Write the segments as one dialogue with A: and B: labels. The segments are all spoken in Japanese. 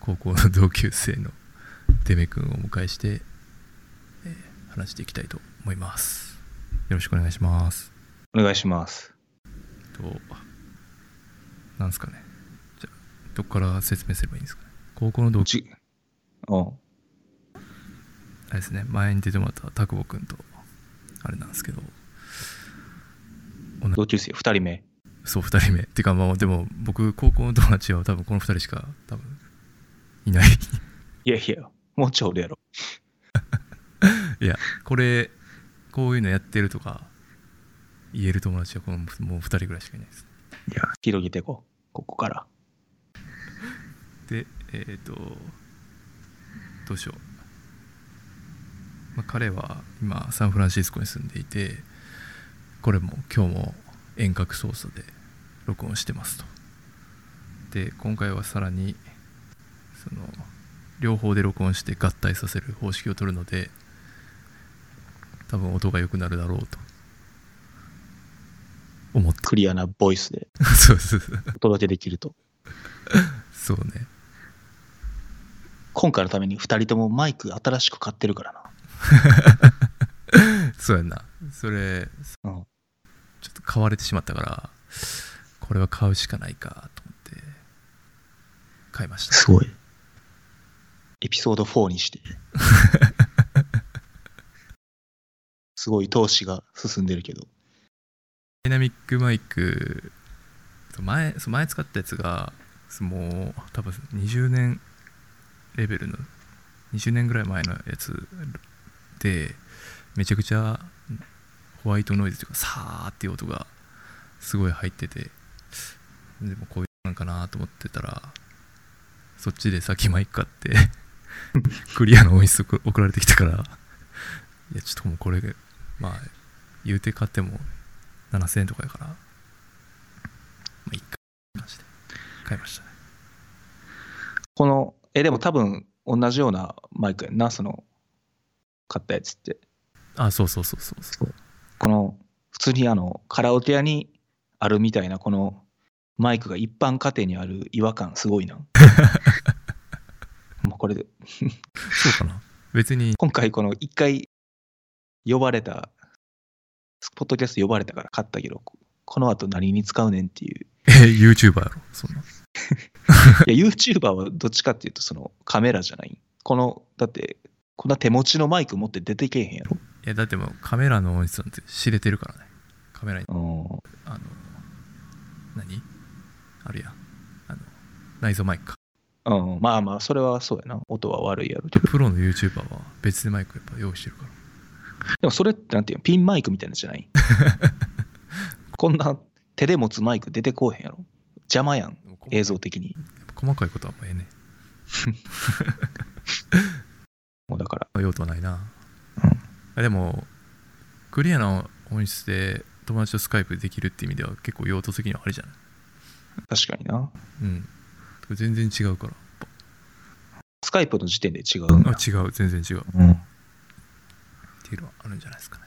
A: 高校の同級生のデメ君をお迎えして、えー話していきたいと思いますよろしくお願いします
B: お願いします。
A: となんすかねじゃあどっから説明すればいいんですかね高校の同級
B: ち、うん。
A: あれですね前に出てもらった拓保君とあれなんですけど
B: 同級生2人目。
A: そう2人目ってかまあでも僕高校の友達は多分この2人しか多分いない
B: いやいや、もうちょいおるやろ。
A: いやこれこういうのやってるとか言える友達はこのもう2人ぐらいしかいないです
B: いや、広げてこう。ここから。
A: でえっ、とどうしよう、まあ、彼は今サンフランシスコに住んでいてこれも今日も遠隔操作で録音してますとで今回はさらにその両方で録音して合体させる方式を取るので多分音が良くなるだろうと思って
B: クリアなボイスで
A: そうそうそう
B: お届けできると。
A: そうね
B: 今回のために2人ともマイク新しく買ってるから
A: そうやんなそれ
B: な。うん。
A: ちょっと買われてしまったからこれは買うしかないかと思って買いました
B: すごい。エピソード4に して。すごい投資が進んでるけど。
A: ダイナミックマイク前そう前使ったやつがそうもう多分20年レベルの20年ぐらい前のやつでめちゃくちゃホワイトノイズというかさーっていう音がすごい入っててでもこういうのなんかなと思ってたらそっちで先マイク買って クリアの音質送送られてきたからいやちょっともうこれまあ言うて買っても7000円とかやから、まあ、いっかって感じで買いましたね
B: この、え、でも多分同じようなマイクやんな、その、買ったやつって。
A: あそうそうそうそうそう
B: この普通にあのカラオケ屋にあるみたいなこのマイクが一般家庭にある違和感すご いな。もうこれで
A: そうかな別に
B: 今回この一回呼ばれたポッドキャスト呼ばれたから買ったけどこの後何に使うねん っていう
A: え YouTuber やろそんない
B: や YouTuber はどっちかっていうとそのカメラじゃないこのだってこんな手持ちのマイク持って出てけえへんやろ
A: いやだってもうカメラの音質なんて知れてるからねカメラに
B: う
A: あ
B: ん
A: の何あるやんあの内蔵マイクか
B: うん、まあまあそれはそうやな音は悪いやろうけど
A: プロの YouTuber は別でマイクやっぱ用意してるから
B: でもそれってなんていうのピンマイクみたいなのじゃない こんな手で持つマイク出てこうへんやろ邪魔やん
A: でも細かい
B: 映像的に
A: やっぱ細かいことはあんまええね
B: もうだから
A: 用途はないな
B: うん、
A: あでもクリアな音質で友達とスカイプできるって意味では結構用途的にはあれじゃない
B: 確かにな
A: うん全然違うから
B: スカイプの時点で違うん
A: あ
B: だ、
A: 違う全然違うっ
B: うん、
A: ていうのはあるんじゃないですかね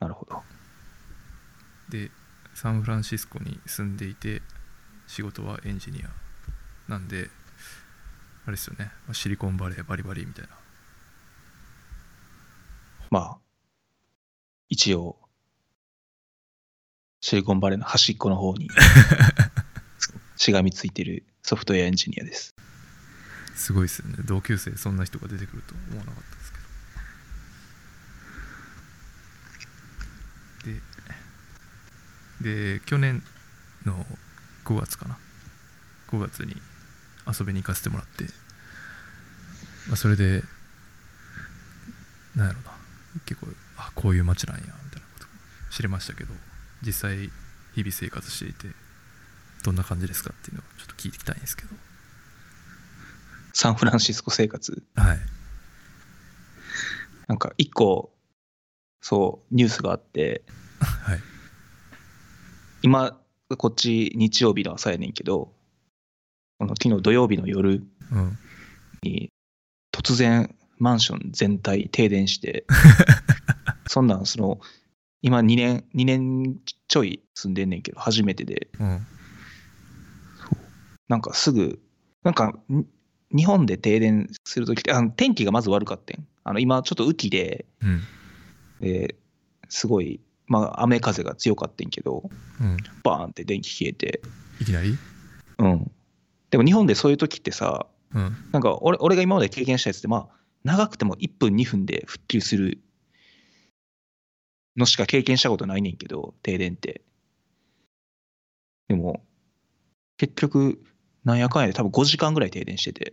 B: なるほど
A: でサンフランシスコに住んでいて仕事はエンジニアなんであれですよねまあシリコンバレーバリバリみたいな
B: まあ一応シリコンバレーの端っこの方 にしがみついてるソフトウェアエンジニアです
A: すごいですよね同級生そんな人が出てくると思わなかったですけどでで去年の5月かな5月に遊びに行かせてもらって、まあ、それでなんやろな結構あこういう街なんやみたいなこと知れましたけど実際日々生活していてどんな感じですかっていうのをちょっと聞いていきたいんですけど
B: サンフランシスコ生活
A: はい
B: なんか一個そうニュースがあって
A: はい
B: 今、こっち日曜日の朝やねんけど、この昨日土曜日の夜
A: うん
B: に突然マンション全体停 電して、そんなんその、今2年、2年ちょい住んでんねんけど、初めてで、
A: うん、
B: なんかすぐ、なんかん日本で停電するときってあの天気がまず悪かったんあの今ちょっと雨季で
A: うん
B: ですごい、まあ、雨風が強かったんけど
A: うん
B: バーンって電気消えて
A: いきなり
B: うんでも日本でそういう時ってさ
A: うん
B: なんか俺俺が今まで経験したやつってまあ長くても1分2分で復旧するのしか経験したことないねんけど停電ってでも結局なんやかんやで多分5時間ぐらい停電してて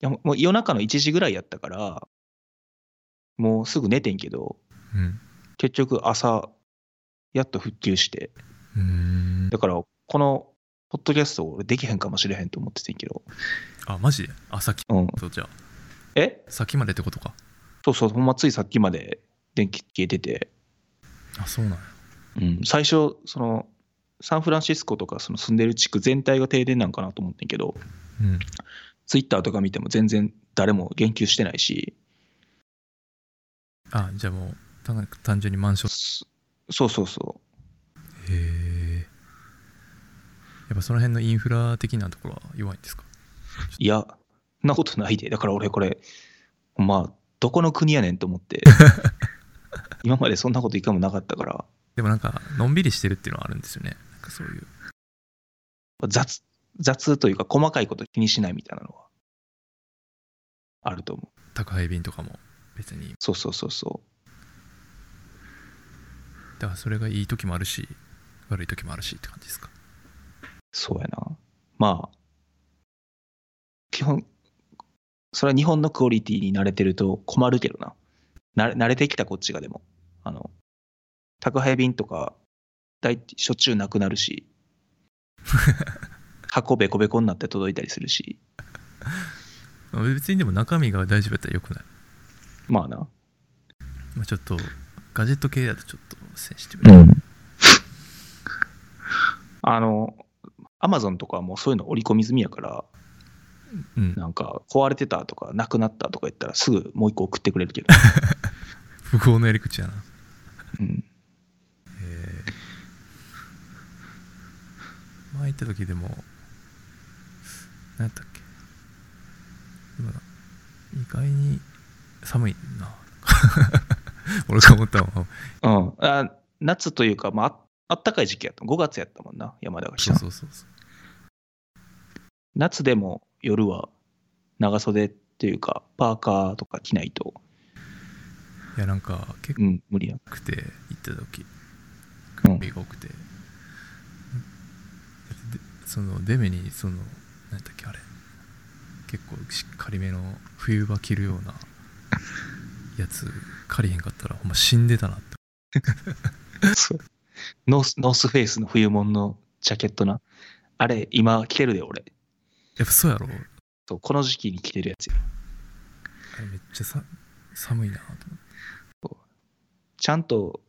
B: いやもうもう夜中の1時ぐらいやったからもうすぐ寝てんけど
A: うん
B: 結局朝やっと復旧して
A: うーん
B: だからこのポッドキャスト俺できへんかもしれへんと思っててんけど
A: あマジであ先
B: うん
A: そうじゃあ
B: え
A: 先までってことか
B: そうそう、ほんまついさっきまで電気消えてて、
A: あそうなんや
B: うん、最初、その、サンフランシスコとかその住んでる地区全体が停電なんかなと思ってんけど、
A: うん
B: ツイッターとか見ても全然誰も言及してないし、
A: あじゃあもう単単純にマンション
B: そそうそうそ
A: へえやっぱその辺のインフラ的なところは弱いんですか
B: う、いや、そんなことないで、だから俺これ、ほんま、どこの国やねんと思 って、今までそんなこと一回もなかったから、
A: でもなんかのんびりしてるっていうのはあるんですよねなんかそういう
B: 雑、雑というか細かいこと気にしないみたいなのは、あると思う。
A: 宅配便とかも別に
B: そうそうそうそう。
A: だからそれがいい時もあるし悪い時もあるしって感じですか
B: そうやな。まあ、基本、それは日本のクオリティに慣れてると困るけどな。慣れ慣れてきたこっちがでも。あの、宅配便とか、だいしょっちゅうなくなるし、箱べこべこになって届いたりするし、
A: まあ別にでも中身が大丈夫だったらよくない、
B: まあな。
A: まあ、ちょっとガジェット系だとちょっとセンシティブな、
B: あの、アマゾンとかはもうそういうの織り込み済みやから、
A: うん、
B: なんか壊れてたとか、なくなったとか言ったらすぐもう一個送ってくれるけど、
A: 不幸のやり口やな
B: うん、
A: えー前行った時でも何やったっけ今だ意外に寒いな 俺が思ったのは
B: うん、あ夏というか、まああ、あったかい時期やった5月やったもんな山田が来
A: そ
B: た
A: う
B: の
A: そうそうそう
B: 夏でも夜は長袖っていうかパーカーとか着ないと、
A: いやなんか結構
B: うん、無 理や
A: くて行った時
B: うん
A: 首が多くて、でそのデメにその何だっけあれ結構しっかりめの冬場着るようなやつ借りへんかったらほんま死んでたなって
B: そうノースノースフェイスの冬物のジャケットなあれ今着てるで俺
A: やっぱそうやろあれ
B: そうこの時期に着てるやつや
A: めっちゃさ寒いなと
B: ちゃんと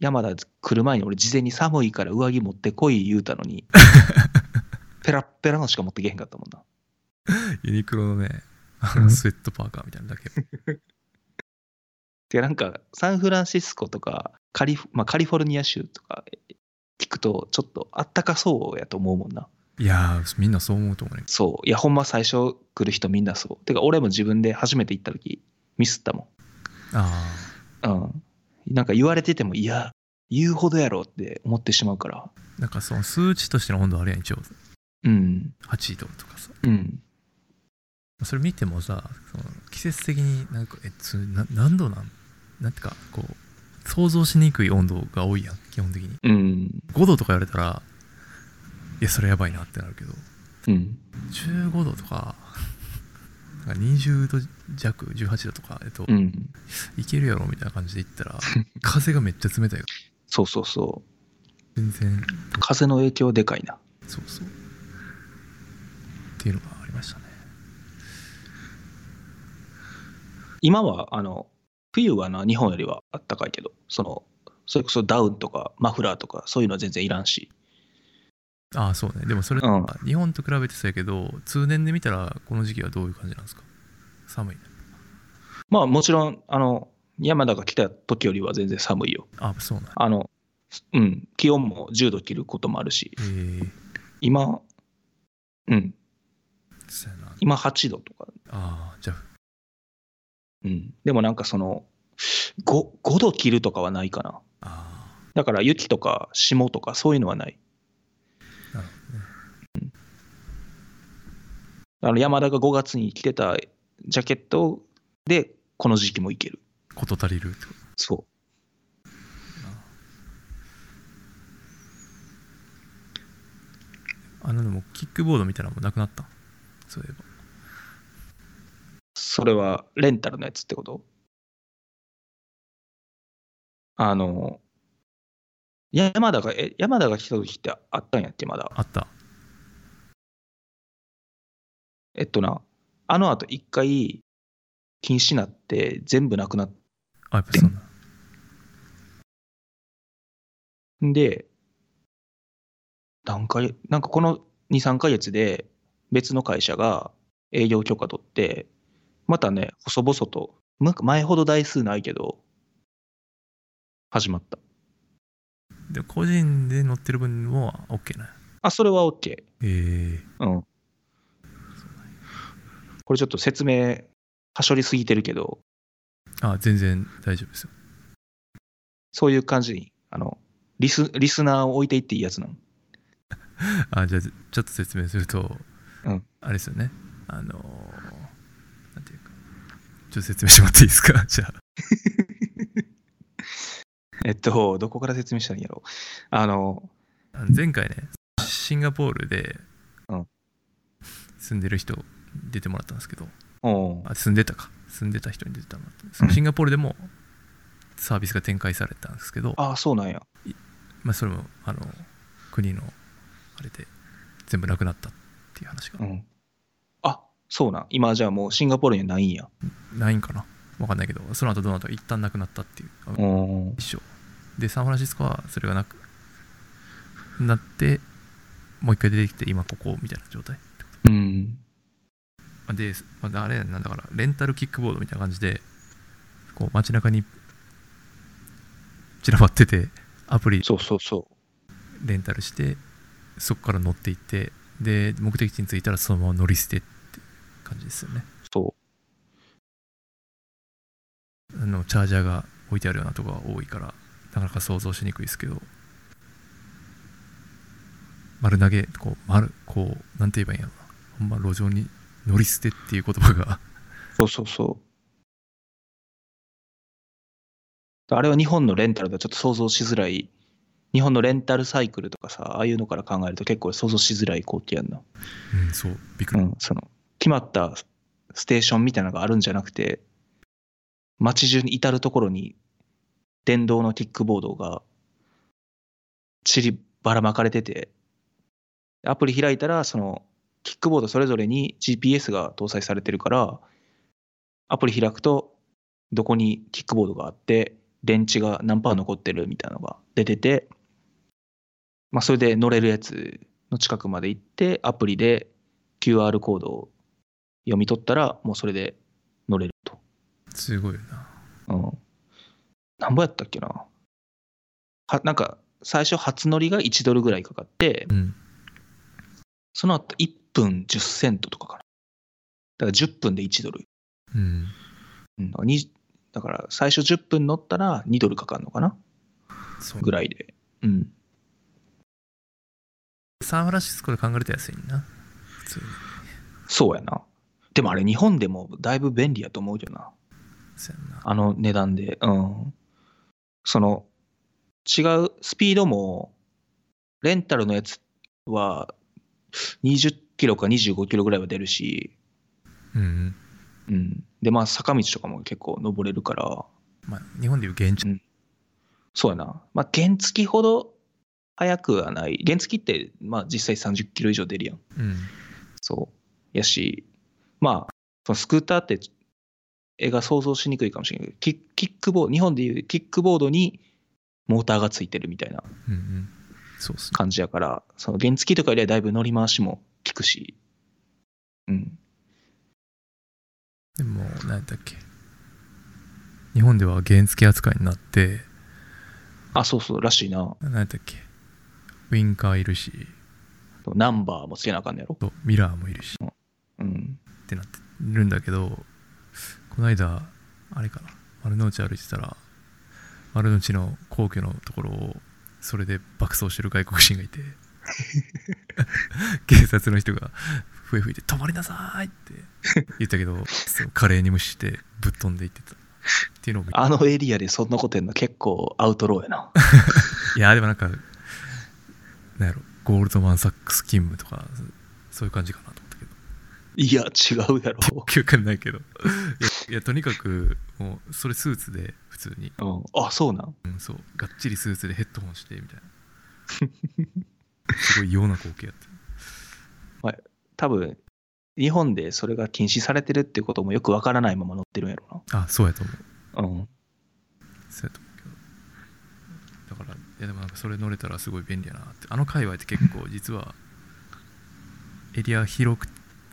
B: 山田来る前に俺事前に寒いから上着持ってこい言うたの にペラッペラのしか持ってけへんかったもんな
A: 思ってユニクロのねあ
B: う
A: の
B: ん
A: スウェットパーカーみたいなのだけ
B: でなんかサンフランシスコとかカリフ,、まあ、カリフォルニア州とかえ聞くとちょっとあったかそうやと思うもんない
A: やーみんなそう思うと思うね
B: そういやほんま最初来る人みんなそうてか俺も自分で初めて行った時ミスったも
A: あ
B: んうんなんか言われててもいや言うほどやろって思ってしまうから
A: あなんかその数値としての温度あれやん一応
B: うん
A: 8度とかさ
B: うん
A: それ見てもさその季節的になんかえそれな何度なんなんていうかこう想像しにくい温度が多いやん基本的に
B: うん
A: 5度とか言われたらいやそれやばいなってなるけど
B: うん
A: 15度とかなんか20度弱18度とかえっと、
B: うん
A: いけるやろみたいな感じで行ったら 風がめっちゃ冷たいから
B: そうそうそう
A: 全然
B: 風の影響でかいな
A: そうそうっていうのがありましたね
B: 今はあの冬はな日本よりはあったかいけどそのそれこそダウンとかマフラーとかそういうのは全然いらんし
A: ああそうねでもそれ、
B: うん
A: 日本と比べてそうやけど通年で見たらこの時期はどういう感じなんですか寒いね
B: まあもちろんあの山田が来た時よりは全然寒いよ
A: あそうなんや
B: あのうん気温も10度切ることもあるし
A: えー、
B: 今うん
A: そうやな
B: 今8度とか。
A: ああじゃあ
B: うん。でもなんかその、5, 5度切るとかはないかな。
A: あ
B: だから雪とか霜とかそういうのはない。
A: あなるほどね
B: あの山田が5月に着てたジャケットで、この時期もいける。
A: 事足りるってこ
B: そう。
A: とあなんでもキックボードみたいなのもなくなったそういえば
B: それはレンタルのやつってことあの、山田が、え、山田が来た時ってあったんやって、まだ。
A: あった
B: えっとな、あの後一回禁止になって全部なくなっ
A: あやっぱそうなん
B: んで、何回、なんかこの2、3ヶ月で別の会社が営業許可取って、またね、細々と、む前ほど台数ないけど、始まった。
A: で個人で乗ってる分は OK なんや
B: あ、それは OK。
A: ええ
B: うん。これちょっと説明、はしょりすぎてるけど、
A: あ全然大丈夫ですよ
B: そういう感じに、あの、リスリスナーを置いていっていいやつなの。
A: あじゃあちょっと説明すると、
B: うん
A: あれですよねあのーなんていうかちょっと説明してもらっていいですか じゃあ
B: えっと、どこから説明したらいいんやろあの、
A: あの前回ねシンガポールで
B: うん
A: 住んでる人出てもらったんですけど
B: うん
A: あ住んでたか住んでた人に出てもらったんです
B: うん
A: シンガポールでもサービスが展開されたんですけど
B: ああ、そうなんや。
A: まあ、それもあの国のあれで全部なくなったっていう話
B: う
A: が
B: ん。あそうなん。今じゃあもうシンガポールにはないんや。
A: ないんかなわかんないけどその後どうなったか一旦なくなったっていうあの
B: うん。
A: 一緒でサンフランシスコはそれがなくなってもう一回出てきて今ここみたいな状態
B: うん。
A: まあで、まあ、あれなんだからレンタルキックボードみたいな感じでこう街中に散らばっててアプリ
B: そうそうそ
A: レンタルしてそこから乗っていってで目的地に着いたらそのまま乗り捨てって感じですよね
B: う。そ
A: あのチャージャーが置いてあるようなとこが多いからなかなか想像しにくいですけど丸投げこう丸こうなんて言えばいいんやろなほんま路上に乗り捨てっていう言葉が
B: う。そうそうそう。あれは日本のレンタルではちょっと想像しづらい。日本のレンタルサイクルとかさ、ああいうのから考えると結構想像しづらい光景やんな。
A: うんそうびっく
B: う
A: り、
B: ん。その、決まったステーションみたいなのがあるんじゃなくて、街中に至るところに電動のキックボードが散りばらまかれてて、アプリ開いたら、その、キックボードそれぞれに GPS が搭載されてるから、アプリ開くと、どこにキックボードがあって、電池が何パー残ってるみたいなのが出てて、まあ、それで乗れるやつの近くまで行って、アプリで QR コードを読み取ったら、もうそれで乗れると。
A: すごいよな
B: うん。なんぼやったっけな。は、なんか、最初初乗りが1ドルぐらいかかって、
A: うん
B: その後1分10セントとかかな。だから10分で1ドル。
A: うん
B: うん、だからにだから最初10分乗ったら2ドルかかるのかな
A: そう
B: ぐらいで。うん。
A: サンフランシスコで考えると安いな普通に
B: そうやな。でもあれ日本でもだいぶ便利やと思うけどな。
A: そうやんな
B: あの値段で。うん。その、違うスピードも、レンタルのやつは20キロか25キロぐらいは出るし、
A: うんうん
B: うん。で、まあ坂道とかも結構登れるから、
A: まあ日本でいう現地
B: そうやな。まあ原付ほど速くはない。原付って、まあ実際30キロ以上出るやん。
A: うん
B: そう。やし、まあ、そのスクーターって絵が想像しにくいかもしれないけど、キッキックボード、日本でいうキックボードにモーターがついてるみたいな
A: うんうんそうっすね
B: 感じやから、その原付とかよりはだいぶ乗り回しも効くし、うん。
A: でも何だっけ日本では原付扱いになって
B: あ、そうそう、らしいな。
A: 何だっけウインカーいるし
B: ナンバーもつけなあかんねやろ。
A: とミラーもいるし
B: うん。
A: ってなってるんだけどこの間あれかな丸の内歩いてたら丸の内の皇居のところをそれで爆走してる外国人がいて 警察の人が笛吹いて「止まりなさい!」って言ったけどそう華麗に無視してぶっ飛んでいってたっていうのを見
B: あのエリアでそんなことやんの結構アウトローやな。
A: いやでもなんかなんやろゴールドマン・サックス勤務とかそういう感じかなと思ったけど
B: いや、違うやろ。
A: 記憶にないけどいやいやとにかくもうそれスーツで普通に、
B: うん、あ、そうなん。
A: うん、そうがっちりスーツでヘッドホンしてみたいなすごい異様な光景やって
B: 多分、日本でそれが禁止されてるってこともよくわからないまま乗ってるんやろ
A: あそうやと思う
B: な。うん。
A: そうやと思うけどだからいやでもなんかそれ乗れたらすごい便利やなってあの界隈って結構実はエリア広く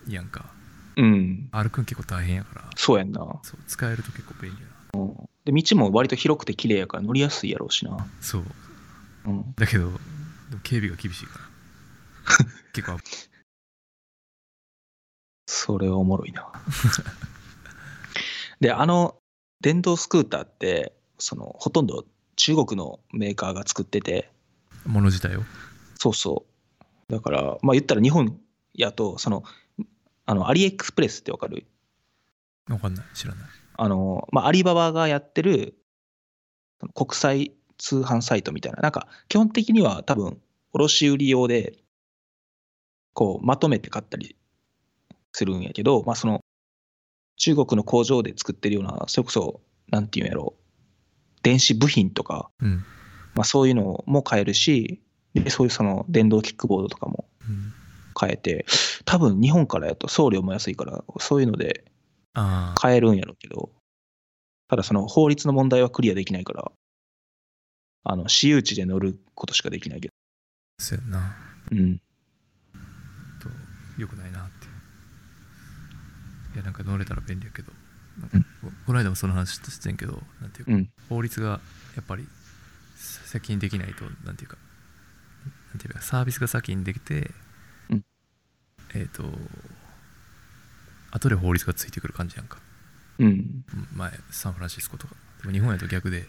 A: やんか
B: うん。
A: 歩くん結構大変やから
B: そうやんな。
A: そう使えると結構便利やな
B: で、道も割と広くて綺麗やから乗りやすいやろうしな。
A: そう
B: うん。
A: だけどでも警備が厳しいから結構
B: それはおもろいな。で、あの、電動スクーターって、その、ほとんど中国のメーカーが作ってて、
A: 物自体を
B: そうそう。だから、まあ言ったら日本やと、その、あの、アリエクスプレスってわかる
A: 分かんない知らない
B: あの、まあアリババがやってる、その国際通販サイトみたいな、なんか基本的には多分、卸売用で、こう、まとめて買ったりするんやけど、まあその、中国の工場で作ってるような、それこそ、なんていうんやろ電子部品とか、
A: うん、
B: まあそういうのも買えるし、でそういうその電動キックボードとかも
A: うん、
B: 買えて、多分日本からやと送料も安いから、そういうので
A: ああ
B: 買えるんやろうけど、ただその法律の問題はクリアできないから、あの、私有地で乗ることしかできないけ
A: そうやんな
B: ど、うん。
A: と良くないなっていやなんか乗れたら便利やけどなん
B: うん
A: かここの間もその話してんけどなんていうか、
B: うん
A: 法律がやっぱり先にできないとなんていうかなんていうかサービスが先にできて、
B: うん
A: えっ、と後で法律がついてくる感じやんか
B: うん。
A: 前サンフランシスコとかでも日本やと逆で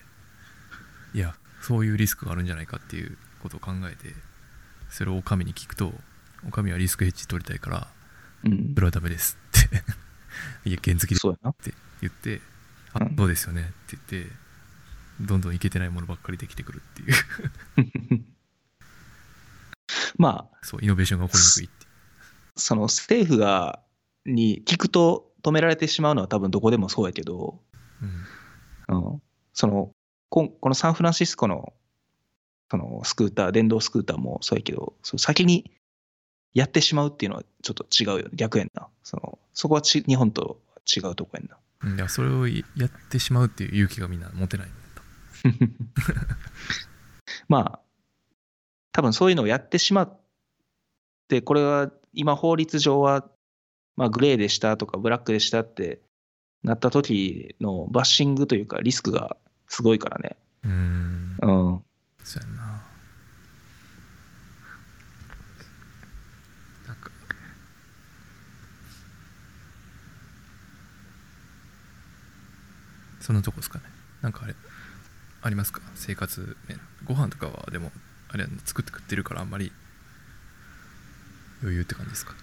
A: いやそういうリスクがあるんじゃないかっていうことを考えてそれをお上に聞くとお上はリスクヘッジ取りたいから
B: うん
A: そ。れはダメですって いや原付で
B: そうやな。
A: 言って
B: う
A: あ
B: ん
A: どうですよねって言ってどんどんいけてないものばっかりできてくるっていう
B: まあ、
A: そうイノベーションが起こりにくいって
B: その政府が、に聞くと止められてしまうのは多分どこでもそうやけど、
A: いう、
B: うん。その、こんこのサンフランシスコの、そのスクーター、電動スクーターもそうやけど、その先にやってしまうっていうのはちょっと違うよね。逆やんな。その、そこはち日本と違うとこやんな。
A: うん、いやそれをやってしまうっていう勇気がみんな持てないんだと
B: まあ、多分そういうのをやってしまって、これは今法律上は、まあ、グレーでしたとかブラックでしたってなった時のバッシングというかリスクがすごいからね。
A: うーん
B: うん。
A: そうやんななんかそんなとこですかねなんかあれありますか生活面ご飯とかはでもあれ作って食ってるからあんまり余裕って感じですか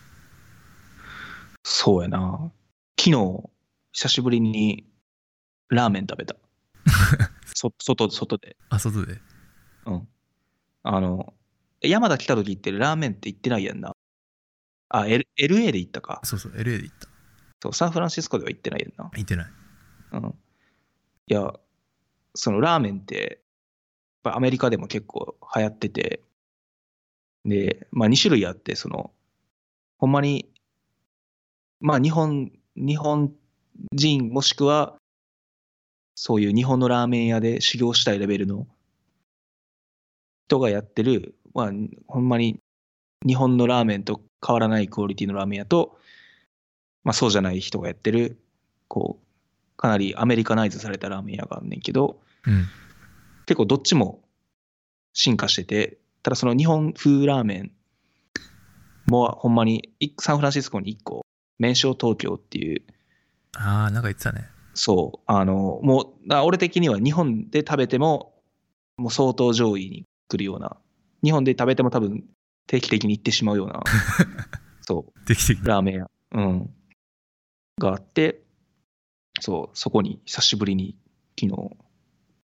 B: そうやな。昨日、久しぶりにラーメン食べ た。そ外、外で。
A: あ外で
B: うん。あの、山田来た時ってラーメンって行ってないやんな。あ、L、LA で行ったか。
A: そうそう LA で行った
B: そう、サンフランシスコでは行ってないやん
A: 行ってない
B: な。うん。いや、そのラーメンって、やっぱアメリカでも結構流行ってて、で、まあ2種類あって、その、ほんまに、まあ日本、日本人もしくは、そういう日本のラーメン屋で修行したいレベルの人がやってる、まあほんまに日本のラーメンと変わらないクオリティのラーメン屋と、まあそうじゃない人がやってる、こう、かなりアメリカナイズされたラーメン屋があんねんけど、
A: うん
B: 結構どっちも進化してて、ただその日本風ラーメンもほんまにいサンフランシスコに1個名称東京っていう、
A: ああ、なんか言ってたね。
B: そう、あの、もう、だ俺的には日本で食べても、もう相当上位に来るような、日本で食べても多分定期的に行ってしまう ような、そう、
A: 定期的に。
B: ラーメン屋、うん、があって、そう、そこに久しぶりに、昨日、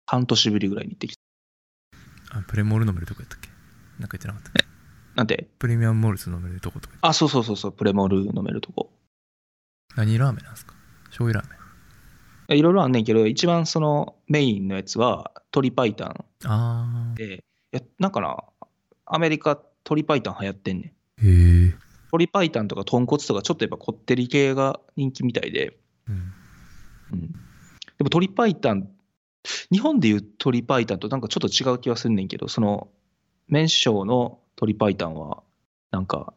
B: 半年ぶりぐらいに行ってきた。
A: あプレモル飲めるとこやったっけなんか言ってなかったっけ
B: なんて、
A: プレミアムモルツ飲めるとことか言って
B: あ、そうそうそうそう、プレモル飲めるとこ。
A: 何ラーメンなんですか醤油ラーメン。
B: いろいろあんねんけど、一番そのメインのやつは、鶏白湯
A: ああ。
B: で、いやなんかな、アメリカ、鶏白湯流行ってんねん。
A: へえ。
B: 鶏白湯とか豚骨とか、ちょっとやっぱこってり系が人気みたいで、
A: うん。
B: うんでも鳥パイタン、日本でいう鳥パイタンとなんかちょっと違う気はすんねんけど、その、麺師匠の鳥パイタンは、なんか、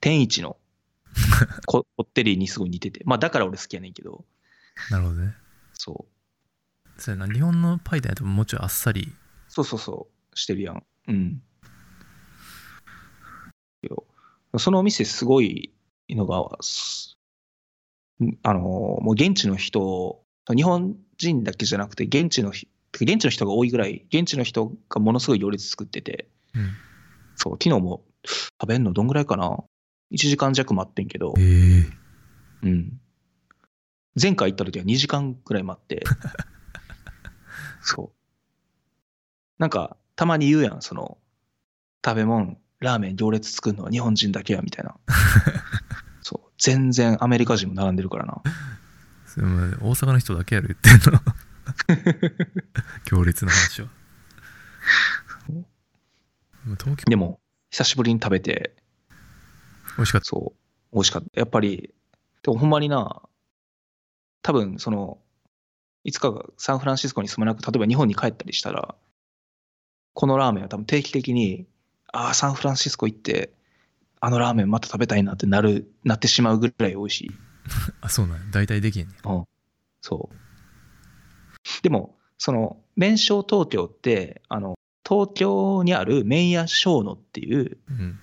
B: 天一のこ こってりにすごい似てて、まあだから俺好きやねんけど、
A: なるほどね。
B: そう
A: そうやな、日本のパイタンやともうちょいあっさり。
B: そうそうそう、してるやん。うん。けどそのお店すごいのが、すんあのー、もう現地の人、日本人だけじゃなくて、現地のひ、現地の人が多いぐらい、現地の人がものすごい行列作ってて、
A: うん。
B: そう、昨日も食べんのどんぐらいかな ?1 時間弱待ってんけど、
A: へえ。
B: うん。前回行った時は2時間ぐらい待って。そう。なんか、たまに言うやん、その、食べ物、ラーメン行列作るのは日本人だけや、みたいな。そう。全然アメリカ人も並んでるからな。
A: それも大阪の人だけやる言 ってんの。強烈な話は。
B: う
A: もう東京
B: でも、久しぶりに食べて、
A: 美味しかっ
B: そう、美味しかった。やっぱり、でもほんまにな、多分その、いつかがサンフランシスコに住まなく、例えば日本に帰ったりしたら、このラーメンは多分定期的に、ああ、サンフランシスコ行って、あのラーメンまた食べたいなってなる、なってしまうぐらい美味しい。
A: た。あ、そうなんや大体できへんねや
B: そう。でも、その、麺匠東京って、あの、東京にある麺屋小野っていう、
A: うん。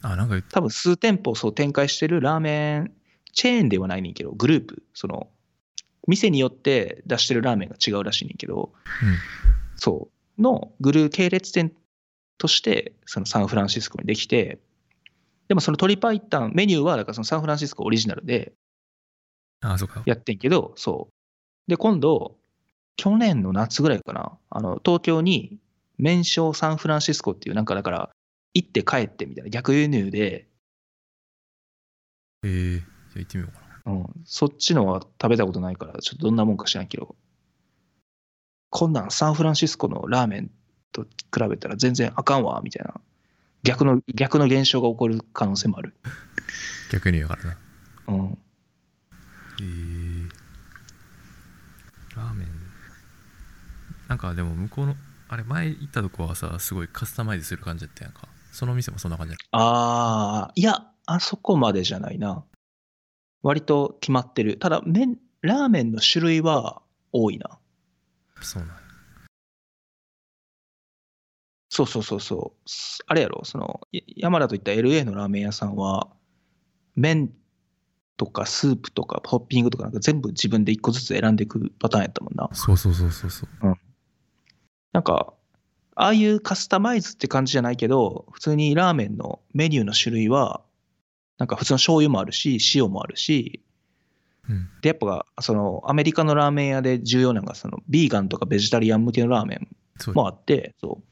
A: あ、なんか言って
B: 多分数店舗そう展開してるラーメンチェーンではないねんけどグループその店によって出してるラーメンが違うらしいねんけど、
A: うん
B: そうのグルー系列店としてそのサンフランシスコにできてでもその鶏白湯メニューはだからそのサンフランシスコオリジナルで
A: あ、そうか。
B: やってんけどそうで今度去年の夏ぐらいかなあの東京に麺匠サンフランシスコっていうなんかだから行って帰ってみたいな逆輸入で
A: へえ。じゃあ行ってみようかな。
B: うん、そっちのは食べたことないから、ちょっとどんなもんか知らんけど、こんなんサンフランシスコのラーメンと比べたら全然あかんわ、みたいな。逆の、逆の現象が起こる可能性もある。
A: 逆に言うからな。
B: うん。
A: えーラーメンなんかでも向こうのあれ前行ったとこはさすごいカスタマイズする感じだったやんかその店もそんな感じだ
B: ああ、いや、あそこまでじゃないな。割と決まってる。ただ、麺、ラーメンの種類は多いな。
A: そうなんや
B: そうそうそうそう。すあれやろ、その、や山田といった LA のラーメン屋さんは、麺とかスープとかホッピングとかなんか全部自分で一個ずつ選んでいくパターンやったもんな。
A: そうそうそうそうそう
B: なんか、ああいうカスタマイズって感じじゃないけど、普通にラーメンのメニューの種類は、なんか普通の醤油もあるし、塩もあるし、
A: うん
B: で、やっぱ、その、アメリカのラーメン屋で重要なのが、その、ビーガンとかベジタリアン向けのラーメン
A: そう
B: もあって、そ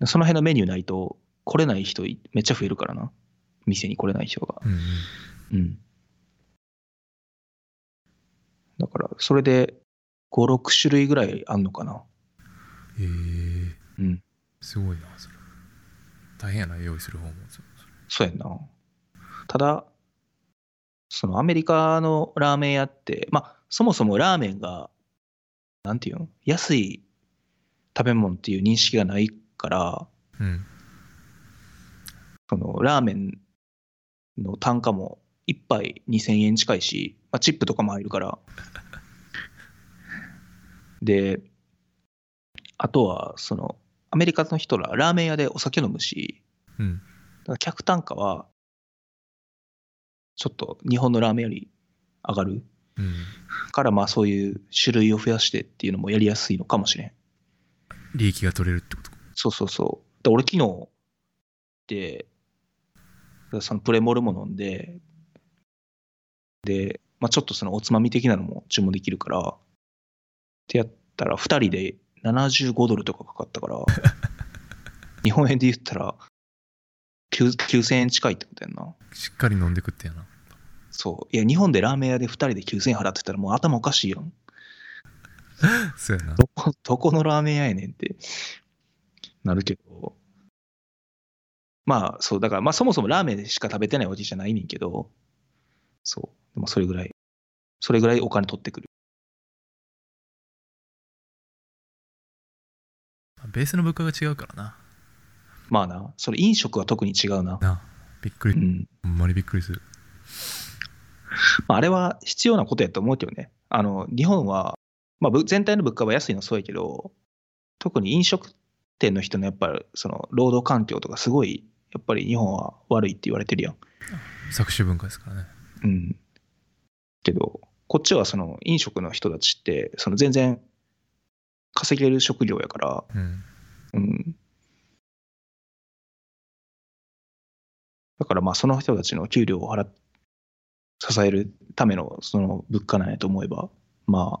B: う。その辺のメニューないと、来れない人いめっちゃ増えるからな。店に来れない人が。
A: うんうん
B: うん。だから、それで5、6種類ぐらいあんのかな。
A: えー
B: うん。
A: すごいなそれ大変やな用意する方もそう
B: そうやんな。ただ、そのアメリカのラーメン屋って、まあ、そもそもラーメンが、なんていうの安い食べ物っていう認識がないから、
A: そううん
B: そのラーメンの単価も1杯2000円近いし、まあ、チップとかも入るから。 で、あとは、その、アメリカの人ら、ラーメン屋でお酒飲むし、
A: うん
B: だから客単価は、ちょっと日本のラーメンより上がる
A: うん、
B: から、まあそういう種類を増やしてっていうのもやりやすいのかもしれん。
A: 利益が取れるってことか
B: そうそうそう。で俺昨日で、そのプレモルも飲んで、で、まあ、ちょっとそのおつまみ的なのも注文できるから、ってやったら2人で75ドルとかかかったから、日本円で言ったら9 9000円近いってことやんな。
A: しっかり飲んでくってやな
B: そう。いや、日本でラーメン屋で2人で9000円払ってたらもう頭おかしいやん。
A: そうやな
B: どこ、どこのラーメン屋やねんってなるけど。まあ、そう、だから、まあそもそもラーメンしか食べてないわけじゃないねんけど、そう。でもそれぐらい、それぐらいお金取ってくる。
A: ベースの物価が違うからな
B: まあな、それ飲食は特に違うな。
A: なびっくり、
B: うん。
A: ほんまにびっくりする
B: まあ、あれは必要なことやと思うけどね。あの、日本は、まあ、ぶ全体の物価は安いのはそうやけど、特に飲食店の人のやっぱり、その、労働環境とかすごい、やっぱり日本は悪いって言われてるやん。
A: 搾取文化ですからね
B: うん。けど、こっちはその飲食の人たちって、その全然稼げる職業やから、
A: うん
B: うん。だからまあその人たちの給料を払っ支えるためのその物価なんやと思えば、まあ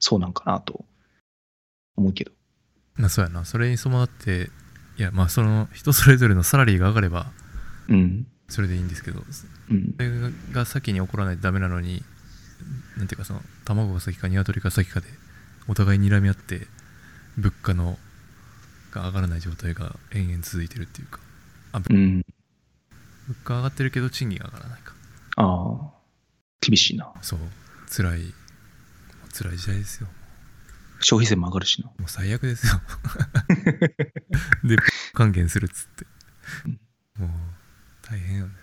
B: そうなんかなと思うけど。
A: まあそうやなそれに伴っていやまあその人それぞれのサラリーが上がれば
B: うん。
A: それでいいんですけどそ
B: うん。
A: れが先に起こらないとダメなのになんていうかその卵が先か鶏が先かでお互い睨み合って物価のが上がらない状態が延々続いてるっていうか
B: うん。
A: 物価上がってるけど賃金が上がらないか
B: ああ。厳しいな。
A: そう辛い辛い時代ですよ
B: 消費税も上がるしな。
A: もう最悪です よで還元するっつって
B: うん
A: もう大変よね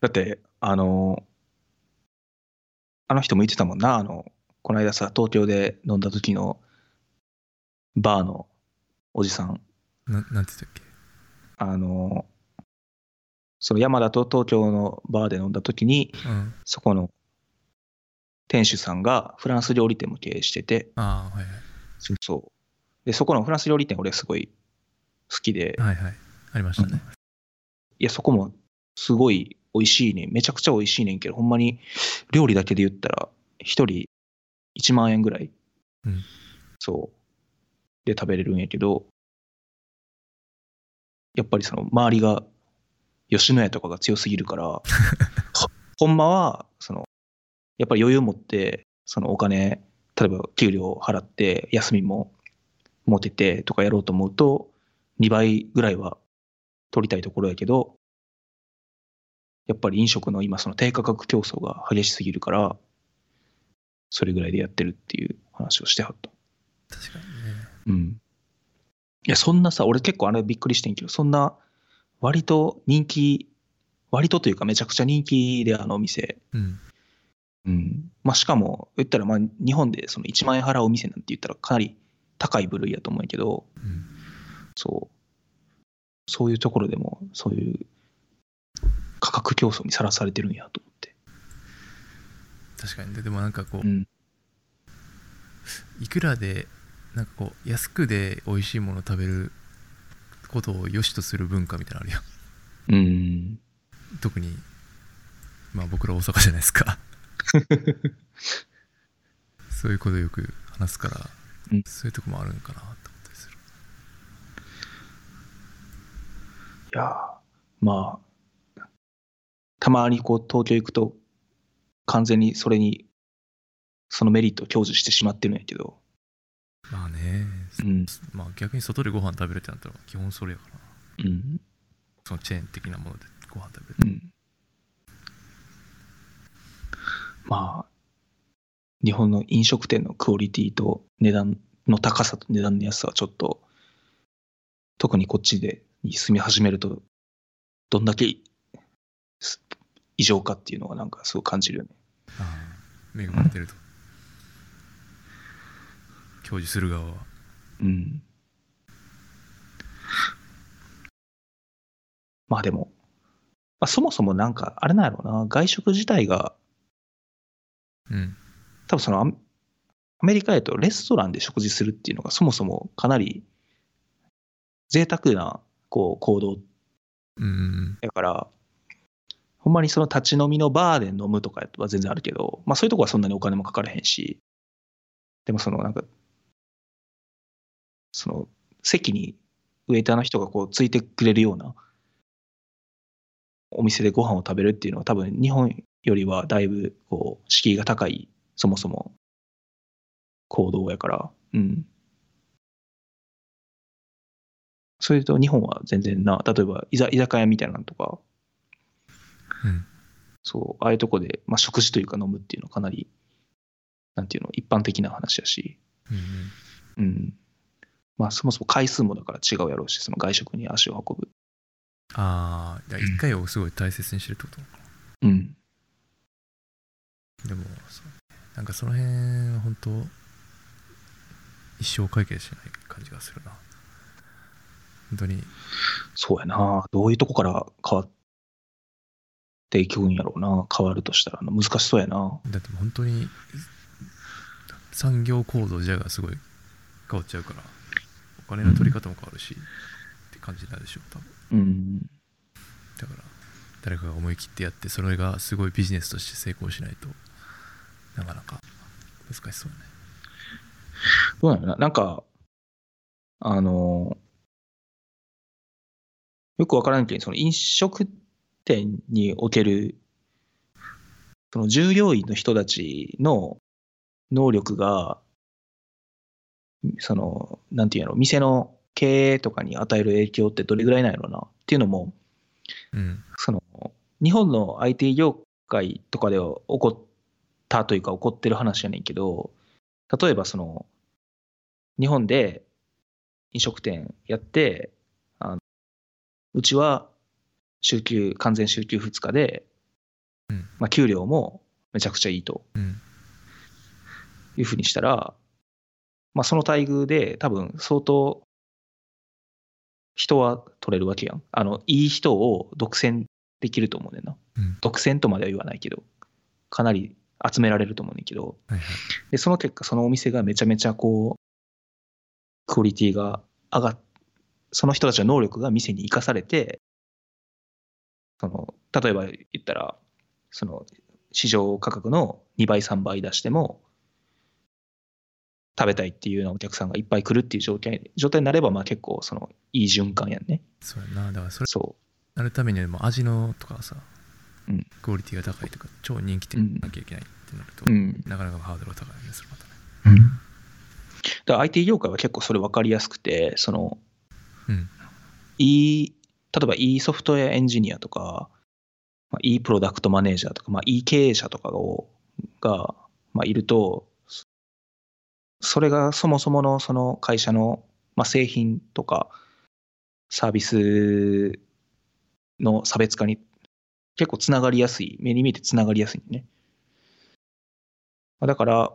B: だって、あの、あの人も言ってたもんな、あの、この間さ、東京で飲んだ時のバーのおじさん、
A: ななんて言ったっけ
B: あの、その山田と東京のバーで飲んだ時に、
A: うん、
B: そこの店主さんがフランス料理店も経営してて、
A: ああはい
B: そうそう。で、そこのフランス料理店、俺すごい好きで、
A: はいはいはいありましたね、
B: いや、そこもすごい美味しいねん。めちゃくちゃ美味しいねんけど、ほんまに料理だけで言ったら、一人1万円ぐらい、
A: うん
B: そう、で食べれるんやけど、やっぱりその周りが吉野家とかが強すぎ るから、ほほんまは、その、やっぱり余裕持って、そのお金、例えば給料を払って、休みも持ててとかやろうと思うと、2倍ぐらいは取りたいところやけど、やっぱり飲食の今その低価格競争が激しすぎるから、それぐらいでやってるっていう話をしてはった。
A: 確かにね
B: うん。いや、そんなさ、俺結構あれびっくりしてんけど、そんな割と人気、割とというかめちゃくちゃ人気であのお店。
A: うん
B: うん。まあしかも、言ったらまあ日本でその1万円払うお店なんて言ったらかなり高い部類やと思うんやけど、
A: うん
B: そう。そういうところでも、そういう価格競争にさらされてるんやと思って。
A: 確かにででもなんかこう、
B: うん
A: いくらでなんかこう安くで美味しいもの食べることを良しとする文化みたいなのあるやん
B: うん。
A: 特にまあ僕ら大阪じゃないですかそういうことよく話すから、
B: うん
A: そういうとこもあるんかなと思ったりする
B: いやーまあ、たまにこう東京行くと、完全にそれに、そのメリットを享受してしまってるんやけど、
A: まあね、
B: うん
A: まあ逆に外でご飯食べるってなったら基本それやからな
B: うん。
A: そのチェーン的なものでご飯食べる
B: うん。まあ、日本の飲食店のクオリティと値段の高さと値段の安さはちょっと、特にこっちでに住み始めると、どんだけす異常かっていうのがなんかすごい感じるよね。
A: ああ恵まれてると享受する側は
B: うん。まあでも、まあ、そもそもなんか、あれなんやろうな、外食自体が、
A: うん。
B: 多分そのアメアメリカやとレストランで食事するっていうのがそもそもかなり贅沢なこう行動
A: うん。
B: やから、ほんまにその立ち飲みのバーで飲むとかは全然あるけど、まあそういうとこはそんなにお金もかからへんし、でもそのなんか、その席にウェイターの人がこうついてくれるようなお店でご飯を食べるっていうのは多分日本よりはだいぶこう敷居が高いそもそも行動やから、うん。それと日本は全然な、例えば居ざ居酒屋みたいなのとか、
A: うん
B: そう、ああいうとこで、まあ、食事というか飲むっていうのはかなり、なんていうの、一般的な話やし、
A: うん
B: うん。まあ、そもそも回数もだから違うやろうし、その外食に足を運ぶ。
A: ああ、いや一回をすごい大切にしてるってこと
B: うん。
A: でもそうなんかその辺は本当一生解決しない感じがするな本当に
B: そうやな、どういうとこから変わっていくんやろうな、変わるとしたらな、難しそうやな。
A: だってもう本当に産業構造自体がすごい変わっちゃうからお金の取り方も変わるし、って感じになるでしょう多分
B: うん。
A: だから誰かが思い切ってやってそれがすごいビジネスとして成功しないとなかなか難しそうね
B: どうなんやろな、なんか、あの、よくわからんけど、その飲食店における、その従業員の人たちの能力が、その、なんていうんやろ、店の経営とかに与える影響ってどれぐらいなんやろうなっていうのも、
A: うん
B: その日本の IT 業界とかでは起こったというか起こってる話やねんけど例えばその日本で飲食店やってあのうちは週休完全週休2日で、
A: うん
B: まあ、給料もめちゃくちゃいいと
A: うん
B: いうふうにしたら、まあ、その待遇で多分相当人は取れるわけやん。あの、いい人を独占できると思うねんな。
A: うん
B: 独占とまでは言わないけど、かなり集められると思うねんけど、
A: はいはい
B: で、その結果、そのお店がめちゃめちゃこう、クオリティが上がっ、その人たちの能力が店に生かされて、その、例えば言ったら、その、市場価格の2倍、3倍出しても、食べたいっていうようなお客さんがいっぱい来るっていう状態状態になれば、まあ結構、その、いい循環やんね。
A: そうやなだからそれ
B: そ
A: なるためにはもう味のとかさ、
B: うん
A: クオリティが高いとか超人気店なきゃいけないってなると、
B: う。うん。
A: なかなかハードルが高いよねそれまたね
B: だから IT 業界は結構それ分かりやすくて、その、
A: うん
B: いい、例えばいいソフトウェアエンジニアとか、まあ、いいプロダクトマネージャーとか、まあ、いい経営者とかをが、まあ、いると、そそれがそもそものその会社の、まあ、製品とかサービスの差別化に結構つながりやすい、目に見えてつながりやすいんでね。まあだから、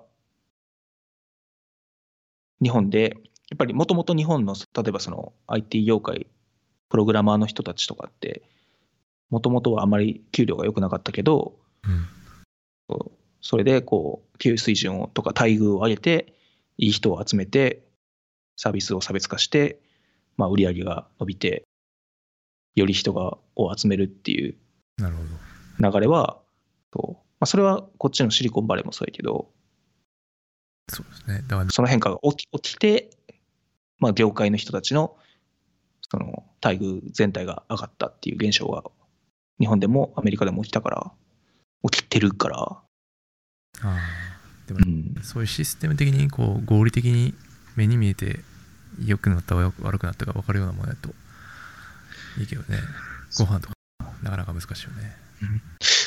B: 日本で、やっぱりもともと日本の、例えばその IT 業界、プログラマーの人たちとかって、もともとはあまり給料が良くなかったけど、
A: うん
B: それでこう、給与水準をとか待遇を上げて、いい人を集めて、サービスを差別化して、まあ、売り上げが伸びて、より人がを集めるっていう
A: なるほど
B: 流れは、そうまあ、それはこっちのシリコンバレーもそうやけど、
A: そうですねだから
B: その変化が起き起きて、まあ、業界の人たちのその待遇全体が上がったっていう現象が日本でもアメリカでも起きたから起きてるから、
A: あーでも
B: うん、
A: そういうシステム的にこう合理的に目に見えて良くなったか悪くなったか分かるようなものだといいけどねご飯とかなかなか難しいよね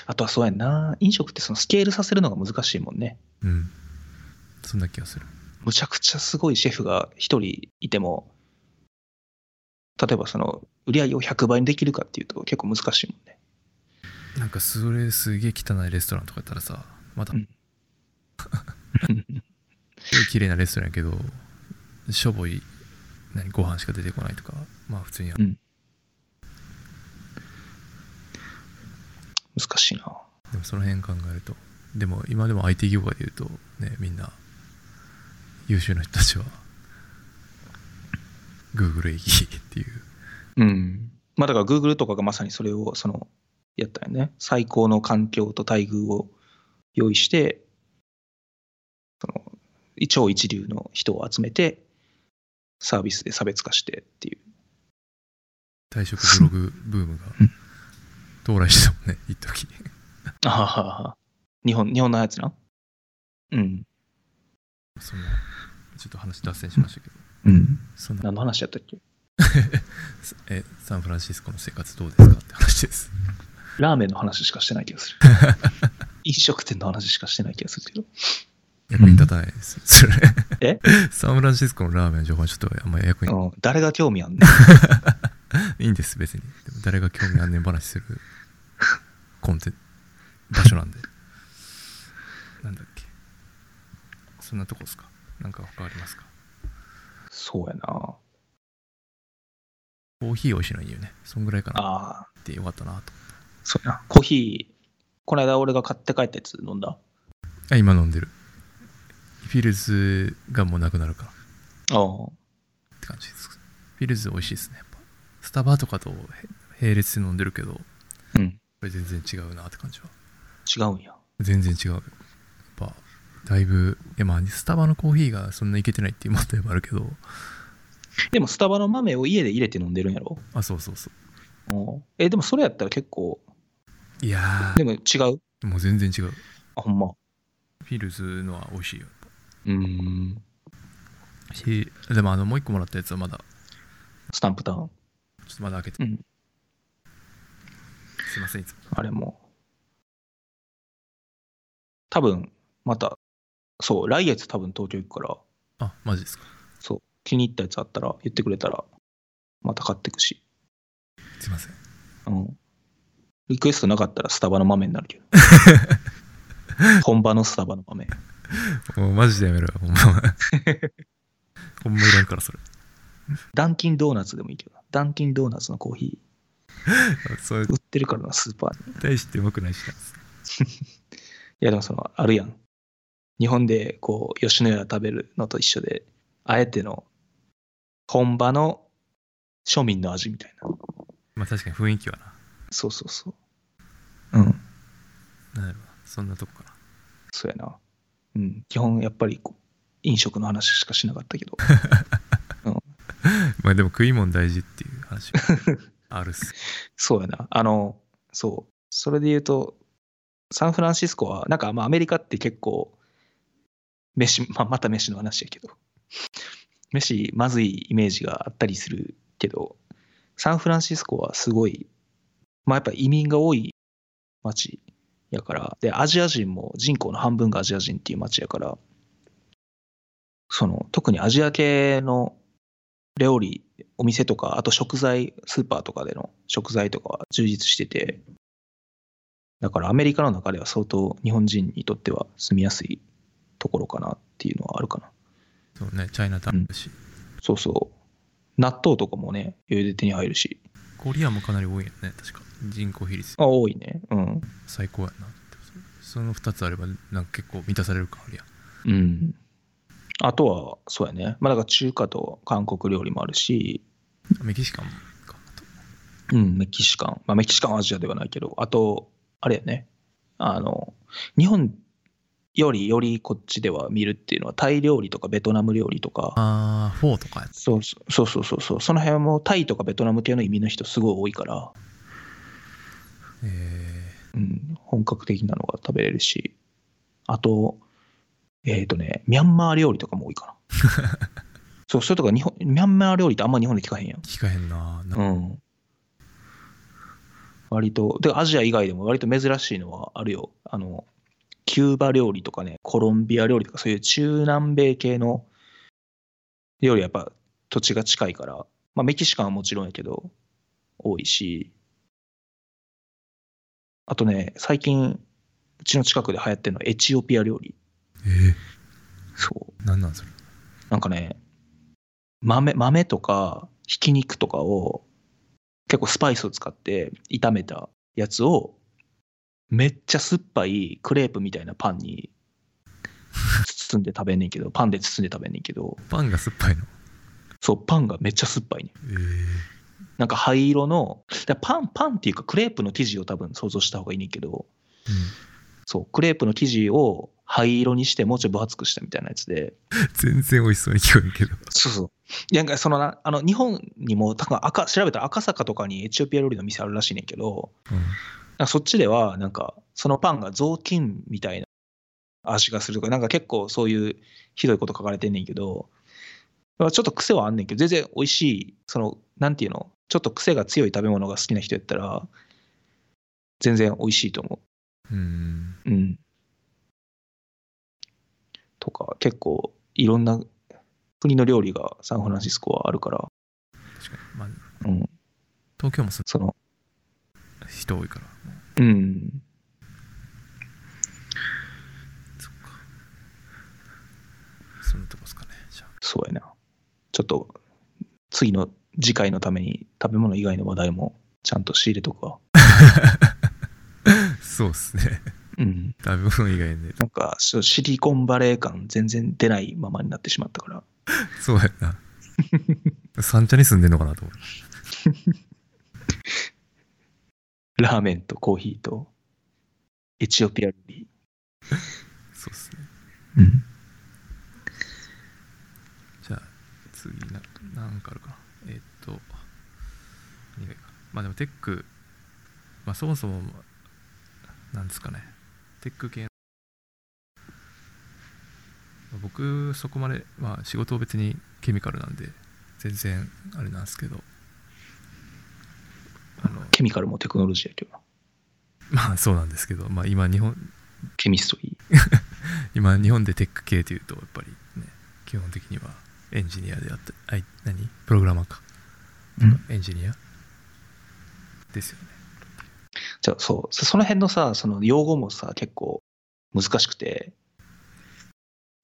B: あとはそうやんな飲食ってそのスケールさせるのが難しいもんね
A: うんそんな気がする
B: むちゃくちゃすごいシェフが一人いても例えばその売り上げを100倍にできるかっていうと結構難しいもんね
A: なんかそれすげえ汚いレストランとかやったらさまた
B: うん
A: すごい綺麗なレストランやけどしょぼい何ご飯しか出てこないとかまあ普通にある
B: うん難しいな。
A: でもその辺考えるとでも今でも IT 業界でいうとねみんな優秀な人たちは Google へ行き っていう
B: うん。まあだから Google とかがまさにそれをそのやったよね。最高の環境と待遇を用意して、その超一流の人を集めて、サービスで差別化してっていう。
A: 退職ブログブームが到来したもんね一時
B: あははは。日本、日本のやつな。うん。
A: そのちょっと話脱線しましたけど
B: うん。
A: その
B: 何の話やったっけ
A: えサンフランシスコの生活どうですかって話です
B: ラーメンの話しかしてない気が する。飲食店の話しかしてない気がするけど。
A: 役に立たないですそれ
B: え
A: サンフランシスコのラーメンの情報はちょっとあんまり 役に
B: うん誰が興味あんねん。
A: いいんです別にでも誰が興味あんねん話するコンテン場所なんでなんだっけそんなとこですかなんか他ありますか
B: そうやな。
A: コーヒー美味しいのいいよねそんぐらいかなっ
B: ああ、
A: てよかったなと
B: そうやな。コーヒー、この間俺が買って帰ったやつ飲んだ。
A: あ今飲んでるフィルズがもうなくなるから
B: ああ。
A: って感じですフィルズ美味しいですねやっぱスタバとかとへ並列で飲んでるけどこ
B: うん。
A: れ全然違うなって感じは
B: 違うんや。
A: 全然違うよやっぱだいぶいやまあスタバのコーヒーがそんないけてないっていう問題もあるけど
B: でもスタバの豆を家で入れて飲んでるんやろ。
A: あそうそうそ
B: うんえ、でもそれやったら結構、
A: ういや
B: でも違う。
A: ーもう全然違う
B: あ、ほんま。
A: フィルズのは美味しいよ
B: うーん。
A: しでもあのもう一個もらったやつはまだ
B: スタンプタウン。
A: ちょっとまだ開けて、
B: うん
A: すいませんいつも
B: あれも。多分、また、そう、来月多分東京行くから、
A: あマジですか
B: そう、気に入ったやつあったら、言ってくれたら、また買ってくし。
A: すいません
B: うん。リクエストなかったらスタバの豆にな るけど。本場のスタバの豆。
A: もうマジでやめろよほんま ほんまいらんからそれ
B: ダンキンドーナツでもいいけどな。ダンキンドーナツのコーヒ
A: それ
B: ー売ってるからな、スーパーに。
A: 大してうまくないしない
B: や、でもその、あるやん。日本で、こう、吉野家食べるのと一緒で、あえての、本場の庶民の味みたいな。
A: まあ確かに雰囲気は
B: そうそうそう。うん、
A: ななるほどそんなとこかな
B: そうやな。うん、基本、やっぱりこう、飲食の話しかしなかったけど。
A: まあでも食い物大事っていう話が あるっす
B: そうやな。あの、そう。それで言うと、サンフランシスコは、なんかまあアメリカって結構、飯、まあ、また飯の話やけど、飯まずいイメージがあったりするけど、サンフランシスコはすごい、まあやっぱ移民が多い街やから、で、アジア人も人口の半分がアジア人っていう街やから、その、特にアジア系の料理お店とか、あと食材、スーパーとかでの食材とかは充実してて、だからアメリカの中では相当日本人にとっては住みやすいところかなっていうのはあるかな。
A: そうねチャイナタウンだし、
B: そうそう。納豆とかもね、余裕で手に入るし。
A: コリアンもかなり多いよね確か人口比率
B: あ、多いね。うん。
A: 最高やなってその2つあればなんか結構満たされる感あるやん
B: うん。あとは、そうやね。まあだから中華と韓国料理もあるし、
A: メキシカンかと
B: うん、メキシカン。まあ、メキシカンはアジアではないけど、あと、あれやね。あの、日本よりよりこっちでは見るっていうのは、タイ料理とかベトナム料理とか、
A: ああフォーとかやつ
B: そうそうそうそうそうそう、その辺もタイとかベトナム系の移民の人すごい多いから、
A: え
B: うん、本格的なのが食べれるし、あと、えっ、とね、ミャンマー料理とかも多いか な。そう、それとか日本、ミャンマー料理ってあんま日本で聞かへんやん
A: ー、。聞かへんなな
B: うん。割と、で、アジア以外でも割と珍しいのはあるよ。あの、キューバ料理とかね、コロンビア料理とか、そういう中南米系の料理はやっぱ土地が近いから、まあメキシカンはもちろんやけど、多いし、あとね、最近、うちの近くで流行ってるのはエチオピア料理。
A: え
B: そう。
A: ー、なんなんそれ
B: なんかね、豆、豆とか、ひき肉とかを、結構スパイスを使って炒めたやつを、めっちゃ酸っぱいクレープみたいなパンに包んで食べんねんけど、パンで包んで食べんねんけど、
A: パンが酸っぱいの
B: そう、パンがめっちゃ酸っぱいねん。
A: え
B: なんか灰色の、だからパン、パンっていうかクレープの生地を多分想像した方がいいねんけど、そう、クレープの生地を灰色にしてもうちょい分厚くしたみたいなやつで、
A: 全然美味しそうに聞こえるけど
B: そうそう。いやなんかそのな、あの、日本にも、多分赤、調べたら赤坂とかにエチオピア料理の店あるらしいねんけど、なんかそっちでは、なんか、そのパンが雑巾みたいな味がするとか、なんか結構そういうひどいこと書かれてんねんけど、まあちょっと癖はあんねんけど、全然美味しい、その、なんていうの、ちょっと癖が強い食べ物が好きな人やったら、全然美味しいと思
A: うんうん
B: う。うん。とか、結構いろんな国の料理がサンフランシスコはあるから、
A: 確かにまあ
B: うん、
A: 東京もそ
B: その、
A: う人多いから
B: うん、
A: そっかそんなとこですかねじゃあ
B: そうやな。ちょっと、次の、次回のために食べ物以外の話題もちゃんと仕入れとくわ。
A: そうっすね
B: うん。
A: 食べ物以外で
B: なんか、そうシリコンバレー感全然出ないままになってしまったから。
A: そうやな三茶に住んでんのかなと思う
B: ラーメンとコーヒーと、エチオピア料理。
A: そうっすね
B: うん。
A: じゃあ次ななんかあるかなえーっと何がいいかまあでもテックまあそもそもなんですかねテック系のまあ僕そこまでまあ仕事を別にケミカルなんで全然あれなんですけどあの
B: ケミカルもテクノロジーやけどな。
A: まあそうなんですけどまあ今日本
B: ケミストリー。
A: 今日本でテック系というとやっぱりね基本的にはエンジニアであったあい何プログラマーか
B: うん
A: エンジニアですよね
B: じゃあ、そう。そその辺のさ、その用語もさ、結構難しくて、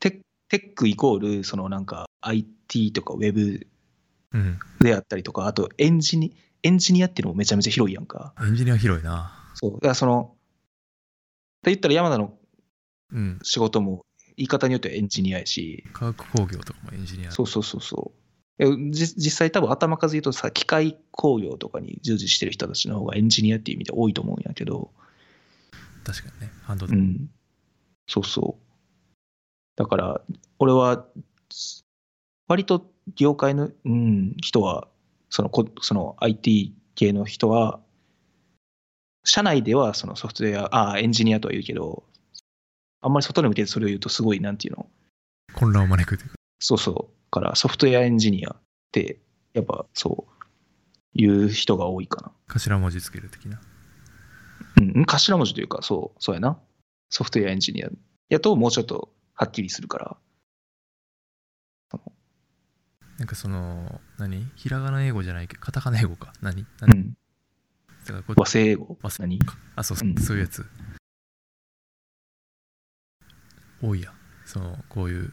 B: テテックイコール、そのなんか IT とか Web
A: うん
B: であったりとか、あとエンジニエンジニアっていうのもめちゃめちゃ広いやんか。
A: エンジニア広いな
B: そうだからその、って言ったら山田の
A: うん
B: 仕事も言い方によってはエンジニアやし、
A: 化学工業とかもエンジニア
B: そうそうそうそう。えじ実際多分頭数言うとさ、機械工業とかに従事してる人たちの方がエンジニアっていう意味で多いと思うんやけど、
A: 確かにねハンド
B: う
A: ド
B: ん。そうそう。だから、俺は、割と業界の、うん、人は、そのこその IT 系の人は、社内ではそのソフトウェア、ああ、エンジニアとは言うけど、あんまり外に向けてそれを言うとすごい、なんていうの、
A: 混乱を招くというか
B: そうそう、からソフトウェアエンジニアって、やっぱそう、言う人が多いかな。
A: 頭文字つける的な
B: うん、頭文字というか、そう、そうやな。ソフトウェアエンジニアやと、もうちょっとはっきりするから。
A: なんかその何ひらがな英語じゃないけどカタカナ英語か何
B: う
A: 何
B: ん。
A: だからこっ
B: 和製英語
A: 和。製
B: 何
A: あそうそう
B: うん
A: そういうやつ多いやんそのこういう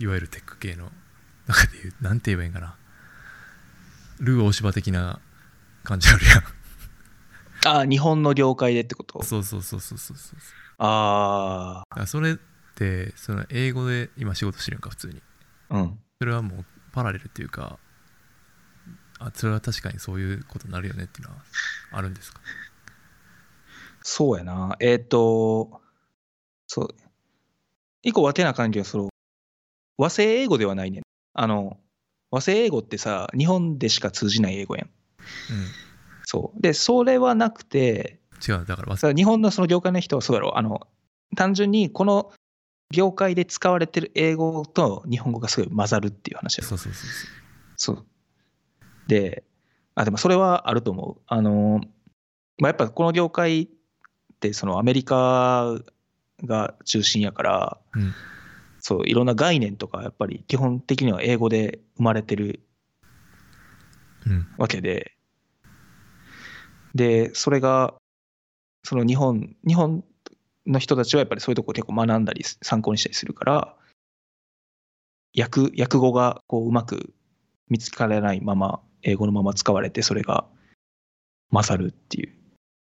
A: いわゆるテック系の中で言うなんて言えばいいんかなルー大芝的な感じあるやん
B: ああ、日本の業界でってこと。
A: そうそうそうそうそうそう
B: あ
A: だからそれってその英語で今仕事してるんか普通に
B: あ、うん。
A: それはもうパラレルっていうかあそれは確かにそういうことになるよねっていうのはあるんですか
B: そうやな。えっ、と、そう。一個和てな感じは、その、和製英語ではないねん。あの、和製英語ってさ、日本でしか通じない英語やん。
A: うん
B: そう。で、それはなくて、
A: 違うだから忘れ
B: さ日本のその業界の人はそうだろうあの単純にこの業界で使われてる英語と日本語がすごい混ざるっていう話だ
A: そうそうそうそ
B: そうであでもそれはあると思うあの、まあ、やっぱこの業界ってそのアメリカが中心やから、
A: うん
B: そういろんな概念とかやっぱり基本的には英語で生まれてる
A: ううん
B: わけで、で、それが、その日本、日本の人たちはやっぱりそういうとこ結構学んだり、参考にしたりするから、訳、訳語がこううまく見つからないまま、英語のまま使われて、それが混ざるっていう、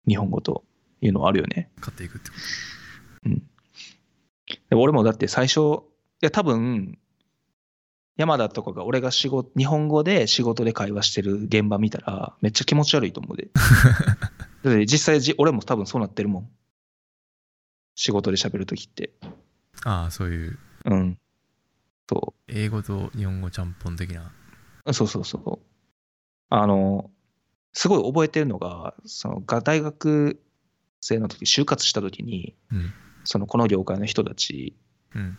B: 日本語というのはあるよね。
A: 買っていくってこ
B: で俺もだって最初、いや多分、山田とかが俺が仕事、日本語で仕事で会話してる現場見たら、めっちゃ気持ち悪いと思うで。だって実際じ、俺も多分そうなってるもん。仕事で喋るときって。
A: とああそういう
B: うん。そう。
A: 英語と日本語ちゃんぽん的な
B: そうそうそう。あの、すごい覚えてるのが、そのが大学生の時就活した時に、
A: うん
B: そのこの業界の人たち
A: うん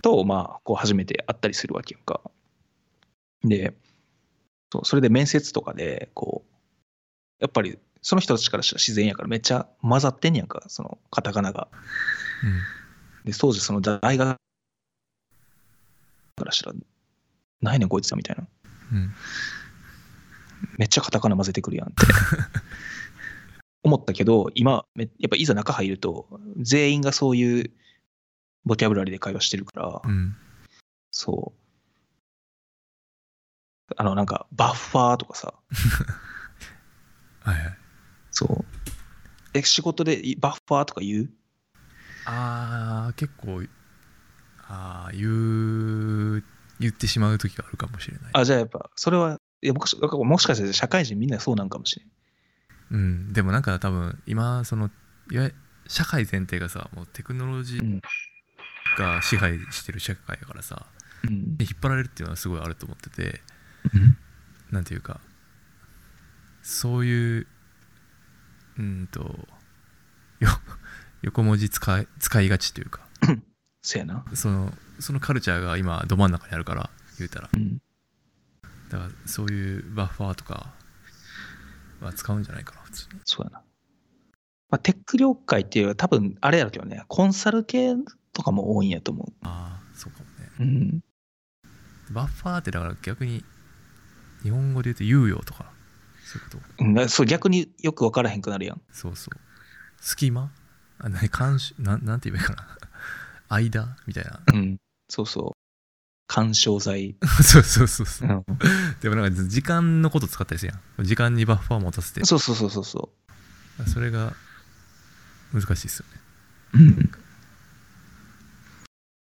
B: と、まあ、こう初めて会ったりするわけやんか。で、そうそれで面接とかで、こう、やっぱりその人たちからしたら自然やから、めっちゃ混ざってんねやんか、そのカタカナが。
A: うん
B: で、当時その大学からしたら、ないねんこいつらみたいな。
A: うん
B: めっちゃカタカナ混ぜてくるやんって 思ったけど今めやっぱいざ中入ると全員がそういうボキャブラリーで会話してるから、
A: うん
B: そうあのなんかバッファーとかさ
A: はいはい
B: そうえ仕事でいバッファーとか言う
A: ああ結構ああ言う言ってしまう時があるかもしれない
B: あじゃあやっぱそれはいやもしもしかしたら社会人みんなそうなんかもしれん
A: うんでもなんか多分今そのいわゆる社会前提がさもうテクノロジーが支配してる社会だからさ、
B: うん
A: で引っ張られるっていうのはすごいあると思っててなんていうかそういううんとよ 横文字使い使いがちというか
B: せやな
A: そのそのカルチャーが今ど真ん中にあるから言うたら
B: うん
A: だからそういうバッファーとかは使うんじゃないかな普通に
B: そうやな、まあ、テック業界っていうのは多分あれやろうけどねコンサル系とかも多いんやと思う
A: ああそうかもね
B: うん、
A: バッファーってだから逆に日本語で言うと猶予とかそういうこと
B: うんそう逆によく分からへんくなるやん。
A: そうそう。隙間あ、なに、監視、なん、なんて言えばいいかな。 間みたいな。
B: うん、そうそう。干渉剤。
A: そうそうそうそう。
B: うん
A: でもなんか、時間のこと使ったりするやん。時間にバッファーを持たせて。
B: そうそうそうそうそ
A: それが、難しいっすよね。
B: う。うん、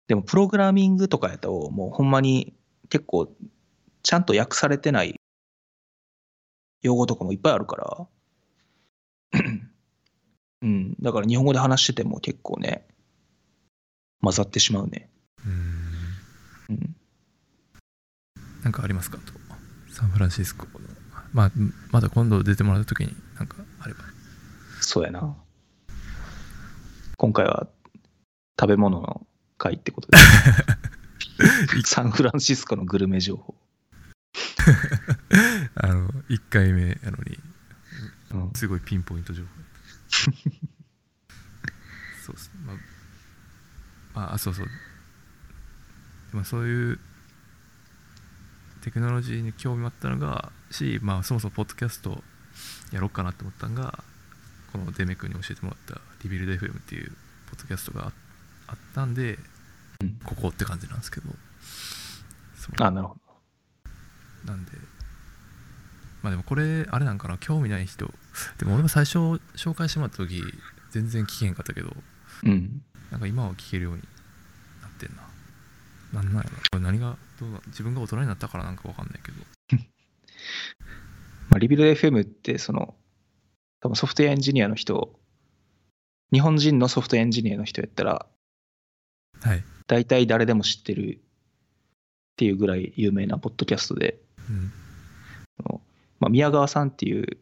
B: でもプログラミングとかやともうほんまに結構ちゃんと訳されてない用語とかもいっぱいあるから。うん、だから日本語で話してても結構ね混ざってしまうね。
A: うーん。
B: うん、
A: なんかありますかと。サンフランシスコの。まあ、まだ今度出てもらうときに、なんかあれば。
B: そうやな。今回は食べ物の会って ことで。サンフランシスコのグルメ情報。
A: あの、1回目なのに、
B: うん
A: すごいピンポイント 情報そうっすねまあ、まあ、あそうそうまあそういうテクノロジーに興味もあったのがし、まあ、そもそもポッドキャストやろうかなと思ったのがこのデメ君に教えてもらった「リビルド FM」っていうポッドキャストがああったんで、
B: うん
A: ここって感じなんですけどそう
B: あ、なるほど。
A: なんでまあでもこれあれなんかな興味ない人でも俺も最初紹介してもらった時全然聞けへんかったけど
B: うん。
A: なんか今は聞けるようになってんななんなんやろこれ何がどうな自分が大人になったからなんかわかんないけど
B: まあ、リビルド FM って、その、多分ソフトウェアエンジニアの人、日本人のソフトウェアエンジニアの人やったら、
A: はい、
B: 大体誰でも知ってるっていうぐらい有名なポッドキャストで、
A: うん、
B: そのまあ、宮川さんっていう、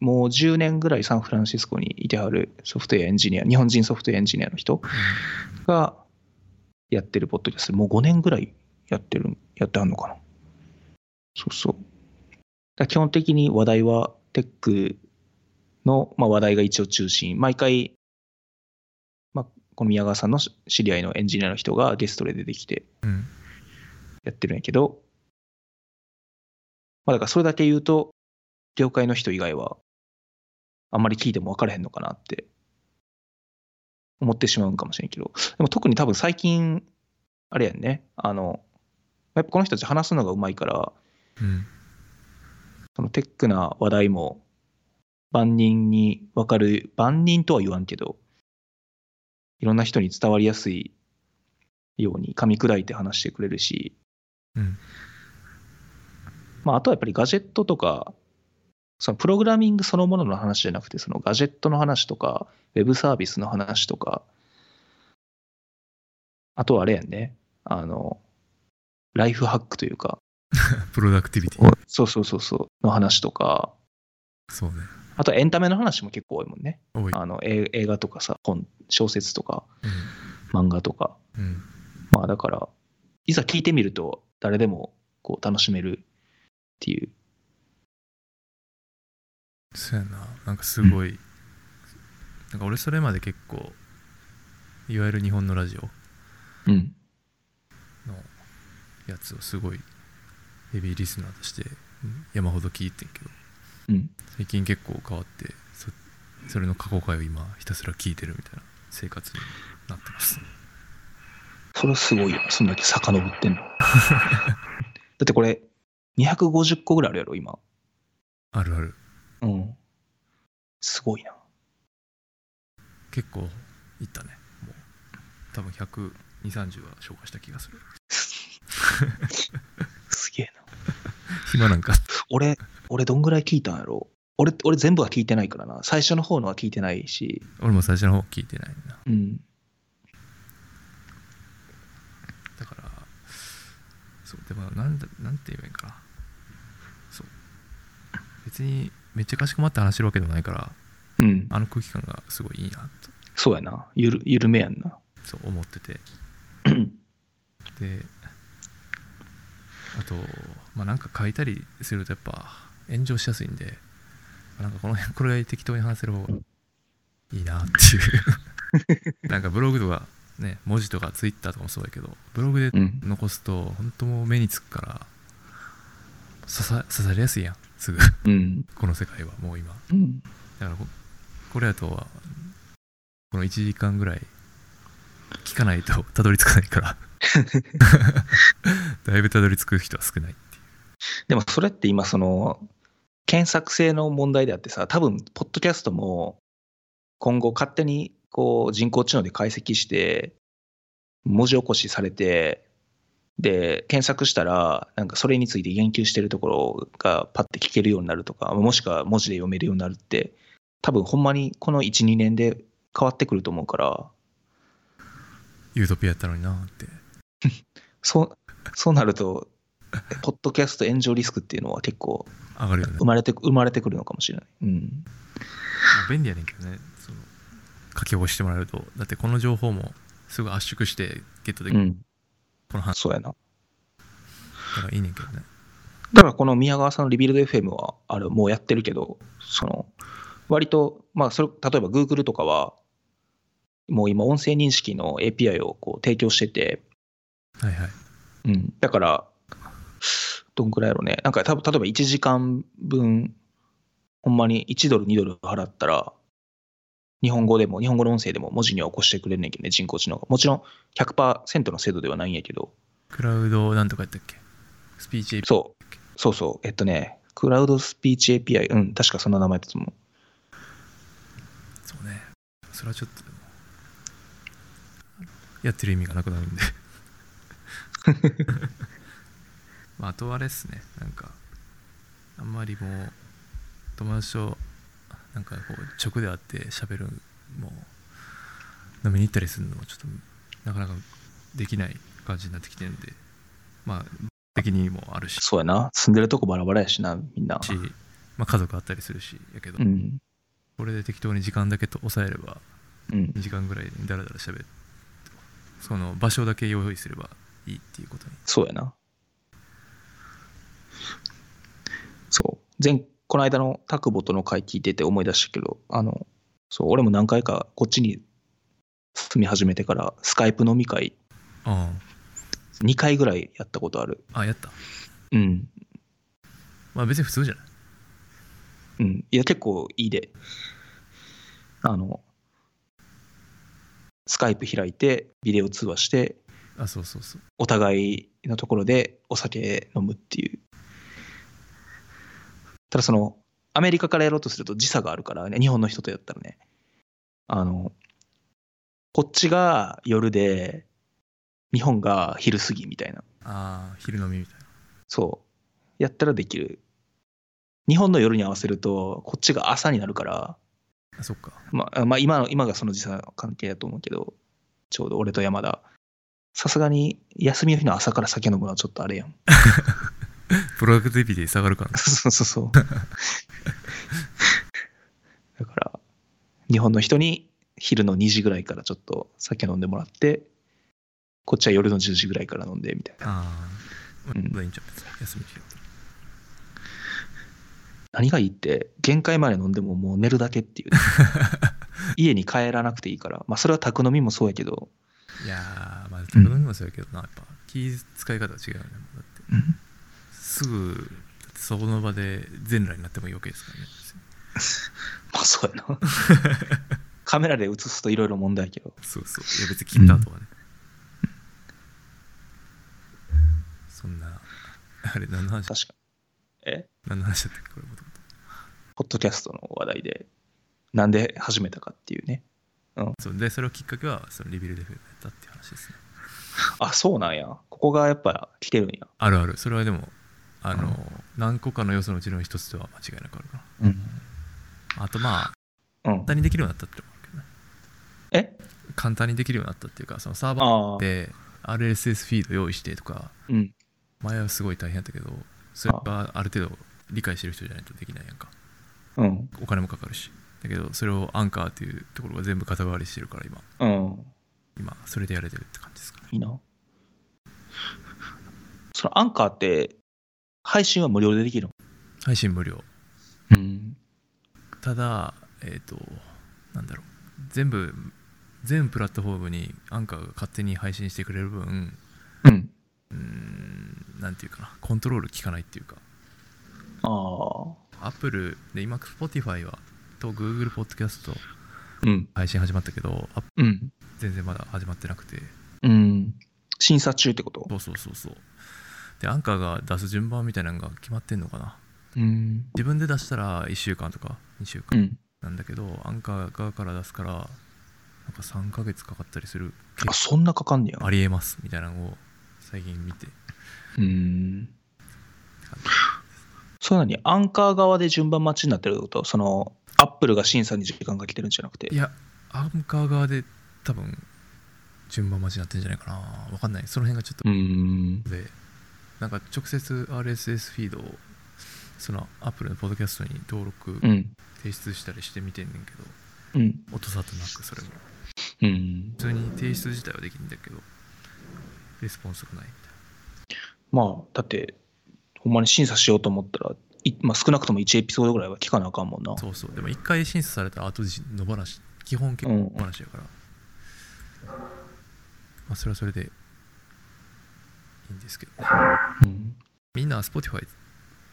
B: もう10年ぐらいサンフランシスコにいてはるソフトウェアエンジニア、日本人ソフトウェアエンジニアの人がやってるポッドキャスト、もう5年ぐらいやってる、やってあんのかな。そうそう。だから基本的に話題はテックの、まあ、話題が一応中心。毎回、まあ、この宮川さんの知知り合いのエンジニアの人がゲストで出てきて
A: うんうん
B: やってるんやけど、まあ、だからそれだけ言うと、業界の人以外は、あんまり聞いても分からへんのかなって思ってしまうんかもしれんけど、でも特に多分最近、あれやんね、あの、やっぱこの人たち話すのがうまいから、
A: うん
B: そのテックな話題も万人に分かる、万人とは言わんけど、いろんな人に伝わりやすいように噛み砕いて話してくれるし、
A: うん
B: まあ、あとはやっぱりガジェットとか、そのプログラミングそのものの話じゃなくて、そのガジェットの話とか、ウェブサービスの話とか、あとはあれやんね、あの、ライフハックというか、
A: プロダクティビティ。
B: そうそうそうそう、の話とか、
A: そうね。
B: あとはエンタメの話も結構多いもんね。
A: 多い。
B: あのえ映画とかさ、本、小説とか、
A: う
B: 漫画とか。
A: ん。うん。
B: まあだから、いざ聞いてみると、誰でもこう楽しめるっていう。
A: そうやな。なんかすごい。なんか俺それまで結構、いわゆる日本のラジオ
B: うん。
A: のやつをすごいヘビーリスナーとしてうん山ほど聞いてんけど、
B: うん。
A: 最近結構変わって、そそれの過去回を今ひたすら聞いてるみたいな生活になってます。
B: それはすごいよ。そんだけ遡ってんの。 だってこれ、250個ぐらいあるやろ、今。
A: あるある。
B: うん。すごいな。
A: 結構いったね。もう多分100、230は消化した気がする。
B: すげえな。
A: 暇なんか。
B: 俺、俺どんぐらい聞いたんやろ。俺、俺全部は聞いてないからな。最初の方のは聞いてないし。
A: 俺も最初の方聞いてないな。
B: うん。
A: だから、そう、でも、なんだ、なんて言えばいいんかな。そう。別に、めっちゃかしこまって話してるわけでもないから、
B: うん。
A: あの空気感がすごいいいなと、
B: そうやな。ゆる、ゆるめやんな。
A: そう思ってて。で、あと、まあ、なんか書いたりすると、やっぱ、炎上しやすいんで、なんかこの辺、これが適当に話せる方がいいなっていう。なんかブログとか、ね、文字とかツイッターとかもそうだけど、ブログで
B: うん。
A: 残すと本当もう目につくから刺さ刺されやすいやんすぐ
B: うん。
A: この世界はもう今
B: うん。
A: だからここれやとはこの1時間ぐらい聞かないとたどり着かない からだいぶたどり着く人は少ないってい
B: でもそれって今その検索性の問題であってさ多分ポッドキャストも今後勝手にこう人工知能で解析して文字起こしされてで検索したらなんかそれについて言及してるところがパッて聞けるようになるとかもしくは文字で読めるようになるって多分ほんまにこの12年で変わってくると思うから
A: うユートピアやったのになーって
B: そうそうなるとポッドキャスト炎上リスクっていうのは結構
A: 上がるよ ね
B: 生まれて生まれてくるのかもしれない。うん
A: まあ便利やねんけどねその書き起こしてもらえるとだってこの情報もすぐ圧縮してゲットでき
B: う
A: る、
B: ん、
A: この話
B: そうやな。
A: だからいいねんけどね
B: だからこの宮川さんのリビルド FM は、あれ、もうやってるけど、その、割と、まあ、それ、例えば Google とかは、もう今、音声認識の API をこう提供してて、
A: はいはい
B: うん、だから、どんくらいやろうね、なんか、たぶん例えば1時間分、ほんまに1ドル、2ドル払ったら、日本語でも、日本語の音声でも文字には起こしてくれんねんけどね、人工知能が。もちろん100%の精度ではないんやけど、
A: クラウドなんとかやったっけスピーチ AP
B: そう。そうそう。えっとね、クラウドスピーチ API。うん、確かそんな名前だと思う。
A: そうね。それはちょっと、やってる意味がなくなるん で。まあ、あとはあれっすね。なんか、あんまりもう、友達と、なんかこう、直で会って喋るのも、飲みに行ったりするのも、ちょっと、なかなかできない感じになってきてるんで、まあ、責任もあるし、し
B: そうやな。住んでるとこバラバラやしな、みんな。
A: まあ、家族あったりするし、やけど
B: う、ん。
A: これで適当に時間だけと抑えれば、
B: うん
A: 2。時間ぐらいにダラダラ喋ってその場所だけ用意すればいいっていうことに
B: そうやな。そう。前、この間のタクボとの会聞いてて思い出したけど、あの、そう、俺も何回かこっちに住み始めてから、スカイプ飲み会、
A: あ
B: 2回ぐらいやったことある。
A: ああやった
B: うん。
A: まあ別に普通じゃない
B: うん。いや、結構いいで。あの、スカイプ開いて、ビデオ通話して、
A: あそうそうそう
B: お互いのところでお酒飲むっていう。ただその、アメリカからやろうとすると時差があるからね、日本の人とやったらね。あの、こっちが夜で、日本が昼過ぎみたいな。
A: ああ、昼飲みみたいな。
B: そう。やったらできる。日本の夜に合わせると、こっちが朝になるから、
A: あ、そっか。
B: まあ、まあ、今の、今がその時差の関係だと思うけど、ちょうど俺と山田。さすがに、休みの日の朝から酒飲むのはちょっとあれやん。
A: プロダクティビティ下がるからね。
B: そうそうそう。だから、日本の人に昼の2時ぐらいからちょっと酒飲んでもらって、こっちは夜の10時ぐらいから飲んでみたいな。
A: ああ、
B: うん
A: まあいいんじゃん、別に。休み切
B: 何がいいって、限界まで飲んでももう寝るだけっていうね、家に帰らなくていいから、まあそれは宅飲みもそうやけど、
A: いやー、まあ、宅飲みもそうやけどな、やっぱ、気使い方は違うよね。だって、すぐ、だってそこの場で全裸になってもいいわけですからね。
B: まあそうやな。カメラで映すといろいろ問題やけど。
A: そうそう。いや、別に切った後はね。そんな、あれ、何の話
B: 確かに。え
A: 何の話だったっけ、これもともと。
B: ポッドキャストの話題で、なんで始めたかっていうね。
A: そうで、それをきっかけは、そのリビルデフやったっていう話ですね。
B: あ、そうなんや。ここがやっぱ来てるんや。
A: あるある。それはでも、あの、
B: うん
A: 何個かの要素のうちの一つでは間違いなくあるか
B: うん。
A: な。あと、まあ、
B: うん
A: 簡、単にできるようになったってのもあるけどね。
B: え
A: 簡単にできるようになったっていうか、そのサーバ
B: ああ
A: ー、で RSS フィード用意してとか、
B: うん。
A: 前はすごい大変だったけど、それはある程度理解してる人じゃないとできないやんか。
B: うん。
A: お金もかかるし。だけど、それをアンカーっていうところが全部肩代わりしてるから、今、
B: うん。
A: 今、それでやれてるって感じですかね。
B: いいな。そのアンカーって、配信は無料でできる
A: 配信無料。
B: うん。
A: ただ、えっ、と、なんだろう。全部、全プラットフォームにアンカーが勝手に配信してくれる分、
B: うん。
A: うーん、なんていうかな、コントロール効かないっていうか、
B: ああ。
A: アップルで今 Spotify はと Google ポッドキャスト
B: うん。
A: 配信始まったけどアップ
B: うん。
A: 全然まだ始まってなくて
B: うん。審査中ってこと
A: そうそうそうそうでアンカーが出す順番みたいなのが決まってんのかな
B: うん。
A: 自分で出したら1週間とか2週
B: う
A: 間
B: ん。
A: なんだけど、アンカー側から出すからなんか3ヶ月かかったりする
B: あ、そんなかかんねや。
A: ありえますみたいなのを最近見て
B: うん。そうなに、アンカー側で順番待ちになってるってことその、アップルが審査に時間が来てるんじゃなくて
A: い。やアンカー側で多分順番待ちになってるんじゃないかなわかんないその辺がちょっと
B: うん。
A: でなんか直接 RSS フィードをそのアップルのポッドキャストに登録
B: うん。
A: 提出したりして見てんねんけど、
B: うん。
A: 音沙汰なくそれも
B: うん。
A: 普通に提出自体はできるんだけどレスポンスがないみたい
B: まあ、だって、ほんまに審査しようと思ったら、いまあ、少なくとも1エピソードぐらいは聞かなあかんもんな
A: な。そうそうでも一回審査された後自野放し基本結構野放しやから、まあそれはそれでいいんですけどね
B: うん
A: みんな Spotify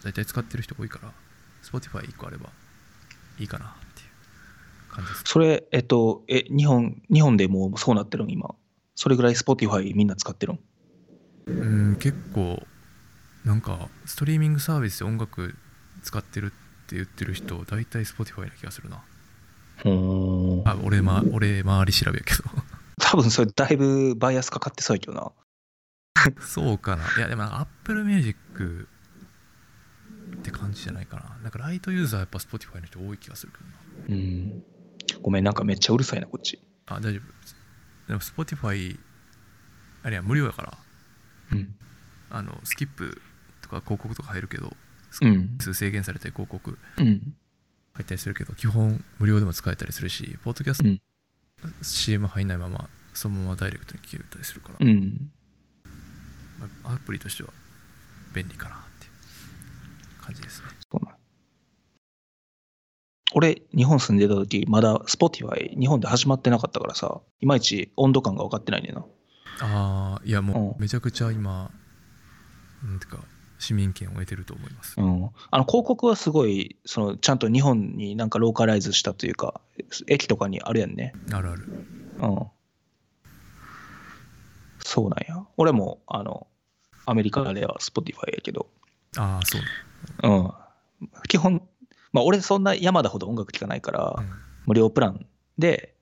A: 大体使ってる人多いから Spotify1 個あればいいかなっていう感じです
B: それ、えっと、え、日本、日本でもうそうなってるん、今。それぐらい Spotify みんな使ってるん。
A: うん結構なんかストリーミングサービスで音楽使ってるって言ってる人大体 Spotify な気がするなあ俺,、ま、俺周り調べやけど
B: 多分それ、だいぶバイアスかかってそうやけどな。
A: そうかないやでも AppleMusic って感じじゃないかななんかライトユーザーやっぱ Spotify の人多い気がするけどな
B: うん。ごめん、なんかめっちゃうるさいな、こっち。
A: あ大丈夫でも Spotify あれや無料やから
B: うん。
A: あのスキップとか広告とか入るけど
B: うん。
A: 数制限されたり広告
B: うん。
A: 入ったりするけど基本無料でも使えたりするしポッドキャス
B: うん
A: ト、CM 入んないままそのままダイレクトに消えたりするから、
B: うん。
A: まあアプリとしては便利かなっていう感じですね
B: そうなん俺、日本住んでた時、まだ Spotify 日本で始まってなかったからさ、いまいち温度感が分かってないねんな。
A: ああいやも
B: う
A: う
B: ん
A: めちゃくちゃ今なんていうか市民権を得てると思います、
B: うん、あの広告はすごいそのちゃんと日本になんかローカライズしたというか駅とかにあるやんね、
A: あるある
B: うん、そうなんや俺もあのアメリカでは Spotify やけど、
A: ああそうね
B: うん、基本、ままあ、俺そんな山田ほど音楽聴かないから、
A: うん
B: 無料プランで、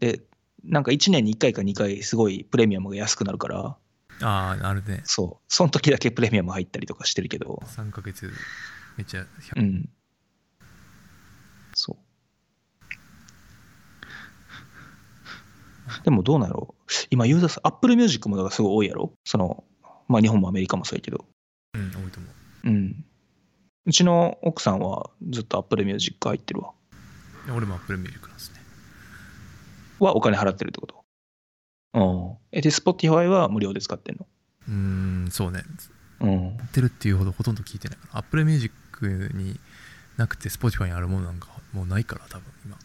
B: で、なんか1年に1回か2回すごいプレミアムが安くなるから、
A: ああ、あるね。
B: そう、その時だけプレミアム入ったりとかしてるけど、
A: 3ヶ月、めっちゃ100
B: うん。そう。でもどうなんやろう今ユーザー数、Apple Music もだからすごい多いやろその、まあ日本もアメリカもそうやけど。
A: うん、多いと思
B: うん。うちの奥さんはずっと Apple Music 入ってるわ。
A: う。いや俺もアップルミルクなんですね。
B: はお金払ってるってことうん。え、で、Spotify は無料で使ってんの
A: うーん、そうね。
B: うん。
A: やってるっていうほどほとんど聞いてないから。アップルミュージックになくて、Spotify にあるものなんかもうないから、多分今。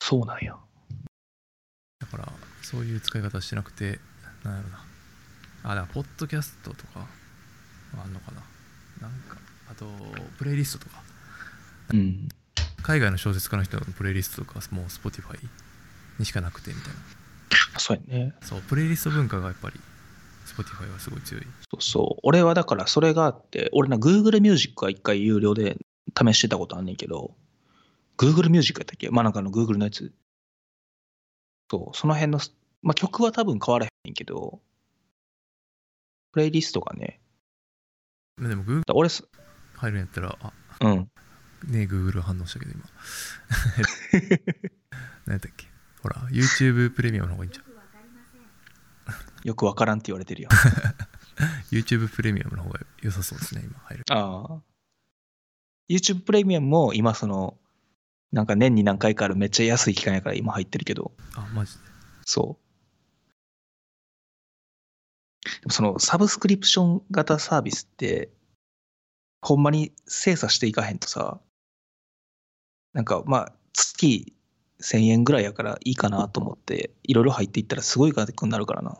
B: そうなんや。
A: だから、そういう使い方してなくて、なんやろな。あ、だから、ポッドキャストとか、あんのかな。なんか、あと、プレイリストとか。
B: うん。
A: 海外の小説家の人のプレイリストとか、もう Spotify にしかなくてみたいな。
B: そうやね。
A: そう、プレイリスト文化がやっぱり、Spotify はすごい強い。
B: そうそう。俺はだからそれがあって、俺な Google Music は一回有料で試してたことあんねんけど、Google Music やったっけまあなんかあの Google のやつ。そう、その辺のす、まあ曲は多分変わらへんねんけど、プレイリストがね、
A: でも、Google
B: だ俺す、
A: 入るんやったら、あ、
B: うん。
A: ねえ、Google 反応したけど、今。何やったっけほら、YouTube プレミアムの方がいいんちゃう
B: よくわからんって言われてるやん。
A: ?YouTube プレミアムの方が良さそうですね、今入る。
B: ああ。YouTube プレミアムも今その、なんか年に何回かあるめっちゃ安い期間やから今入ってるけど、
A: あ、マジで。
B: そう。でもそのサブスクリプション型サービスって、ほんまに精査していかへんとさ、なんかまあ月1000円ぐらいやからいいかなと思って、いろいろ入っていったらすごい額になるからな。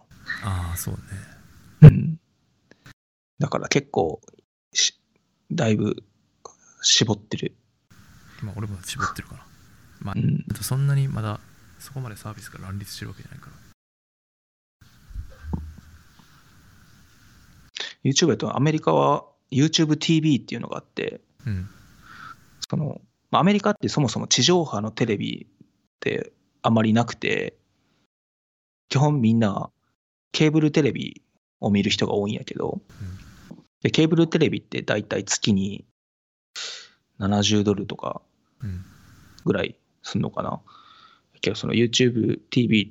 A: ああ、そうね。
B: うん。だから結構し、だいぶ絞ってる。
A: まあ、俺も絞ってるから。まあ
B: う、ん。
A: あとそんなにまだ、そこまでサービスが乱立してるわけじゃないから。
B: YouTube やとアメリカは YouTubeTV っていうのがあって、
A: うん。
B: そのまあアメリカってそもそも地上波のテレビってあまりなくて基本みんなケーブルテレビを見る人が多いんやけど、でケーブルテレビって大体月に70ドルとか
A: うん。
B: ぐらいすんのかな。だけどその YouTubeTV っ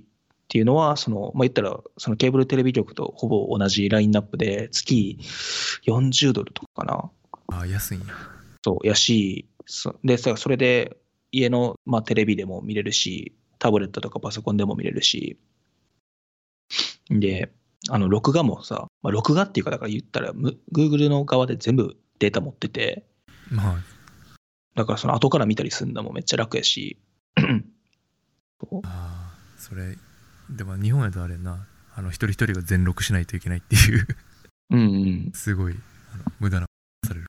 B: ていうのはその、まあ、言ったらそのケーブルテレビ局とほぼ同じラインナップで月40ドルとかかな。
A: ああ、安いんや。
B: そう、やし、そで、さそれで家の、まあ、テレビでも見れるし、タブレットとかパソコンでも見れるし、で、あの、録画もさ、まあ、録画っていうか、だから言ったら、む Google の側で全部データ持ってて、
A: まあ、
B: だからその後から見たりするのもめっちゃ楽やし、 そう
A: ああそれでも日本やとあれやなあの一人一人が全録しないといけないっていう
B: うんうん、
A: すごいあの無駄なされる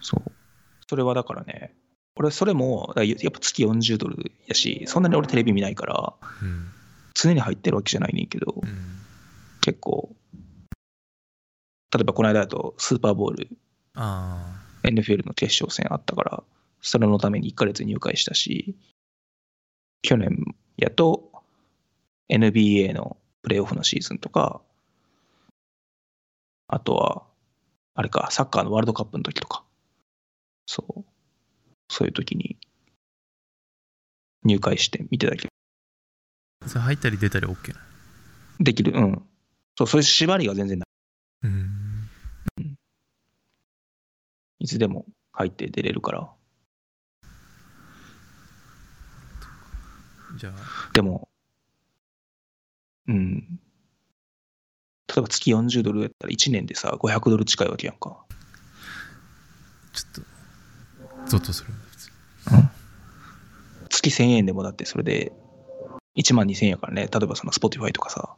B: そう。それはだからね、俺、それも、だからやっぱ月40ドルやし、そんなに俺テレビ見ないから、
A: うん
B: 常に入ってるわけじゃないねんけど、
A: うん
B: 結構、例えばこの間だとスーパーボール、
A: あ
B: NFL の決勝戦あったから、それのために1ヶ月入会したし、去年やと NBA のプレーオフのシーズンとか、あとは、あれか、サッカーのワールドカップの時とか、そう、そういう時に入会して見てたけど、
A: あそれ入ったり出たり OK な
B: できる、うん。そう、そういう縛りが全然な
A: う
B: い
A: ん
B: いつでも入って出れるから。
A: じゃあ
B: でも、うん。例えば月40ドルやったら1年でさ、500ドル近いわけやんか。
A: ちょっとゾッとするな普通に
B: 月1000円でもだってそれで1万2000円やからね。例えばその Spotify とかさ。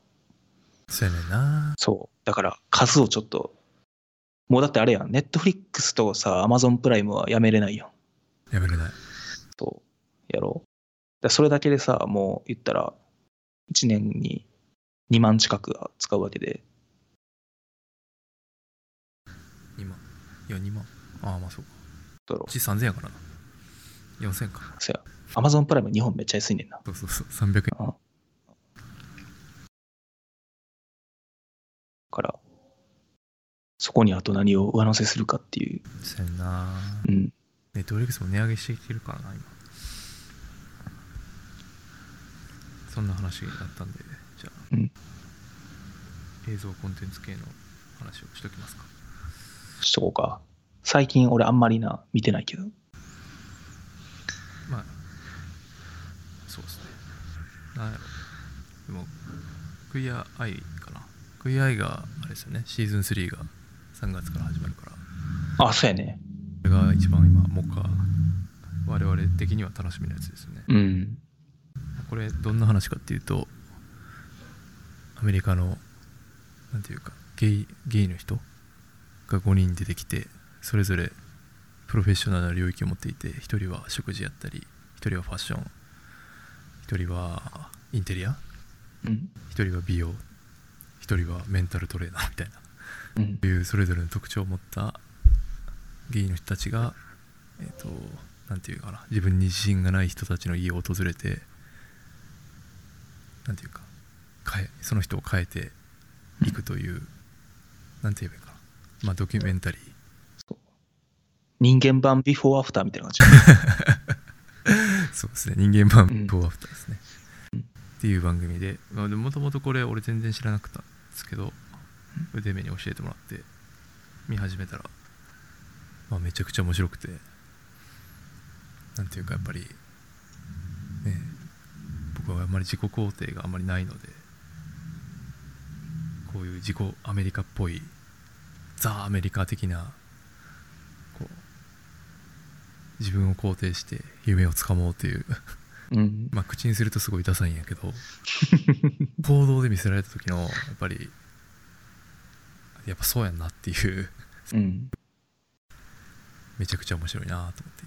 A: そうやねんな
B: そう。だから数をちょっと、もうだってあれやん。Netflix とさ、Amazon プライムはやめれないやん。
A: やめれない
B: そう。やろう。だからそれだけでさ、もう言ったら、1年に2万近く使うわけで。
A: 今いや2万ああまあそうか
B: だろ
A: うち3000やからな4000か
B: う。そや。アマゾンプライム日本めっちゃ安いねんな。
A: そうそうそう300円
B: から、そこにあと何を上乗せするかっていう。
A: せんな
B: うん。
A: ネットフリックスも値上げしてきてるからな今そんな話だったんでじゃあ、
B: うん
A: 映像コンテンツ系の話をしときますか
B: しとこうか。最近俺あんまりな、見てないけど。
A: まあそうですねなんやろでもクイアアイかなクイアアイがあれですよねシーズン3が3月から始まるから
B: あ、そうやね。
A: それが一番今もっか我々的には楽しみなやつですよね
B: うん。
A: これどんな話かっていうとアメリカのなんていうかゲイゲイの人が5人出てきてそれぞれプロフェッショナルな領域を持っていて1人は食事やったり1人はファッション1人はインテリア
B: うん。
A: 1人は美容1人はメンタルトレーナーみたいな
B: うん
A: と。いうそれぞれの特徴を持ったゲイの人たちがえっ、となんていうかな自分に自信がない人たちの家を訪れてなんていうか変えその人を変えていくという、なんて言えばいいかなまあドキュメンタリー
B: 人間版ビフォーアフターみたいな感
A: そうですね人間版
B: うん
A: ビフォーアフターですね、っていう番組でまあでもともとこれ俺全然知らなかったんですけど腕目に教えてもらって見始めたら、まあ、めちゃくちゃ面白くてなんていうかやっぱりね僕はあんまり自己肯定があんまりないのでこういう自己アメリカっぽいザ・アメリカ的なこう自分を肯定して夢をつかもうという
B: じ。 うん。
A: まあ口にするとすごいダサいんやけど 行動で見せられた時のやっぱりやっぱそうやんなっていう
B: うん。
A: めちゃくちゃ面白いなと思って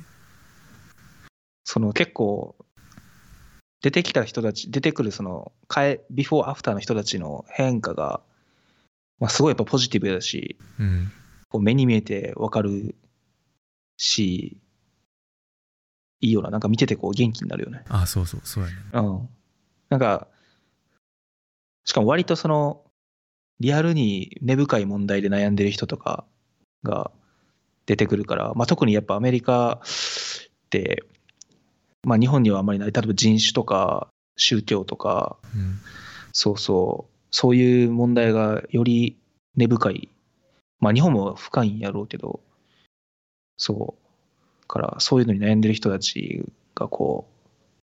B: その結構、出てきた人たち、出てくるその、変え、ビフォーアフターの人たちの変化が、まあ、すごいやっぱポジティブだし、
A: うん
B: こう目に見えてわかるし、いいよな。なんか見ててこう元気になるよね。
A: ああそうそうそうやねん
B: うん。なんか、しかも割とその、リアルに根深い問題で悩んでる人とかが出てくるから、まあ、特にやっぱアメリカって、まあ、日本にはあんまりない、例えば人種とか宗教とか、
A: うん
B: そうそう、そういう問題がより根深い。まあ、日本も深いんやろうけど、そう。から、そういうのに悩んでる人たちが、こう、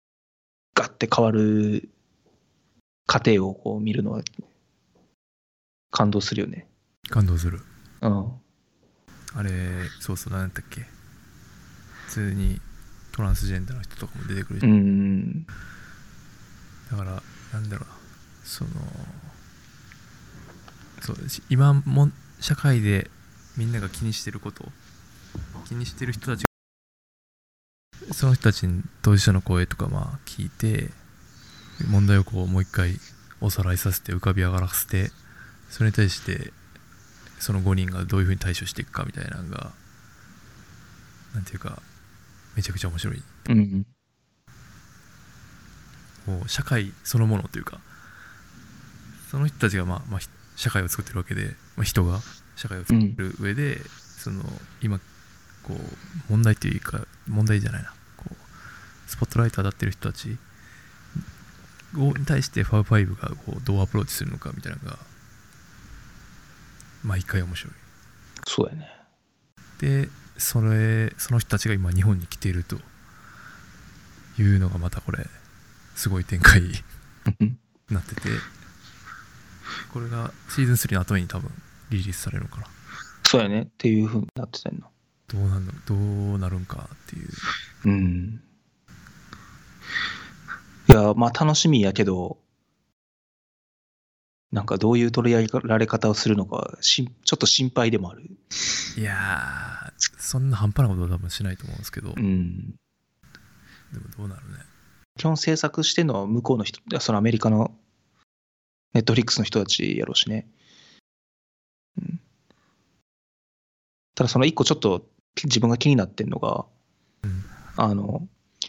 B: ガッて変わる過程をこう見るのは、感動するよね。
A: 感動する
B: うん。
A: あれそうそう何やったっけ普通にトランスジェンダーの人とかも出てくるし、
B: うん。
A: だからなんだろうなそのそうだし今も社会でみんなが気にしてること気にしてる人たちその人たちに当事者の声とかまあ聞いて問題をこうもう一回おさらいさせて浮かび上がらせてそれに対してその5人がどういうふうに対処していくかみたいなのがなんていうかめちゃくちゃ面白い
B: うん。
A: もう社会そのものというかその人たちが、まあまあ、ひ社会を作ってるわけで、まあ、人が社会を作ってる上で、その今こう問題というか問題じゃないなこうスポットライト当たってる人たちをに対してファウファイブがこうどうアプローチするのかみたいなのが毎回面白い。
B: そうやね。
A: でそれその人たちが今日本に来ているというのがまたこれすごい展開に
B: うん
A: なっててこれがシーズン3の後に多分リリースされるのかな
B: そうやね。っていうふうになってたんの。
A: どうなんのどうなるんかっていう
B: うん。いや、まあ楽しみやけど、なんかどういう取り上げられ方をするのかしん、ちょっと心配でもある。
A: いやーそんな半端なことは多分しないと思うんですけどで
B: う
A: も
B: ん。
A: どうなるね
B: 基本制作してるのは向こうの人、いやそのアメリカの、ネットフリックスの人たちやろうしね。うん。ただその一個ちょっと自分が気になってんのが、
A: うん
B: あの、い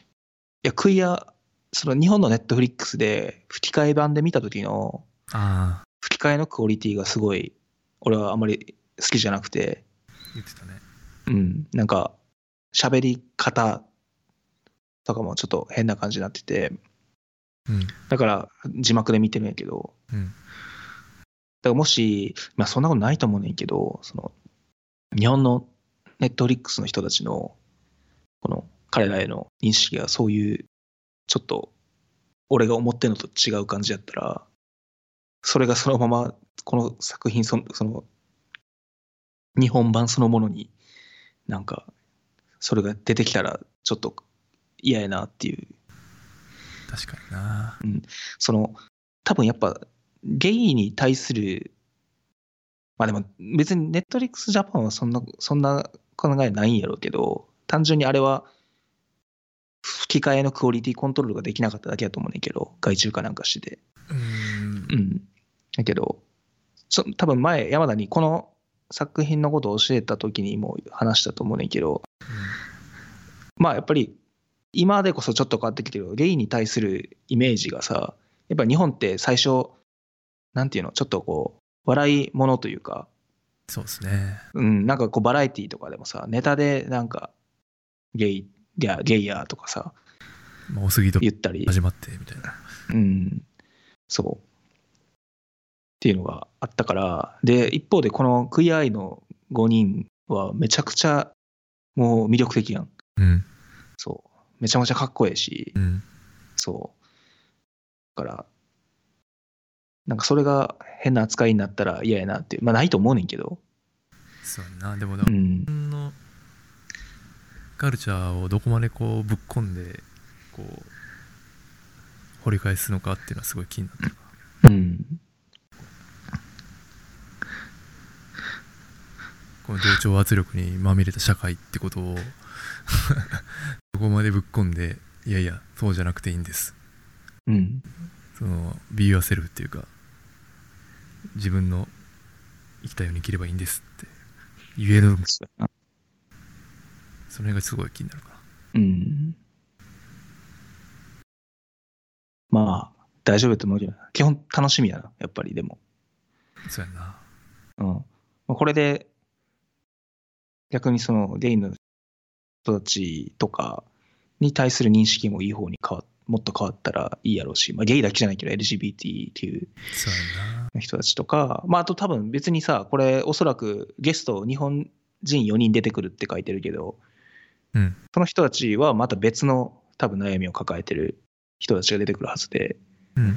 B: や、クイア、その日本のネットフリックスで吹き替え版で見た時の
A: ああ
B: 吹き替えのクオリティがすごい、俺はあまり好きじゃなくて、
A: 言ってたね
B: うん、なんか喋り方とかもちょっと変な感じになってて、
A: うん
B: だから字幕で見てるんやけど、
A: うん
B: だからもし、まあ、そんなことないと思うねんけどその日本のネットフリックスの人たちのこの彼らへの認識がそういうちょっと俺が思ってるのと違う感じやったらそれがそのままこの作品そのその日本版そのものになんかそれが出てきたらちょっと嫌やなっていう
A: 確かにな
B: その多分やっぱゲイに対するまあでも別にネットリックスジャパンはそんなそんな考えないんやろうけど単純にあれは吹き替えのクオリティコントロールができなかっただけだと思うねんけど外注化なんかしてて
A: うーん
B: うんだけどそ多分前山田にこの作品のことを教えた時にも話したと思うねんけどまあやっぱり今でこそちょっと変わってきてるけどゲイに対するイメージがさやっぱ日本って最初なんていうのちょっとこう笑いものというか、
A: そうですね
B: うん、なんかこうバラエティーとかでもさネタでなんかゲイやゲイやとかさ
A: まあおすぎと
B: 言ったり、
A: 始まってみたいな
B: うん、そうっていうのがあったからで一方でこのクイアアイの5人はめちゃくちゃもう魅力的やん
A: うん
B: そうめちゃめちゃかっこええし
A: うん
B: そう。だから、なんかそれが変な扱いになったら嫌やなって、まあないと思うねんけど。
A: そうやなでもだ
B: う
A: 日
B: ん。
A: 本のカルチャーをどこまでこうぶっ込んでこう掘り返すのかっていうのはすごい気になった
B: うん。
A: この同調圧力にまみれた社会ってことを どこまでぶっ込んでいやいやそうじゃなくていいんです
B: うん。
A: その Be yourself っていうか自分の生きたように生きればいいんですって言える
B: そうやな
A: その辺がすごい気になるかな
B: うん。まあ、大丈夫だと思うけどな、基本楽しみやな、やっぱりでも。
A: そうやな
B: うん。まあこれで、逆にそのゲイの人たちとかに対する認識もいい方に変わもっと変わったらいいやろうし、まあ、ゲイだけじゃないけど LGBT っていう
A: そうやな
B: の人たちとか、まあ、あと多分別にさこれおそらくゲスト日本人4人出てくるって書いてるけど、
A: うん
B: その人たちはまた別の多分悩みを抱えてる人たちが出てくるはずで、
A: うん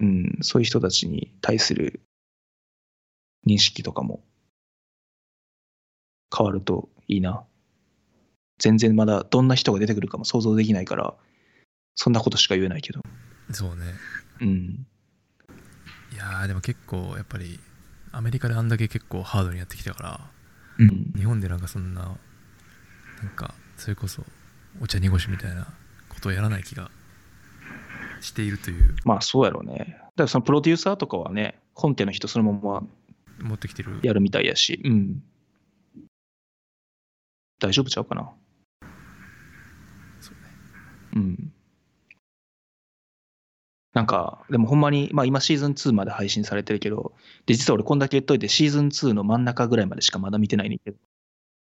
B: うん、そういう人たちに対する認識とかも変わるといいな全然まだどんな人が出てくるかも想像できないからそんなことしか言えないけど
A: そうね
B: うん
A: いやーでも結構やっぱりアメリカであんだけ結構ハードにやってきたから
B: うん
A: 日本でなんかそんななんかそれこそお茶濁しみたいなことをやらない気がしているという
B: まあそうやろうね。だからそのプロデューサーとかはね、本家の人そのまま
A: 持ってきてる
B: やるみたいやし、うん。大丈夫ちゃうかな。
A: そうね
B: うん。なんか、でもほんまに、まあ今シーズン2まで配信されてるけど、で、実は俺こんだけ言っといて、シーズン2の真ん中ぐらいまでしかまだ見てないねんけど、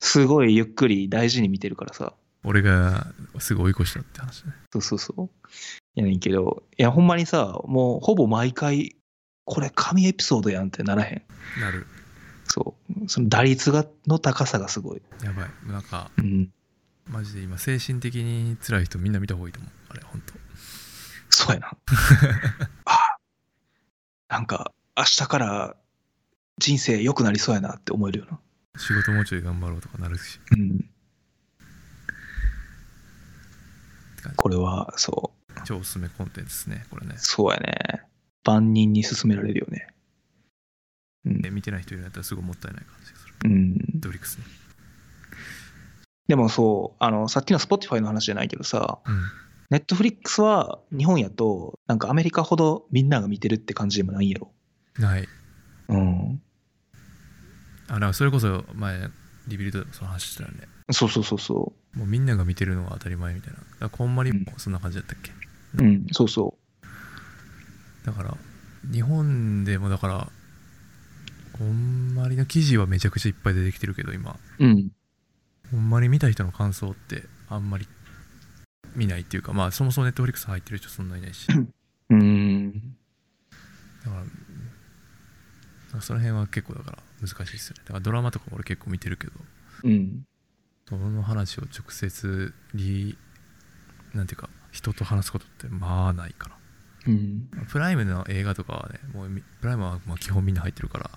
B: すごいゆっくり大事に見てるからさ。
A: 俺がすぐ追い越したって話ね
B: そうそうそう。やねんけど、いやほんまにさ、もうほぼ毎回、これ神エピソードやんってならへん。
A: なる
B: そう。その打率がの高さがすごい。
A: やばいなんか
B: うん。
A: マジで今精神的に辛い人みんな見た方がいいと思うあれ本当
B: そう やな。あなんか、明日から人生良くなりそうやなって思えるよな。
A: 仕事もうちょい頑張ろうとかなるし
B: うん。これは、そ
A: 超おすすめコンテンツですねこれね
B: う。そうやね。万人に勧められるよね。うん
A: で見てない人いるんだったらすごいもったいない感じがする
B: うん。
A: ドリックスね
B: でもそう、あの、さっきの Spotify の話じゃないけどさ、
A: うん
B: Netflix は日本やと、なんかアメリカほどみんなが見てるって感じでもないんやろ。
A: ない
B: うん。
A: あだからそれこそ前リビルドでもその話してたよね
B: そうそうそうそ
A: もうみんなが見てるのが当たり前みたいなだからこんまりもそんな感じだったっけ、
B: う。うん、そうそ
A: だから日本でもだからこんまりの記事はめちゃくちゃいっぱい出てきてるけど今
B: う。うん。
A: ほんまに見た人の感想ってあんまり見ないっていうかまあそもそもネットフリックス入ってる人そんなにいないしだか
B: うーん。
A: らだからその辺は結構だから難しいですよねだからドラマとかも俺結構見てるけど
B: うん。
A: その話を直接リなんていうか人と話すことってまあないから
B: うん。
A: プライムの映画とかはねもうみプライムはまあ基本みんな入ってるから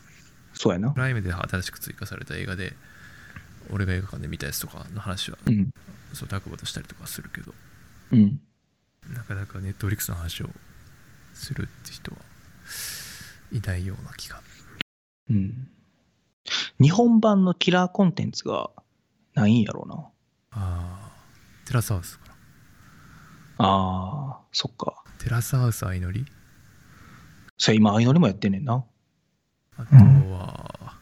B: そうやな
A: プ。ライムで新しく追加された映画で俺が映画館で見たやつとかの話は
B: うん。
A: そうタクボとしたりとかするけど
B: うん。
A: なかなかネットフリックスの話をするって人はいないような気が
B: うん。日本版のキラーコンテンツがないんやろうな。
A: ああテラスハウスかな
B: ああ、そっか。
A: テラスハウス相乗り
B: それ今、相乗りもやってんねんな。
A: あとは、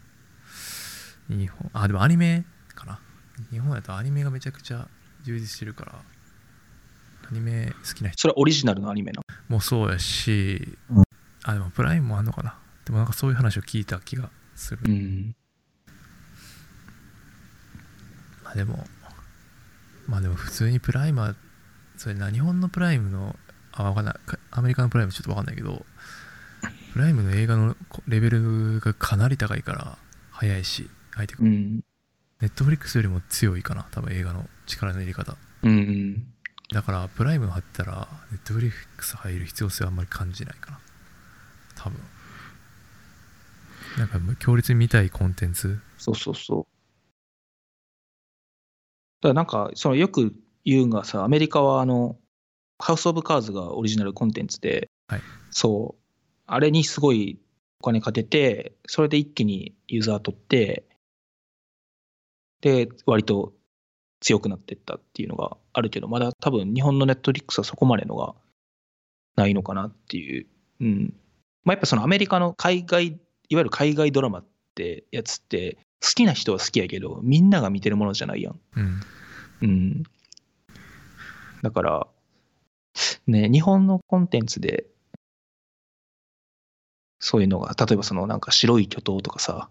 A: 日本、あ、でもアニメかな。日本やとアニメがめちゃくちゃ充実してるから、アニメ好きな人
B: それはオリジナルのアニメな。
A: もそうやし
B: うん、
A: あ、でもプライムもあんのかな。でもなんかそういう話を聞いた気がする。
B: うん。
A: まあでも、まあでも普通にプライムは、それな、日本のプライムの、あ、わかんない、かアメリカのプライムちょっとわかんないけど、プライムの映画のこレベルがかなり高いから、早いし、入ってくる
B: うん。
A: ネットフリックスよりも強いかな、多分映画の力の入れ方。
B: うん。
A: だから、プライム入ったら、ネットフリックス入る必要性はあんまり感じないかな。多分。なんか、強烈に見たいコンテンツ。
B: そうそうそう。だからなんか、そのよく言うんがさ、アメリカはあの、ハウス・オブ・カーズがオリジナルコンテンツで、
A: はい
B: そう、あれにすごいお金かけて、それで一気にユーザー取って、で、割と強くなってったっていうのがあるけど、まだ多分日本のネットリックスはそこまでのがないのかなっていう。うん。まあ、やっぱそのアメリカの海外、いわゆる海外ドラマってやつって、好きな人は好きやけど、みんなが見てるものじゃないやん。
A: うん。
B: うん。だから、ね、日本のコンテンツで、そういうのが、例えばそのなんか白い巨頭とかさ、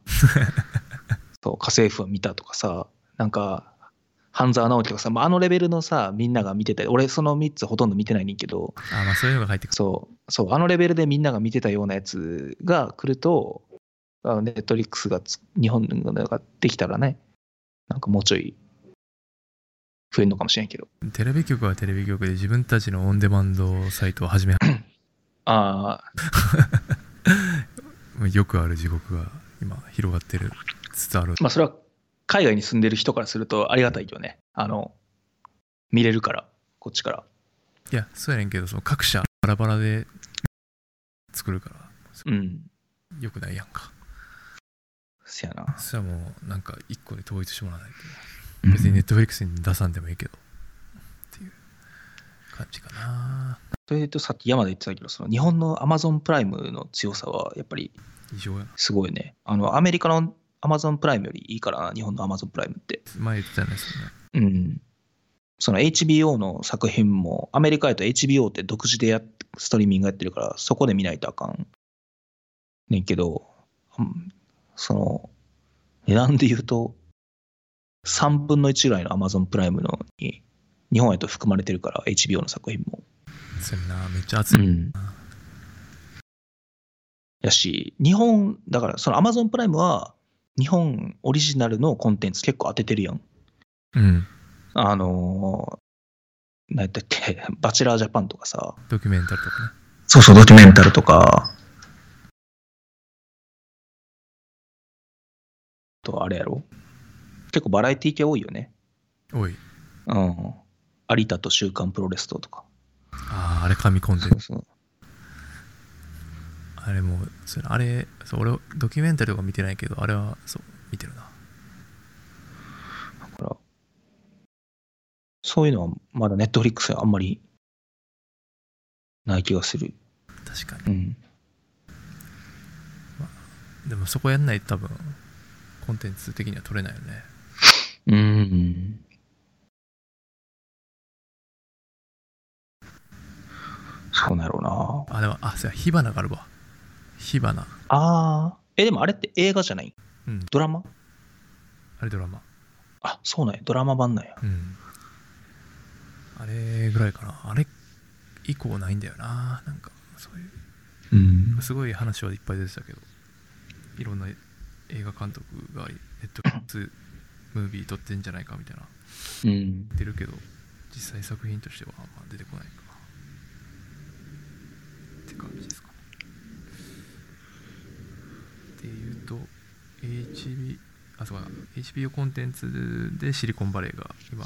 B: そう、家政婦は見たとかさ、なんか、半沢直樹とかさ、まあ、あのレベルのさ、みんなが見てた俺その3つほとんど見てないねんけど、
A: あ、まあ、そういうのが入ってくる。
B: そう、そう、あのレベルでみんなが見てたようなやつが来ると、あネットリックスがつ日本のができたらね、なんかもうちょい増えるのかもしれんけど。
A: テレビ局はテレビ局で自分たちのオンデマンドサイトを始め、
B: ああ、
A: よくある地獄が今広がってる、つつある。
B: まあそれは海外に住んでる人からするとありがたいよね。あの、見れるから、こっちから。
A: いや、そうやねんけど、その各社バラバラで作るから、
B: うん。
A: よくないやんか。
B: せやな。
A: そしたらもう、なんか一個で統一してもらわないと。別にネットフリックスに出さんでもいいけどっていう感じかな
B: それで言うとさっき山で言ってたけど、その日本の Amazon プライムの強さはやっぱり
A: 異常やな
B: すごいね。あの、アメリカの Amazon プライムよりいいからな、日本の Amazon プライムって。
A: 前言ってたんですよね
B: うん、その HBO の作品もアメリカやと HBO って独自でやっストリーミングやってるからそこで見ないとあかんねんけど、うんその値段で言うと3分の1ぐらいの Amazon プライムのに日本やと含まれてるから HBO の作品も。
A: そうやんなめっちゃ熱い、
B: んやし日本だからその Amazon プライムは日本オリジナルのコンテンツ結構当ててるやん。
A: うん、
B: あのー、なんだっけ、 バチェラージャパンとかさ、
A: ドキュメンタルとかね
B: そうそう、ドキュメンタルとか、と、あれやろ結構バラエティ系多いよね。
A: おい
B: うん。有田と週刊プロレスととか。
A: あああれ紙コンテン
B: そ
A: ツ
B: うそう。
A: あれもうそれあれそう俺ドキュメンタルとか見てないけどあれはそう見てるな
B: だから、そういうのはまだネットフリックスはあんまりない気がする。
A: 確か
B: うん。
A: にでもそこやんないと多分コンテンツ的には取れないよね
B: うん。そうなろうな。
A: あ、でも、あ、そうや、火花があるわ。火花。
B: ああ。え、でもあれって映画じゃない
A: うん
B: ドラマ
A: あれドラマ。
B: あ、そうなんや。ドラマ版なんや。
A: うん。あれぐらいかな。あれ以降ないんだよな。なんか、そういう。
B: うん。
A: すごい話はいっぱい出てたけど、いろんな映画監督がネットフリックスムービー撮ってんじゃないかみたいな
B: うん。
A: 言ってるけど、実際作品としてはあんま出てこないかな。って感じですかね。っていうと、HB、あ、そうかな、HBO コンテンツでシリコンバレーが今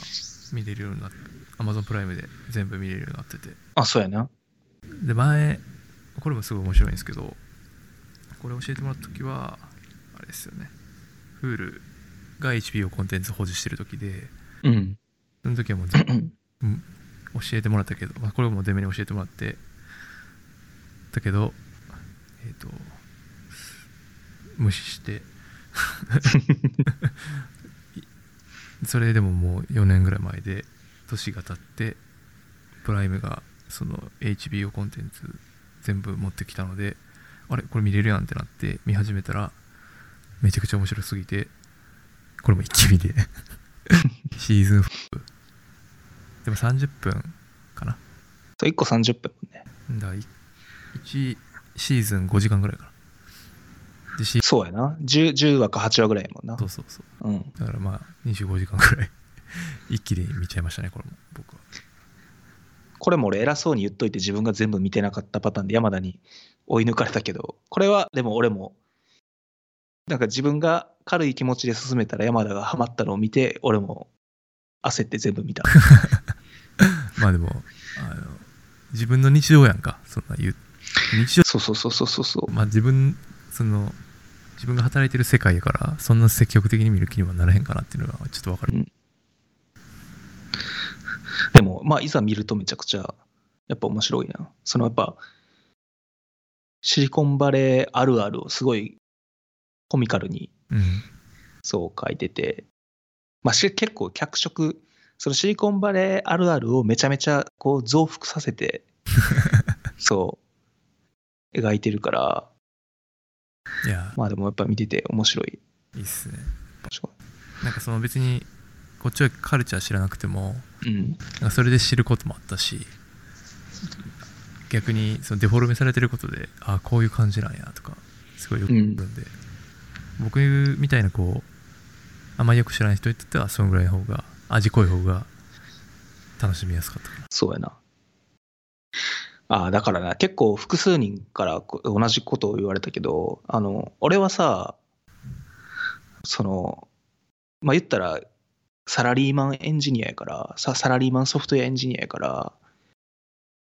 A: 見れるようになって、Amazon プライムで全部見れるようになってて、
B: あ、そうやな。
A: で前これもすごい面白いんですけどこれ教えてもらった時はあれですよね Hulu が HBO コンテンツ保持してる時で
B: うん。
A: その時はもうぜうん教えてもらったけど、まあ、これもデメに教えてもらってだけどえっ、と無視していそれでももう4年ぐらい前で年が経ってプライムがその HBO コンテンツ全部持ってきたのであれこれ見れるやんってなって見始めたらめちゃくちゃ面白すぎてこれも一気見でシーズン4でも30分かな
B: そう、1個30分もね。
A: だ1シーズン5時間ぐらいかなでシー
B: そうやな。10, 10話か8話ぐらいやもんな
A: そ。うそうそう
B: うん。
A: だからまあ25時間ぐらい 一気に見ちゃいましたねこれも僕は
B: これも俺偉そうに言っといて自分が全部見てなかったパターンで山田に追い抜かれたけど、これはでも俺も、なんか自分が軽い気持ちで進めたら山田がハマったのを見て、俺も焦って全 部見た。
A: まあでもあの自分の日常やんかそんな言う日常
B: そうそうそうそうそうそう。
A: まあ自分その自分が働いてる世界やからそんな積極的に見る気にはならへんかなっていうのがちょっとわかる
B: でも、まあ、いざ見るとめちゃくちゃ、やっぱ面白いな。そのやっぱ、シリコンバレーあるあるをすごいコミカルに
A: うん
B: そう書いてて、まあ、し結構脚色、そのシリコンバレーあるあるをめちゃめちゃこう増幅させて、そう、描いてるから、
A: いや
B: まあでもやっぱ見てて面白い。
A: いいっすね
B: 面白
A: なんかその別にこっちはカルチャー知らなくても
B: いうん。
A: なんかそれで知ることもあったし逆にそのデフォルメされてることでああこういう感じなんやとかすごいよくあるんで、僕みたいなこうあんまりよく知らない人にとってはそのぐらいの方が味濃い方が楽しみやすかったかな
B: そうやな。ああ、だからな、結構複数人からこ同じことを言われたけど、あの、俺はさ、その、まあ、言ったら、サラリーマンエンジニアやから、さサラリーマンソフトウェアエンジニアやから、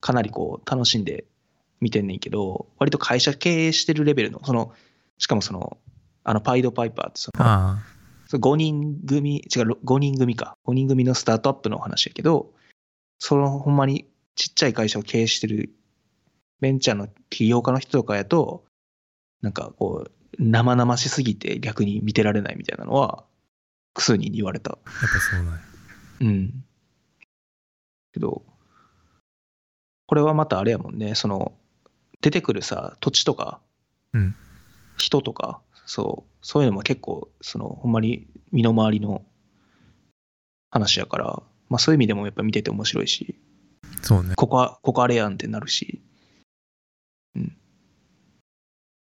B: かなりこう、楽しんで見てんねんけど、割と会社経営してるレベルの、その、しかもその、あの、パイドパイパーってその、
A: あ
B: 5人組、違う、5人組か。5人組のスタートアップのお話やけど、そのほんまにちっちゃい会社を経営してるベンチャーの起業家の人とかやと、なんかこう、生々しすぎて逆に見てられないみたいなのは、複数人に言われた。
A: あやっぱそうなんや
B: うん。けど、これはまたあれやもんね、その、出てくるさ、土地とか、
A: うん
B: 人とか、そう、そういうのも結構、その、ほんまに身の回りの話やから、まあそういう意味でもやっぱ見てて面白いし、
A: そうね
B: ここは、ここあれやんってなるし、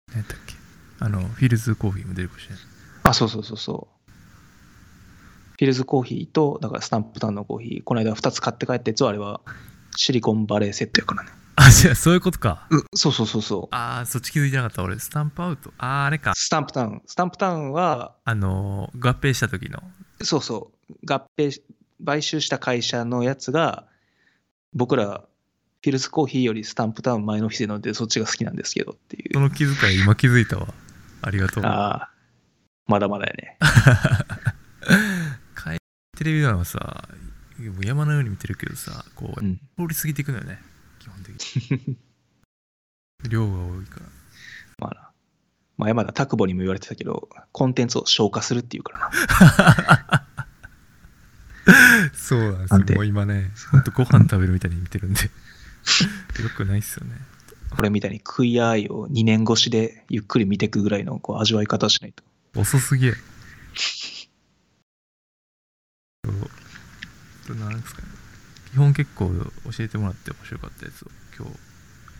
A: 何やったっけあのフィルズコーヒーも出るかもしれない
B: あ、そうそうそうそう。フィルズコーヒーと、だからスタンプタウンのコーヒー、この間2つ買って帰ったやつはあれは、シリコンバレーセットやからね。
A: あじゃあそういうことか
B: うそうそうそうそう。
A: ああそっち気づいてなかった俺スタンプアウトあああれか
B: スタンプタウン。スタンプタウンは、
A: あのー合併した時の
B: そうそう、合併し、買収した会社のやつが、僕ら、フィルスコーヒーよりスタンプタウン前の店なので、そっちが好きなんですけどってい。
A: そうの気遣い今気づいたわありがとう
B: ああ、まだまだやね。
A: かいテレビドラマさもう山のように見てるけどさこう
B: うん。
A: 通り過ぎていくのよね基本的に量が多いから
B: まあな。まあ、山田拓保にも言われてたけど、コンテンツを消化するっていうからな。
A: そうなん
B: なん
A: です
B: で
A: よ。もう今ね、ほ んとご飯食べるみたいに見てるんで、よくないっすよね。
B: これみたいにクイアアイを2年越しでゆっくり見ていくぐらいのこう味わい方しないと。
A: 遅すぎえ。そうあとなんですかね。基本結構教えてもらって面白かったやつを今日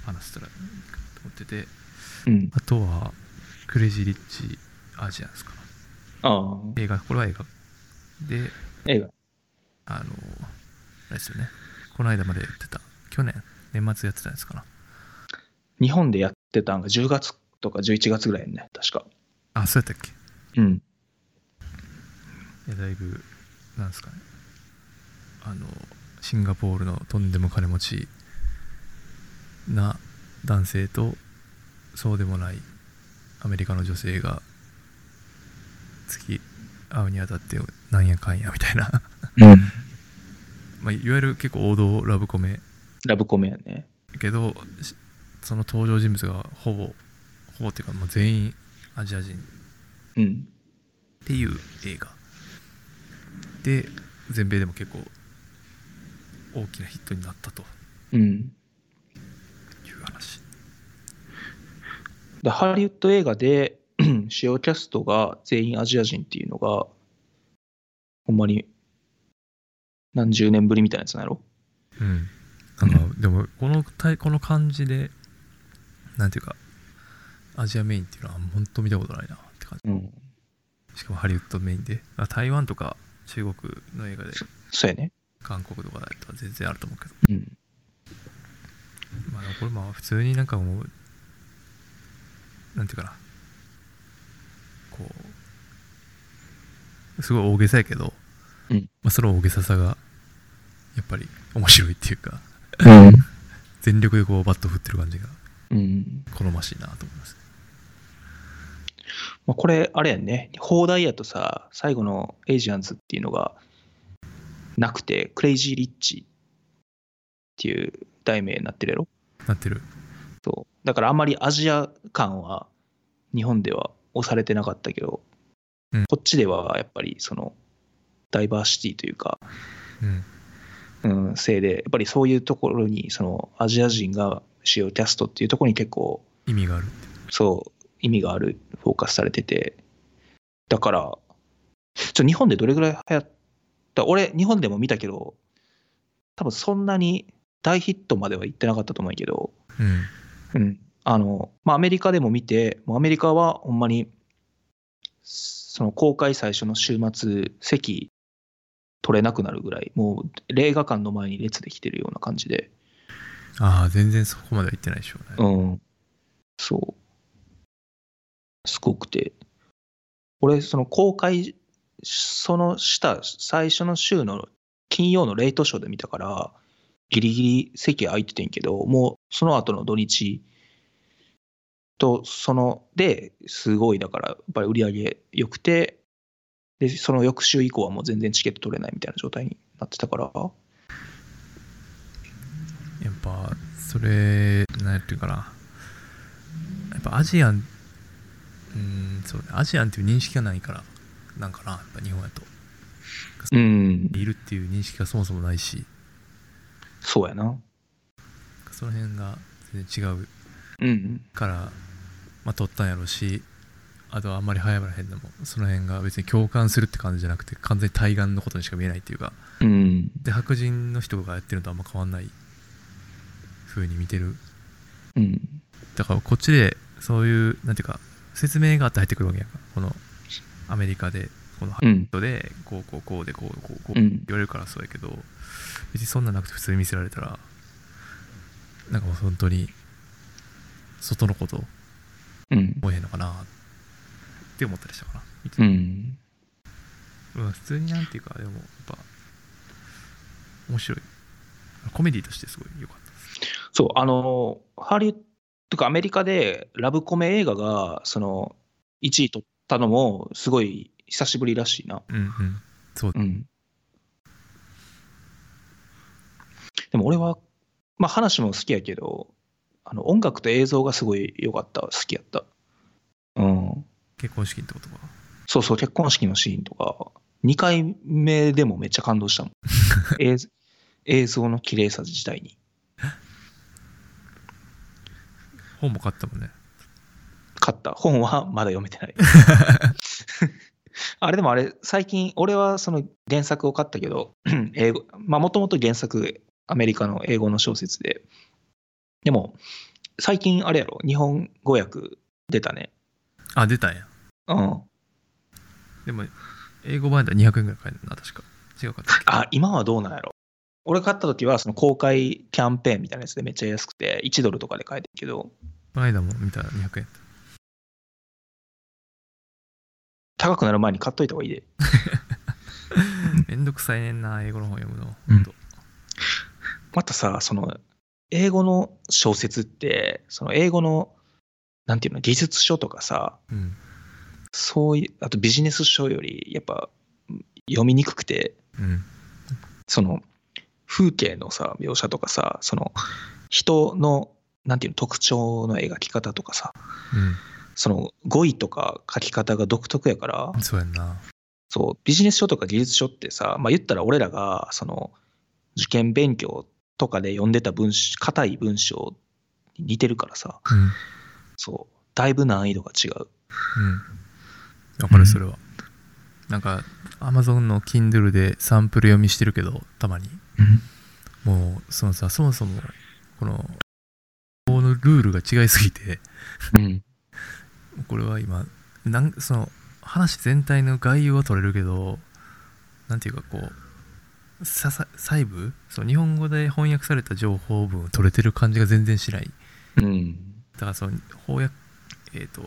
A: 話せたらいいかなと思ってて、
B: うん。
A: あとは、クレイジーリッチアジアンですか。
B: ああ。
A: 映画、これは映画。で、
B: 映画。
A: あの、あれですよね。この間までやってた、去年、年末やってたやつかな。
B: 日本でやってたんが10月とか11月ぐらいやね、確か。
A: あ、そうやったっけ
B: うん。
A: いやだいぶなんですかねあのシンガポールのとんでも金持ちな男性とそうでもないアメリカの女性が付き合うにあたってなんやかんやみたいな
B: うん。
A: まあいわゆる結構王道ラブコメ
B: ラブコメやね。
A: けどしその登場人物がほぼほぼっていうかもう全員アジア人
B: うん。
A: っていう映画で全米でも結構大きなヒットになったとい
B: うん。
A: う話
B: でハリウッド映画で 主要キャストが全員アジア人っていうのが、ほんまに何十年ぶりみたいなやつなんやろ
A: うんなんかでもこのタイこの感じでなんていうかアジアメインっていうのは本当見たことないなって感
B: うん。
A: じしかもハリウッドメインであ台湾とか中国の映画で
B: そうやね。
A: 韓国とかだったら全然あると思うけど
B: うん。
A: まあ、これまあ普通になんかもうなんていうかなこうすごい大げさやけど、
B: うん
A: まあ、その大げささがやっぱり面白いっていうか全力でこうバット振ってる感じが
B: うん。
A: 好ましいなと思います
B: まあ、これ、あれやんね。放題やとさ、最後のエイジアンズっていうのがなくて、クレイジーリッチっていう題名になってるやろ
A: なってる
B: そう。だからあんまりアジア感は日本では押されてなかったけど、
A: うん
B: こっちではやっぱりそのダイバーシティというか、
A: うん
B: うん、せいで、やっぱりそういうところに、そのアジア人が主要キャストっていうところに結構、
A: 意味があるって
B: そう、意味がある、フォーカスされてて、だから、ちょ日本でどれぐらい流行った俺、日本でも見たけど、多分そんなに大ヒットまではいってなかったと思うんやけど、
A: うん
B: うん、あの、まあ、アメリカでも見て、もうアメリカはほんまに、その公開最初の週末、席取れなくなるぐらい、もう映画館の前に列できてるような感じで、
A: ああ全然そこまではいってないでしょうね、
B: うん、そう、すごくて、俺、その公開、そのした最初の週の金曜のレイトショーで見たから、ギリギリ席空いててんけど、もうその後の土日と、その、で、すごい、だから、やっぱり売り上げ良くて、で、その翌週以降はもう全然チケット取れないみたいな状態になってたから、
A: やっぱそれなんていうかなやっぱアジアンうーんそうねアジアンっていう認識がないからなんかなやっぱ日本やと
B: うん、
A: いるっていう認識がそもそもないし
B: そうやな。
A: その辺が全然違う
B: うん、
A: からまあ取ったんやろうしあとはあんまり早まらへんでもその辺が別に共感するって感じじゃなくて完全に対岸のことにしか見えないっていうか
B: うん、
A: で白人の人がやってるのとあんま変わんない風に見てる
B: うん。
A: だからこっちでそういうなんていうか説明があって入ってくるわけやんかこのアメリカでこのハ
B: う
A: リウッ
B: ん
A: ドでこうこうこうでこうこうこう
B: う
A: 言
B: ん
A: われるからそうやけど別にそんなんなくて普通に見せられたらなんかもう本当に外のこと
B: うん
A: 思えへんのかなって思ったりしたかな、
B: うん
A: うん普通になんていうかでもやっぱ面白いコメディとしてすごい良かったです
B: そう、あの、ハリウッドかアメリカでラブコメ映画がその1位取ったのもすごい久しぶりらしいな。
A: うんうんそう
B: うん。でも俺は、まあ話も好きやけど、あの音楽と映像がすごい良かった、好きやった。うん。
A: 結婚式ってことか
B: そうそう、結婚式のシーンとか、 2回目でもめっちゃ感動 したもん。映像映像の綺麗さ自体に。
A: 本も買ったもんね。
B: 買った。本はまだ読めてない。あれでもあれ、最近、俺はその原作を買ったけど、 英語、まあもともと原作、アメリカの英語の小説で、でも、最近あれやろ、日本語訳出たね。
A: あ、出たんや。
B: うん。
A: でも、英語版だ200円ぐらい買えるな、確か。違うか ったっけ
B: あ、今はどうなんやろ。俺買った時は、その公開キャンペーンみたいなやつでめっちゃ安くて、1ドルとかで買えてるけど、
A: この間も見たら200円。
B: 高くなる前に買っといた方がいいで。
A: めんどくさいねんな、英語の本読むの。
B: うん
A: ほんと
B: またさ、その、英語の小説って、その英語の、なんていうの、技術書とかさ、
A: うん。
B: そういう、あとビジネス書より、やっぱ、読みにくくて、
A: うん。
B: その、風景のさ、描写とかさ、その、人の、なんていうの、特徴の描き方とかさ、その、語彙とか書き方が独特やから
A: うん。、そうやんな。
B: そう、ビジネス書とか技術書ってさ、まあ言ったら俺らが、その、受験勉強とかで読んでた文章、硬い文章に似てるからさ、
A: うん。
B: そう、だいぶ難易度が違う。
A: うん。わかる、それは。なんか、Amazon の Kindle でサンプル読みしてるけど、たまに。もう、そのさ、そもそも、この、法のルールが違いすぎて、
B: うん。
A: これは今、なんその、話全体の概要は取れるけど、なんていうかこう、ささ細部そう日本語で翻訳された情報文を取れてる感じが全然しない。
B: うん。
A: だからその翻訳えっ、と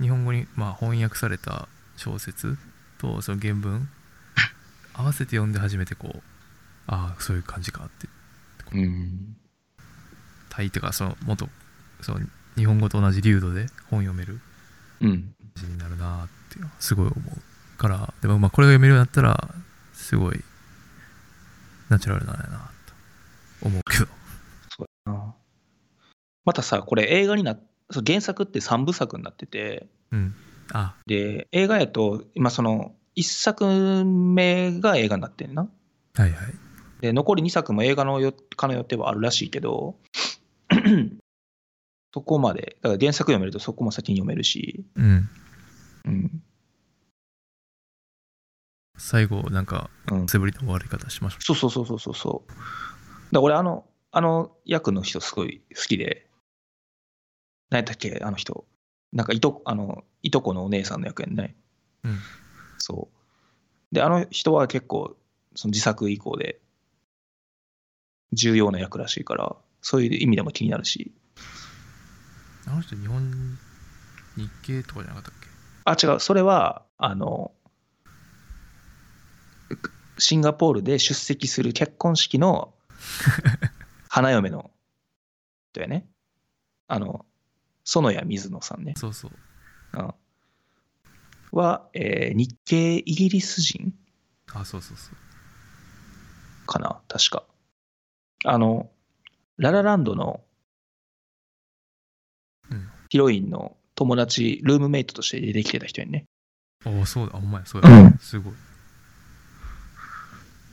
A: 日本語にまあ翻訳された小説とその原文合わせて読んで初めてこうああそういう感じかって
B: うん。
A: タイとかその元その日本語と同じ流度で本読める
B: うん。
A: 感じになるなーっていうのはすごい思うからでもまあこれが読めるようになったらすごいナチュラルなんやなと思うけど
B: またさ、これ映画になっそう原作って3部作になってて、
A: うんあ
B: で、映画やと、今その、1作目が映画になってんな。
A: はいはい
B: で、残り2作も映画のよ化の予定はあるらしいけど、 そこまで、だから原作読めるとそこも先に読めるし、
A: うん
B: うん。
A: 最後なんか
B: うん、
A: セぶりの終わり方しましょう
B: そうそうそうそうそうそう。だから俺、あの、あの役の人すごい好きで、何やったっけ、あの人。なんかいと、あの、いとこのお姉さんの役やんね。
A: うん
B: そう。で、あの人は結構、その自作以降で、重要な役らしいから、そういう意味でも気になるし。
A: あの人日本日系とかじゃなかったっけ
B: あ、違う、それは、あの、シンガポールで出席する結婚 式の花嫁の人やね。あの、園谷水野さんね。
A: そうそう
B: うん、は、えー日系イギリス人
A: あそうそうそう
B: かな、確か。あの、ララランドの
A: うん
B: ヒロインの友達、ルームメイトとして出てきてた人やね。
A: ああそうだあほんまやそうや、
B: うん
A: すごい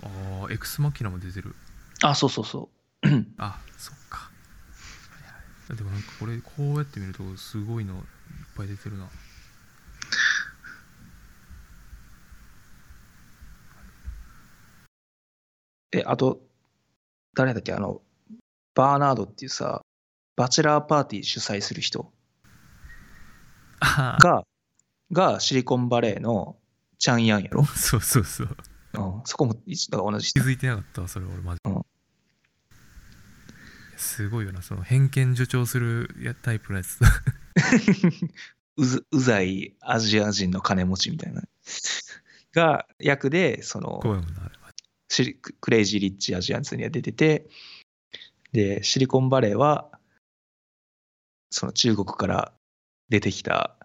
A: ああエクスマキナも出てる
B: あ、そうそうそう。
A: あそっかはいはいでもなんかこれこうやって見るとすごいのいっぱい出てるな
B: え、あと、誰だっけ、あの、バーナードっていうさ、バチェラーパーティー主催する人
A: あ
B: が、がシリコンバレーのチャンヤンやろ。
A: あそうそうそう
B: うん、そこも一だから同じ
A: 気
B: 人。
A: づいてなかったわそれ俺マジ、
B: うん
A: すごいよなその偏見助長するやタイプのやつ
B: うずうざいアジア人の金持ちみたいな。が、役で、その、
A: 怖いもんなあれ
B: シリクレイジーリッチアジアンズには出ててでシリコンバレーはその中国から出てき た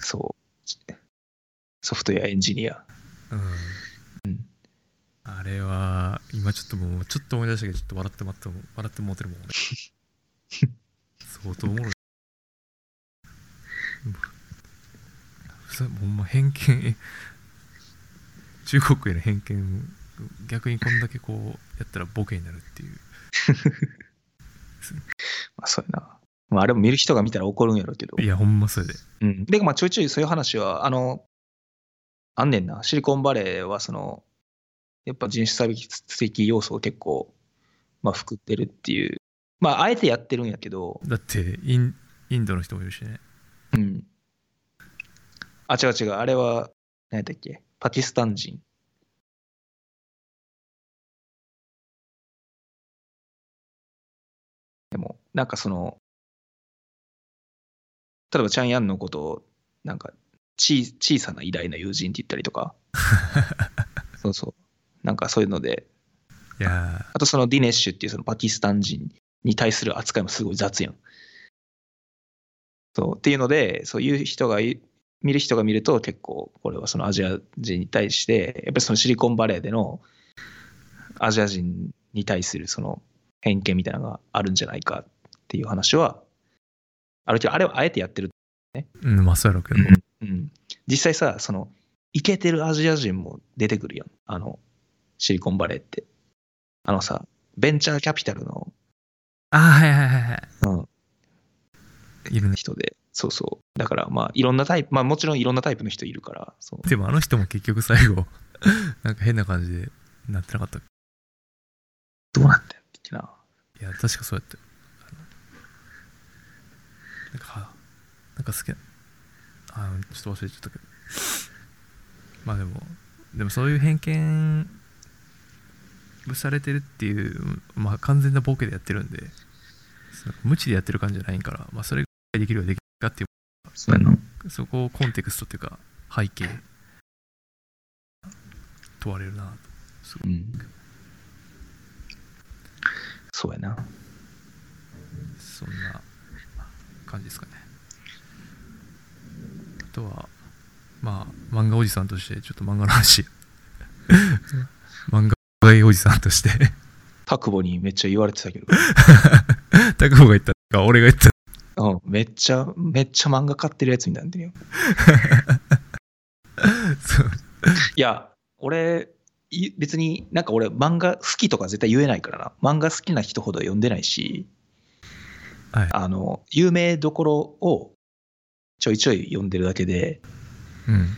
B: そうソフトウェアエンジニア
A: う
B: うんん、
A: あれは今ちょっともうちょっと思い出したけどちょっと笑ってまったもん笑ってもうてる もん俺相当おもろいうんそれほんま偏見え中国への偏見逆にこんだけこうやったらボケになるっていう
B: まあ、そうやな。まあ、あれも見る人が見たら怒るんやろうけど。
A: いやほんまそれで
B: うん、で、まあ、ちょいちょいそういう話は、あの、あんねんな。シリコンバレーは、その、やっぱ人種差別的要素を結構、まあ、含んでるっていう。まあ、あえてやってるんやけど、
A: だってインインドの人もいるしね
B: うん。あ、違う違う。あれは、何やったっけパキスタン人。でも、なんかその、例えばチャンヤンのことを、なんか、ち小さな偉大な友人って言ったりとか。そうそう。なんかそういうので、
A: いや
B: あとそのディネッシュっていうそのパキスタン人に対する扱いもすごい雑やん。そうっていうので、そういう人がい見る人が見ると結構これはそのアジア人に対して、やっぱりそのシリコンバレーでのアジア人に対するその偏見みたいなのがあるんじゃないかっていう話は、あるけど、あれはあえてやってる。
A: ーうんまあそうやろうけど、
B: うん、実際さ、その、イケてるアジア人も出てくるやん。あの、シリコンバレーって。あのさ、ベンチャーキャピタルの
A: ああはいはいはいはい
B: うん
A: いるね
B: 人で、そうそう。だから、まあ、いろんなタイプ、まあ、もちろんいろんなタイプの人いるから、そう。
A: でもあの人も結局最後 なんか変な感じでなってなかったっ
B: どうなったんやったっけな。
A: けいや確かそうやってなんかはなんか好きなあのちょっと忘れちゃったけどまあでもでもそういう偏見ぶされてるっていうまあ完全なボケでやってるんでその無知でやってる感じじゃないから、まあ、それができるようできるかっていう
B: そうやな。
A: そこをコンテクストっていうか背景問われるなと
B: うん。そうやな。
A: そんな感じですかねあとはまあ漫画おじさんとしてちょっと漫画の話漫画おじさんと して
B: タクボにめっちゃ言われてたけど、
A: タクボが言ったのか俺が言ったのか
B: うん、めっちゃ、めっちゃ漫画買ってるやつみたいなんだよ。
A: そう
B: いや、俺、い別になんか俺、漫画好きとか絶対言えないからな。漫画好きな人ほど読んでないし、
A: はい
B: あの、有名どころをちょいちょい読んでるだけで、
A: うん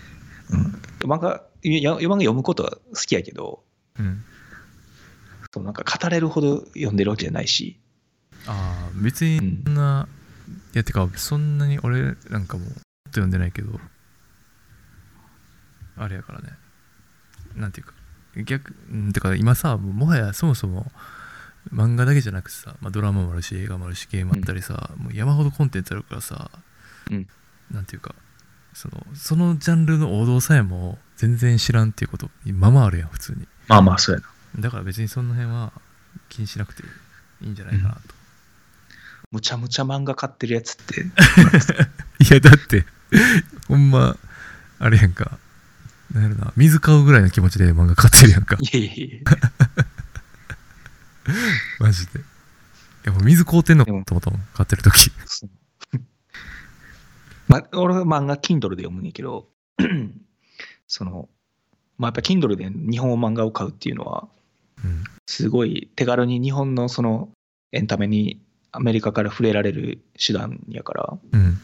B: 漫画いや漫画読むことは好きやけど
A: うん
B: そのなんか語れるほど読んでるわけじゃないし、
A: ああ別に
B: うん
A: そんな、いやてかそんなに俺なんかもちょっと読んでないけどあれやからねなんていうか逆うんてか今さもはやそもそも漫画だけじゃなくてさ、まあ、ドラマもあるし映画もあるしゲームあったりさ、もう山ほどコンテンツあるからさ、
B: うん
A: なんていうかそのそのジャンルの王道さえも全然知らんっていうことままあるやん普通に
B: まあまあそうやな
A: だから別にその辺は気にしなくていいんじゃないかなと、
B: むちゃむちゃ漫画買ってるやつって
A: いやだってほんまあれやんかなんやろな水買うぐらいの気持ちで漫画買ってるやんか
B: いやいやいや
A: マジでいやもう水買うてんのかと思ったもん買ってる時
B: そのま俺は漫画 Kindle で読むんやけど そのまあやっぱ Kindle で日本漫画を買うっていうのは
A: うん
B: すごい手軽に日本のそのエンタメにアメリカから触れられる手段やから
A: うん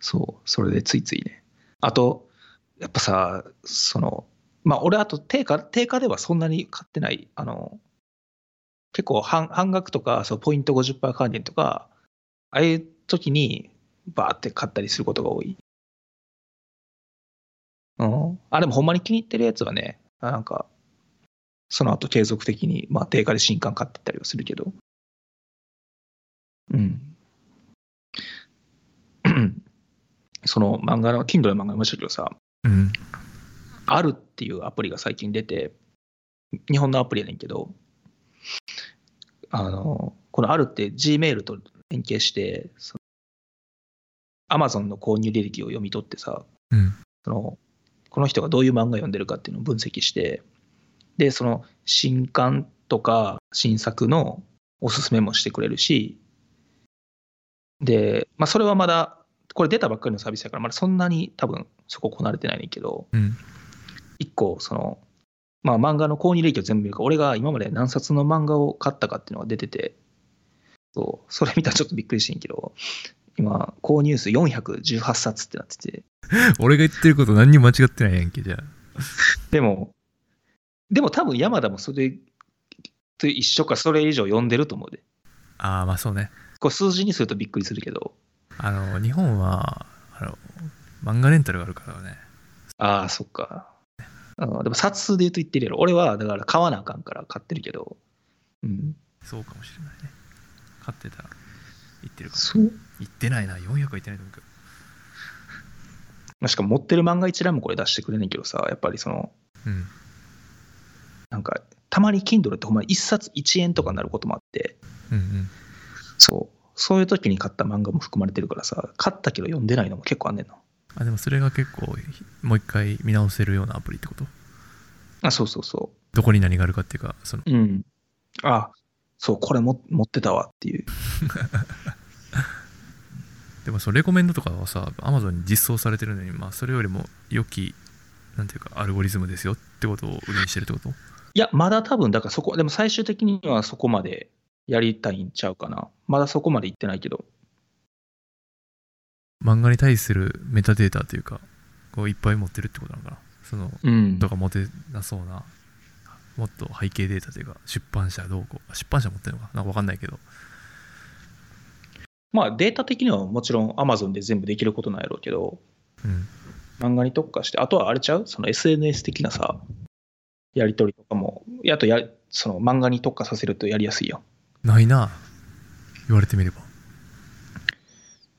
B: そう、それでついついね。あと、やっぱさ、その、まあ、俺、あと定価、定価ではそんなに買ってない、あの、結構半半額とか、そうポイント50%還元とか、ああいう時に、バーって買ったりすることが多い。うん。あ、でもほんまに気に入ってるやつはね、あなんか、その後継続的に、まあ、定価で新刊買ってったりはするけど。うん。その漫画の、Kindle の漫画読ましたけどさ、
A: うん
B: あるっていうアプリが最近出て、日本のアプリやねんけど、あの、このあるって Gmail と連携して、その Amazon の購入履歴を読み取ってさ、
A: うん
B: その、この人がどういう漫画読んでるかっていうのを分析して、で、その新刊とか新作のおすすめもしてくれるし、で、まあ、それはまだ、これ出たばっかりのサービスだから、まだそんなに多分そここなれてないねんけど、
A: うん
B: 一個、その、まあ漫画の購入履歴を全部見るから、俺が今まで何冊の漫画を買ったかっていうのが出てて、そう、それ見たらちょっとびっくりしてんけど、今、購入数418冊ってなってて、
A: 俺が言ってること何にも間違ってないやんけ、じゃあ。
B: でも、でも多分山田もそれと一緒か、それ以上読んでると思うで。
A: ああ、まあそうね。
B: これ数字にするとびっくりするけど、
A: あの、日本は、あの、漫画レンタルがあるからね。
B: ああ、そっか。うん、でも冊数で言うと言ってるやろ。俺はだから買わなあかんから買ってるけど、うん。
A: そうかもしれないね。買ってたら、行ってるかも。
B: そう。
A: 行ってないな、400は行ってないと思うけど。
B: まあしかも持ってる漫画一覧もこれ出してくれねんけどさ、やっぱりその、
A: うん。
B: なんか、たまに Kindle ってほんまに1冊1円とかになることもあって、
A: うんうん。
B: そう。そういう時に買った漫画も含まれてるからさ、買ったけど読んでないのも結構あんねんな。
A: あ、でもそれが結構、ひもう一回見直せるようなアプリってこと
B: あ、そうそうそ
A: どこに何があるかっていうか、その、
B: う。うん。あ、そう、これも持ってたわっていう。
A: でもそのレコメンドとかはさ、Amazon に実装されてるのに、まあそれよりも良き、なんていうか、アルゴリズムですよってことを売りにしてるってこと
B: いや、まだ多分、だからそこ、でも最終的にはそこまでやりたいんちゃうかな。まだそこまで行ってないけど。
A: 漫画に対するメタデータというか、こういっぱい持ってるってことなのかなその、
B: うん
A: とか持てなそうな、もっと背景データというか、出版社どうこう、出版社持ってるのかなんかわかんないけど、
B: まあ、データ的にはもちろん Amazon で全部できることなんやろうけど、
A: うん。
B: 漫画に特化して、あとはあれちゃうその SNS 的なさ、やりとりとかも、やっとや、その漫画に特化させるとやりやすいやん。
A: ないな、言われてみれば。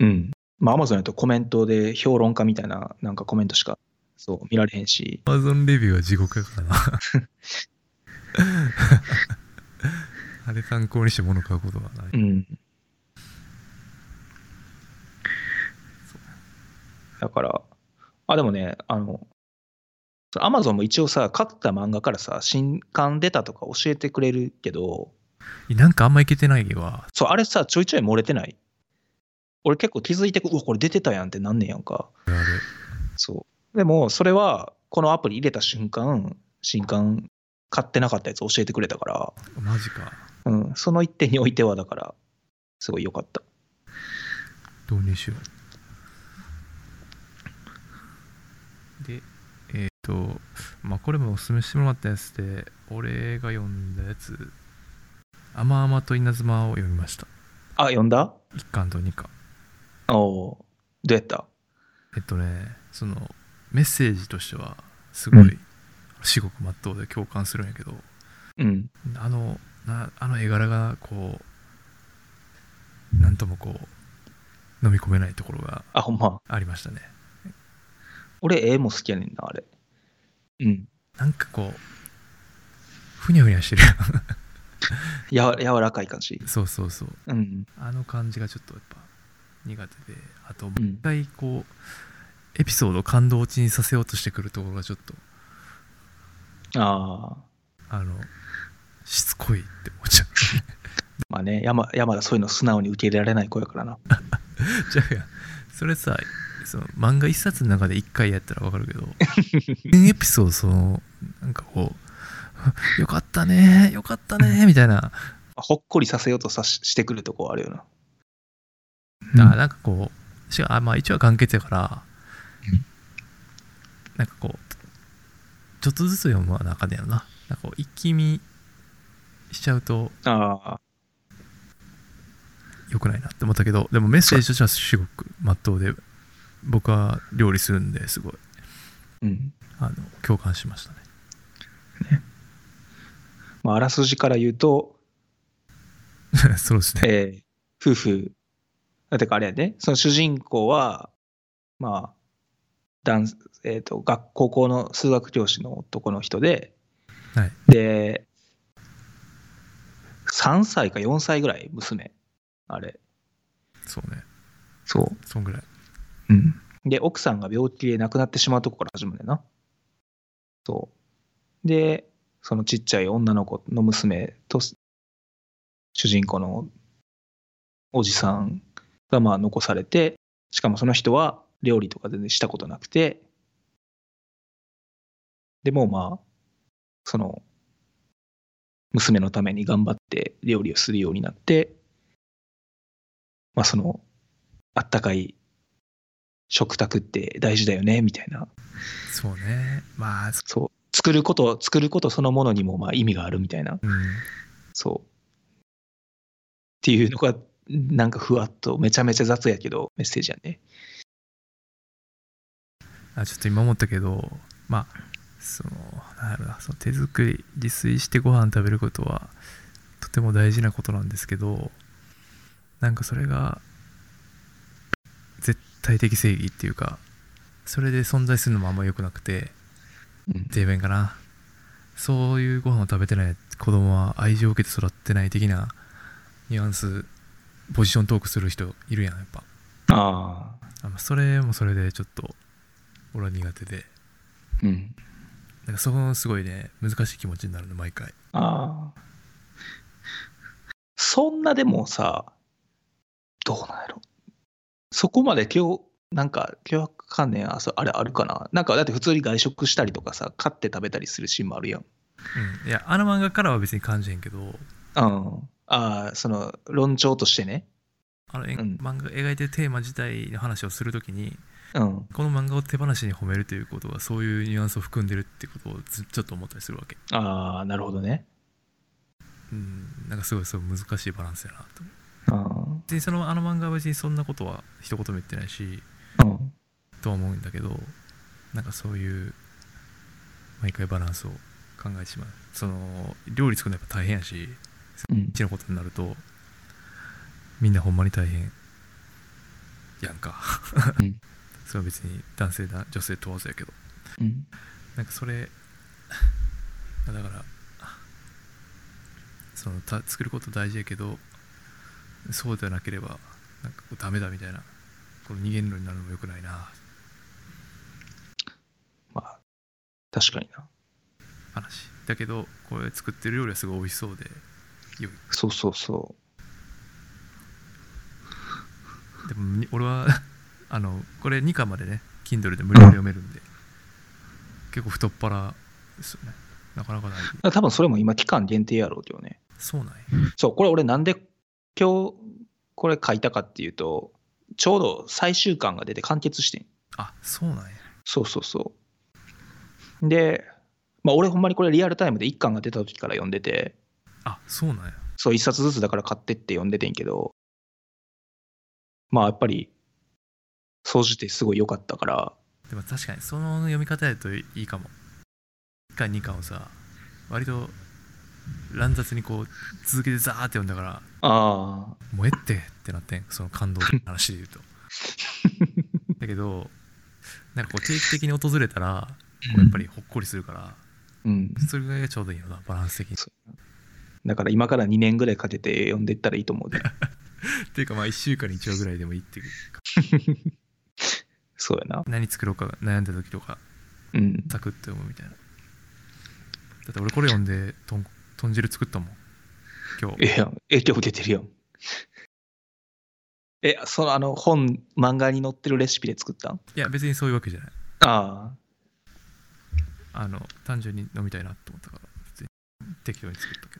B: うん。まあ、Amazon やとコメントで評論家みたいな、なんかコメントしか、そう、見られへんし、
A: Amazon レビューは地獄やからな。あれ参考にして物買うことがない。
B: うん。だから、あ、でもね、あの、アマゾンも一応さ、買った漫画からさ、新刊出たとか教えてくれるけど、
A: なんかあんまいけてないわ。
B: そう、あれさ、ちょいちょい漏れてない俺結構気づいてく、うわ、これ出てたやんってなんねんやんか。
A: あれ
B: そう。でも、それは、このアプリ入れた瞬間、新刊買ってなかったやつ教えてくれたか
A: マジか。
B: ら、うん、その一点においては、だから、すごい良かった。
A: 導入しよう。で、えっ、と、まあ、これもおすすめしてもらったやつで、俺が読んだやつ、あまあまと稲妻を読みました。
B: あ、読んだ
A: 1巻と2巻。
B: おおーどうやった
A: えっとね、その、メッセージとしては、すご
B: う
A: い
B: ん、
A: 至極真っ当で共感するんやけど、
B: うん。
A: あのなあの絵柄がこうなんともこう飲み込めないところが
B: あ、ほんま。
A: ありましたね
B: 俺、絵も好きやねんな、あれ。うん。
A: なんかこうふにゃふにゃしてるや
B: やわ柔らかい感じ
A: ん。そうそうそう
B: うん。
A: あの感じがちょっとやっぱ苦手であとも
B: う
A: うん一回こうエピソードを感動落ちにさせようとしてくるところがちょっと
B: ああ。
A: あのしつこいって思っちゃう
B: まあね、山山田そういうの素直に受け入れられない子やからな。
A: じゃあやんそれさその漫画一冊の中で一回やったらわかるけど全エピソードそのなんかこう「よ かったねよかったね」みたいな、
B: ほっこりさせようとさししてくるとこはあるよな。
A: だからなんかこうしかあまあ一話完結やから、
B: うん
A: なんかこうちょっとずつ読む中でやろななんかこう一気見しちゃうと
B: ああ。
A: 良くないなって思ったけどでもメッセージとしてはすごくまっとうで僕は料理するんですごい
B: うん。
A: あの共感しましたね
B: まあ、あらすじから言うと、
A: そうですね。
B: えー夫婦、あてかあれやね、その主人公は、まあ、男えー、と学高校の数学教師の男の人で、
A: はい
B: で、3歳か4歳ぐらい、娘、あれ。
A: そうね。
B: そ
A: そんぐらい。
B: う。うん、で、奥さんが病気で亡くなってしまうとこから始まるんだよな。そう。で、そのちっちゃい女の子の娘と、主人公のおじさんがまあ残されて、しかもその人は料理とか全然したことなくて、でもうまあ、その、娘のために頑張って料理をするようになって、まあその、あったかい食卓って大事だよね、みたいな。
A: そうねまあそ
B: そう。作ること、作ることそのものにもまあ意味があるみたいな。
A: うん
B: そう。っていうのが、なんかふわっと、めちゃめちゃ雑やけど、メッセージやね。
A: あちょっと今思ったけどまあそのなんだろうなその手作り自炊してご飯食べることはとても大事なことなんですけどなんかそれが絶対的正義っていうかそれで存在するのもあんま良くなくて
B: うん
A: 低弁かなそういうご飯を食べてない子供は愛情を受けて育ってない的なニュアンスポジショントークする人いるやんやっぱ
B: ああ。
A: あまあそれもそれでちょっと俺は苦手で
B: うん。
A: なんかそこのすごいね難しい気持ちになるの毎回
B: ああ。そんなでもさ、どうなんやろ。そこまで今日、なんか、脅迫観念あ、そうあれあるかな。なんか、だって普通に外食したりとかさ、買って食べたりするシーンもあるやん。
A: うんいやあの漫画からは別に感じへんけど
B: うん。ああ、その、論調としてね。
A: あの、え
B: うん
A: 漫画描いてるテーマ自体の話をするときに
B: うん。
A: この漫画を手放しに褒めるということはそういうニュアンスを含んでるってことをずちょっと思ったりするわけ
B: ああ、なるほどね。
A: うんなんかすごいそう難しいバランスやなと思う
B: うん。
A: 別にそのあの漫画は別にそんなことは一言も言ってないし
B: うん。
A: とは思うんだけどなんかそういう毎回バランスを考えてしまうその料理作るのやっぱ大変やし
B: うん
A: うちのことになるとみんなほんまに大変やんか、
B: うん
A: それは別に男性だ女性問わずやけど
B: うん。
A: なんかそれ だからそのた作ること大事やけどそうではなければなんかこうダメだみたいなこの二元論になるのも良くないな
B: まあ、確かにな。
A: 話だけどこれ作ってる料理はすごい美味しそうで
B: そうそうそ。
A: でもに俺は あのこれ2巻までね Kindle で無料で読めるんで結構太っ腹ですよねなかなかないう
B: 多分それも今、期間限定やろうけどね。
A: そうなんや
B: そう、これ俺なんで今日これ書いたかっていうと、ちょうど最終巻が出て完結してん。
A: あそうなんや
B: そうそうそう。で、まあ俺ほんまにこれリアルタイムで1巻が出た時から読んでて、
A: あそうなんや
B: そう1冊ずつだから買ってって読んでてんけど、まあやっぱり、総じてすごい良かったから、
A: でも確かにその読み方やといいかも1巻2巻をさ割と乱雑にこう続けてザーって読んだから
B: ああ、
A: もうえってってなってんその感動の話で言う とだけどなんかこう定期的に訪れたらこうやっぱりほっこりするから
B: うん。
A: それがちょうどいいのなバランス的に
B: だから今から2年ぐらいかけて読んでいったらいいと思 うで。
A: っていうかまあ1週間に1話ぐらいでもいいっていうか
B: そうやな。
A: 何作ろうか悩んだ時とか
B: うん。
A: サクッと読むみたいなだって俺これ読んでとん豚汁作ったもん今
B: え
A: 日
B: えやん。影響受けてるやん。え、そのあの本、漫画に載ってるレシピで作ったん
A: いや別にそういうわけじゃない
B: ああ。
A: あの単純に飲みたいなと思ったから普通に適当に作ったけ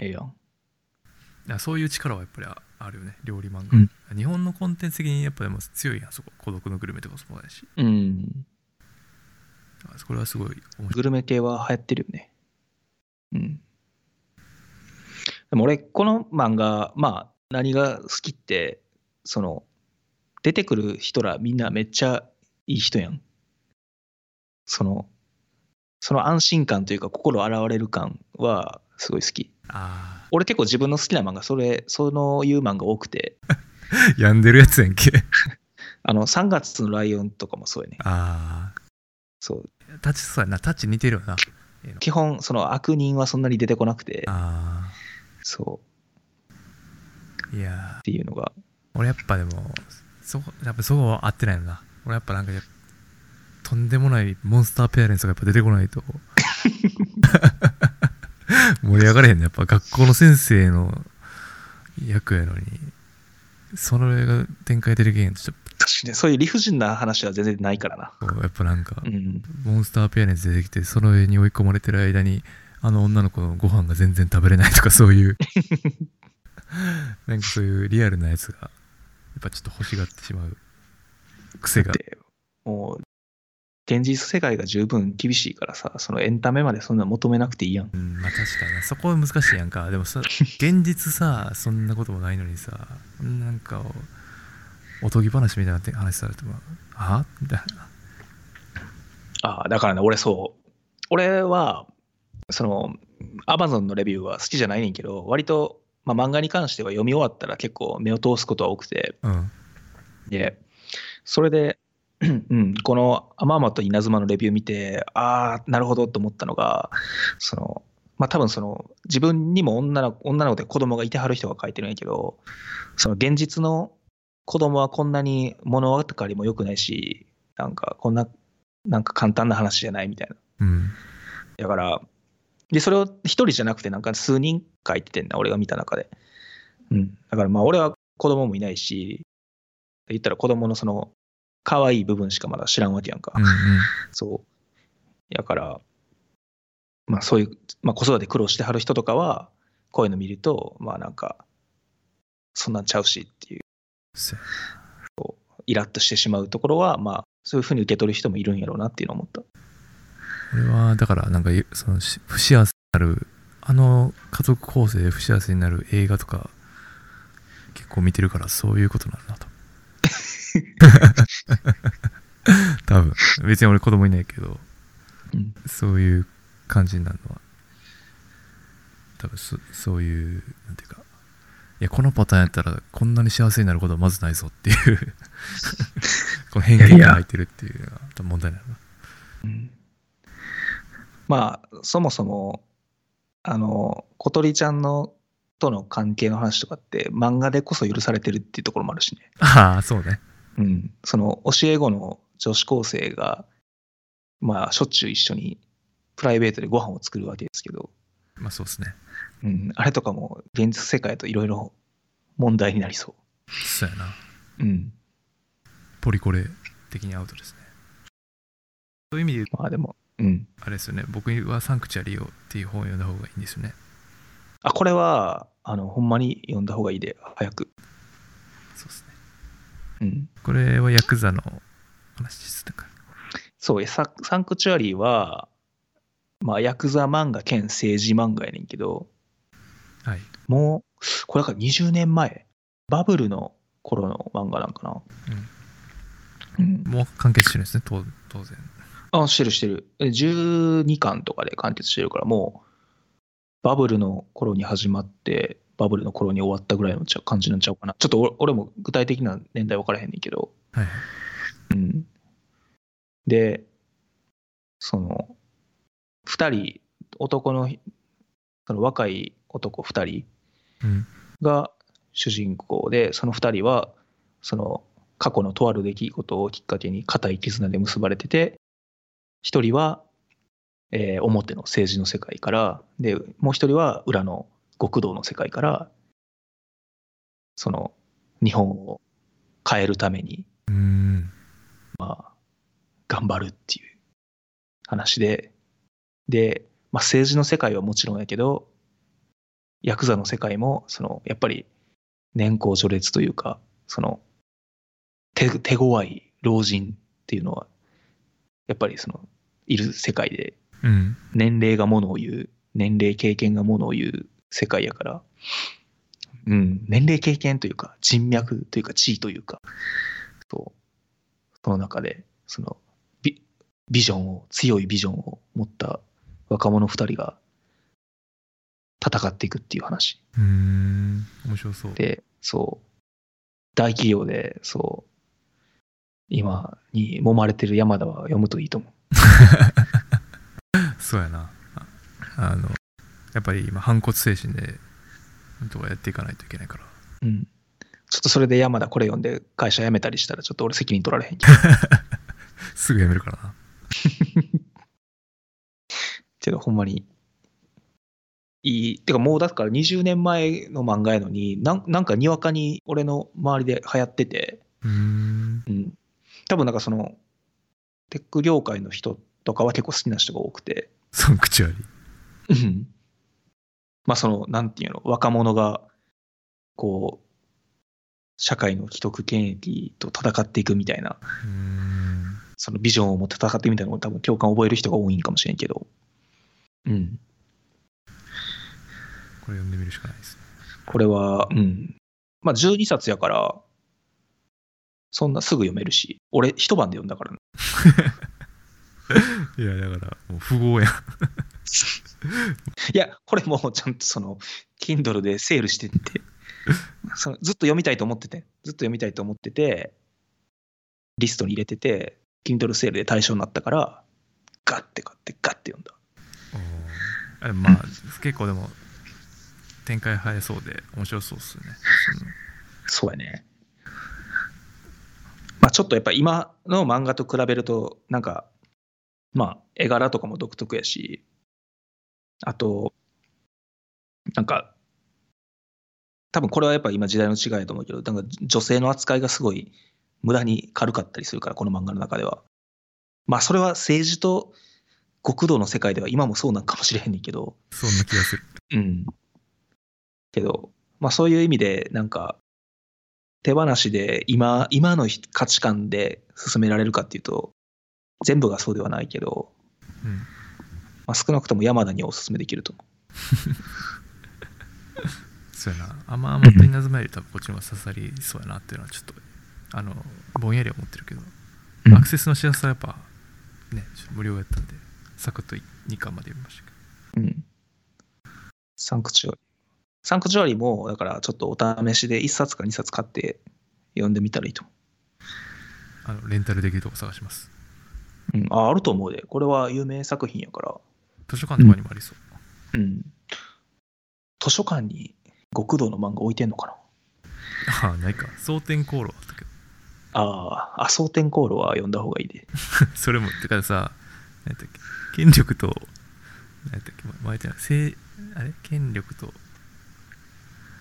A: ど
B: ええやん。
A: いやそういう力はやっぱりああるよね料理漫
B: うん
A: 画、日本のコンテンツ的にやっぱでも強いやんそこ孤独のグルメとかそうだし
B: うん。
A: だからそれはすごい面白い
B: グルメ系は流行ってるよね。うん。でも俺、この漫画、まあ、何が好きって、その、出てくる人らみんなめっちゃいい人やん。その、その安心感というか心洗われる感はすごい好き。
A: あ
B: 俺結構自分の好きな漫画、それ、そのいう漫画多くて、
A: あ 病んでるやつやんけ
B: あの、3月のライオンとかもそうやね。
A: あ
B: そう。
A: あタッチそうやなタッチ似てるよなええの
B: 基本、その悪人はそんなに出てこなくて、
A: あ
B: そう、
A: あいや
B: っていうのが。
A: ー俺やっぱでもそこやっぱそこは合ってないよな俺やっぱなんかやっとんでもないモンスターペアレンツがやっぱ出てこないと盛り上がれへんねやっぱ学校の先生の役やのにそれが展開出てけへんとちょっと
B: しいね。そういう理不尽な話は全然ないからな。
A: そうやっぱなんか
B: う、ん。
A: モンスターペアレンツ出てきて、その上に追い込まれてる間に、あの女の子のご飯が全然食べれないとか、そういう、 なんかそういうリアルなやつが、やっぱちょっと欲しがってしまう癖が。
B: で、もう、現実世界が十分厳しいからさ、そのエンタメまでそんな求めなくていいやん。
A: うん、まあ確かになそこは難しいやんか。でもさ、現実さ、そんなこともないのにさ、なんか、おとぎ話みたいなて話されても、あみたいな。
B: ああ、だからね、俺そう。俺は、その、アマゾンのレビューは好きじゃないねんけど、割と、まあ、漫画に関しては読み終わったら結構目を通すことは多くて、
A: うん。
B: で、それで、 うん、この「アマーマと稲妻」のレビュー見てああなるほどと思ったのがそのまあ多分その自分にも女の女の子で子供がいてはる人が書いてるんやけどその現実の子供はこんなに物語も良くないしなんかこんななんか簡単な話じゃないみたいな
A: うん。
B: だから、で、それを一人じゃなくて、なんか数人書いててんな、俺が見た中で。うん。だからまあ、俺は子供もいないし、言ったら子供のその、可愛い部分しかまだ知らんわけやんか。
A: うんうん。
B: そう。だから、まあそういう、まあ子育て苦労してはる人とかは、こういうの見ると、まあなんか、そんなんちゃうしっていう、
A: そう
B: イラッとしてしまうところは、まあ、そういうふうに受け取る人もいるんやろうなっていうのを思った。
A: 俺はだからなんかゆそのし不幸せになるあの家族構成で不幸せになる映画とか結構見てるからそういうことなんだと多分別に俺子供いないけど
B: うん。
A: そういう感じになるのは多分そそういうなんていうかいやこのパターンやったらこんなに幸せになることはまずないぞっていうこの偏見が入ってるっていうのが多分問題なのかな
B: うんまあそもそもあの小鳥ちゃんのとの関係の話とかって漫画でこそ許されてるっていうところもあるしね、
A: ああそうね
B: うん、その教え子の女子高生がまあしょっちゅう一緒にプライベートでご飯を作るわけですけど、
A: まあそうですね
B: うん、あれとかも現実世界といろいろ問題になりそ
A: そうやな
B: う、うん、
A: ポリコレ的にアウトですね。そういう意味で言うと、
B: まあでも、うん、
A: あれですよね、僕はサンクチュアリオっていう本を読んだ方がいいんですよね。
B: あこれはあのほんまに読んだ方がいいで早く、
A: そうですね。
B: うん、
A: これはヤクザの話ですだから。
B: そうえサ、サンクチュアリーは、まあ、ヤクザ漫画兼政治漫画やねんけど、
A: はい。
B: もう、これが20年前、バブルの頃の漫画なんかな。うん。
A: もう完結してるんですね、当当然。
B: あ、してるしてる。え12巻とかで完結してるから、もう、バブルの頃に始まって、バブルの頃に終わったぐらいのちゃ感じなんちゃうかな。ちょっとお俺も具体的な年代分からへんねんけど、
A: はいはい。
B: うん、でその2人男のその若い男2人
A: うん。
B: が主人公でその2人はその過去のとある出来事をきっかけに固い絆で結ばれてて1人は、えー表の政治の世界からでもう1人は裏の極道の世界からその日本を変えるために
A: うーん。
B: まあ、頑張るっていう話で、で、まあ、政治の世界はもちろんやけど、ヤクザの世界も、その、やっぱり、年功序列というか、その、手、手強い老人っていうのは、やっぱりその、いる世界で、
A: うん。
B: 年齢がものを言う、年齢経験がものを言う世界やから、うん、年齢経験というか、人脈というか、地位というか、そう、その中で、そのビ、ビジョンを、強いビジョンを持った若者二人が戦っていくっていう話。
A: うーん。面白そう。
B: で、そう、大企業で、そう、今に揉まれてる山田は読むといいと思う。
A: そうやな。ああの、やっぱり今、反骨精神で、なんとかやっていかないといけないから。
B: うん。ちょっとそれで山田これ読んで会社辞めたりしたらちょっと俺責任取られへんけど
A: すぐやめるからな。
B: けどほんまにいいてかもうだから20年前の漫画やのになんなんかにわかに俺の周りで流行ってて
A: うーん
B: うん、多分なんかそのテック業界の人とかは結構好きな人が多くて、
A: サンクチュアリ
B: うんまあそのなんていうの若者がこう社会の既得権益と戦っていくみたいな
A: うーん
B: そのビジョンを持って戦ってみたいなのを多分共感を覚える人が多いんかもしれんけど、うん、
A: これ読んでみるしかないですね
B: これは、うん、まあ12冊やからそんなすぐ読めるし俺一晩で読んだからない
A: やだからもう富豪やん
B: いや、これもうちゃんとその、Kindle でセール してて、そのずっと読みたいと思ってて、ずっと読みたいと思ってて、リストに入れてて、Kindle セールで対象になったから、ガッて買って、ガッて読んだ。
A: あまあ結構でも展開早そうで面白そうっすね
B: そうやね。まあちょっとやっぱ今の漫画と比べると、なんか、まあ絵柄とかも独特やし、あと、なんか、多分これはやっぱ今時代の違いだと思うけど、なんか女性の扱いがすごい無駄に軽かったりするから、この漫画の中では。まあそれは政治と極道の世界では今もそうなんかもしれへんねんけど、
A: そんな気がする
B: うん。けど、まあそういう意味で、なんか、手放しで今、今のひ価値観で進められるかっていうと、全部がそうではないけど、
A: うん
B: まあ、少なくとも山田にはお勧めできると思
A: そうやなあんまあんま手になずまより多分こっちの方が刺さりそうやなっていうのはちょっとあのぼんやりは思ってるけど、
B: う。
A: アクセスのしやすさはやっぱねちょっと無料やったんでサクッと2巻まで読みましたけど
B: うん。サンクチュアリ。サンクチュアリも、だからちょっとお試しで1冊か2冊買って読んでみたらいいと思
A: あのレンタルできるとこ探します
B: う。うん、ああると思うで。これは有名作品やから。
A: 図書館とかにもありそう、
B: うん。図書館に極道の漫画置いてんのかな
A: ああないか蒼天航路あったけど
B: ああ、あ、蒼天航路は読んだ方がいいで。
A: それもてかさ何やったっけ権力と何やったっけ前前じゃないせいあれ権力と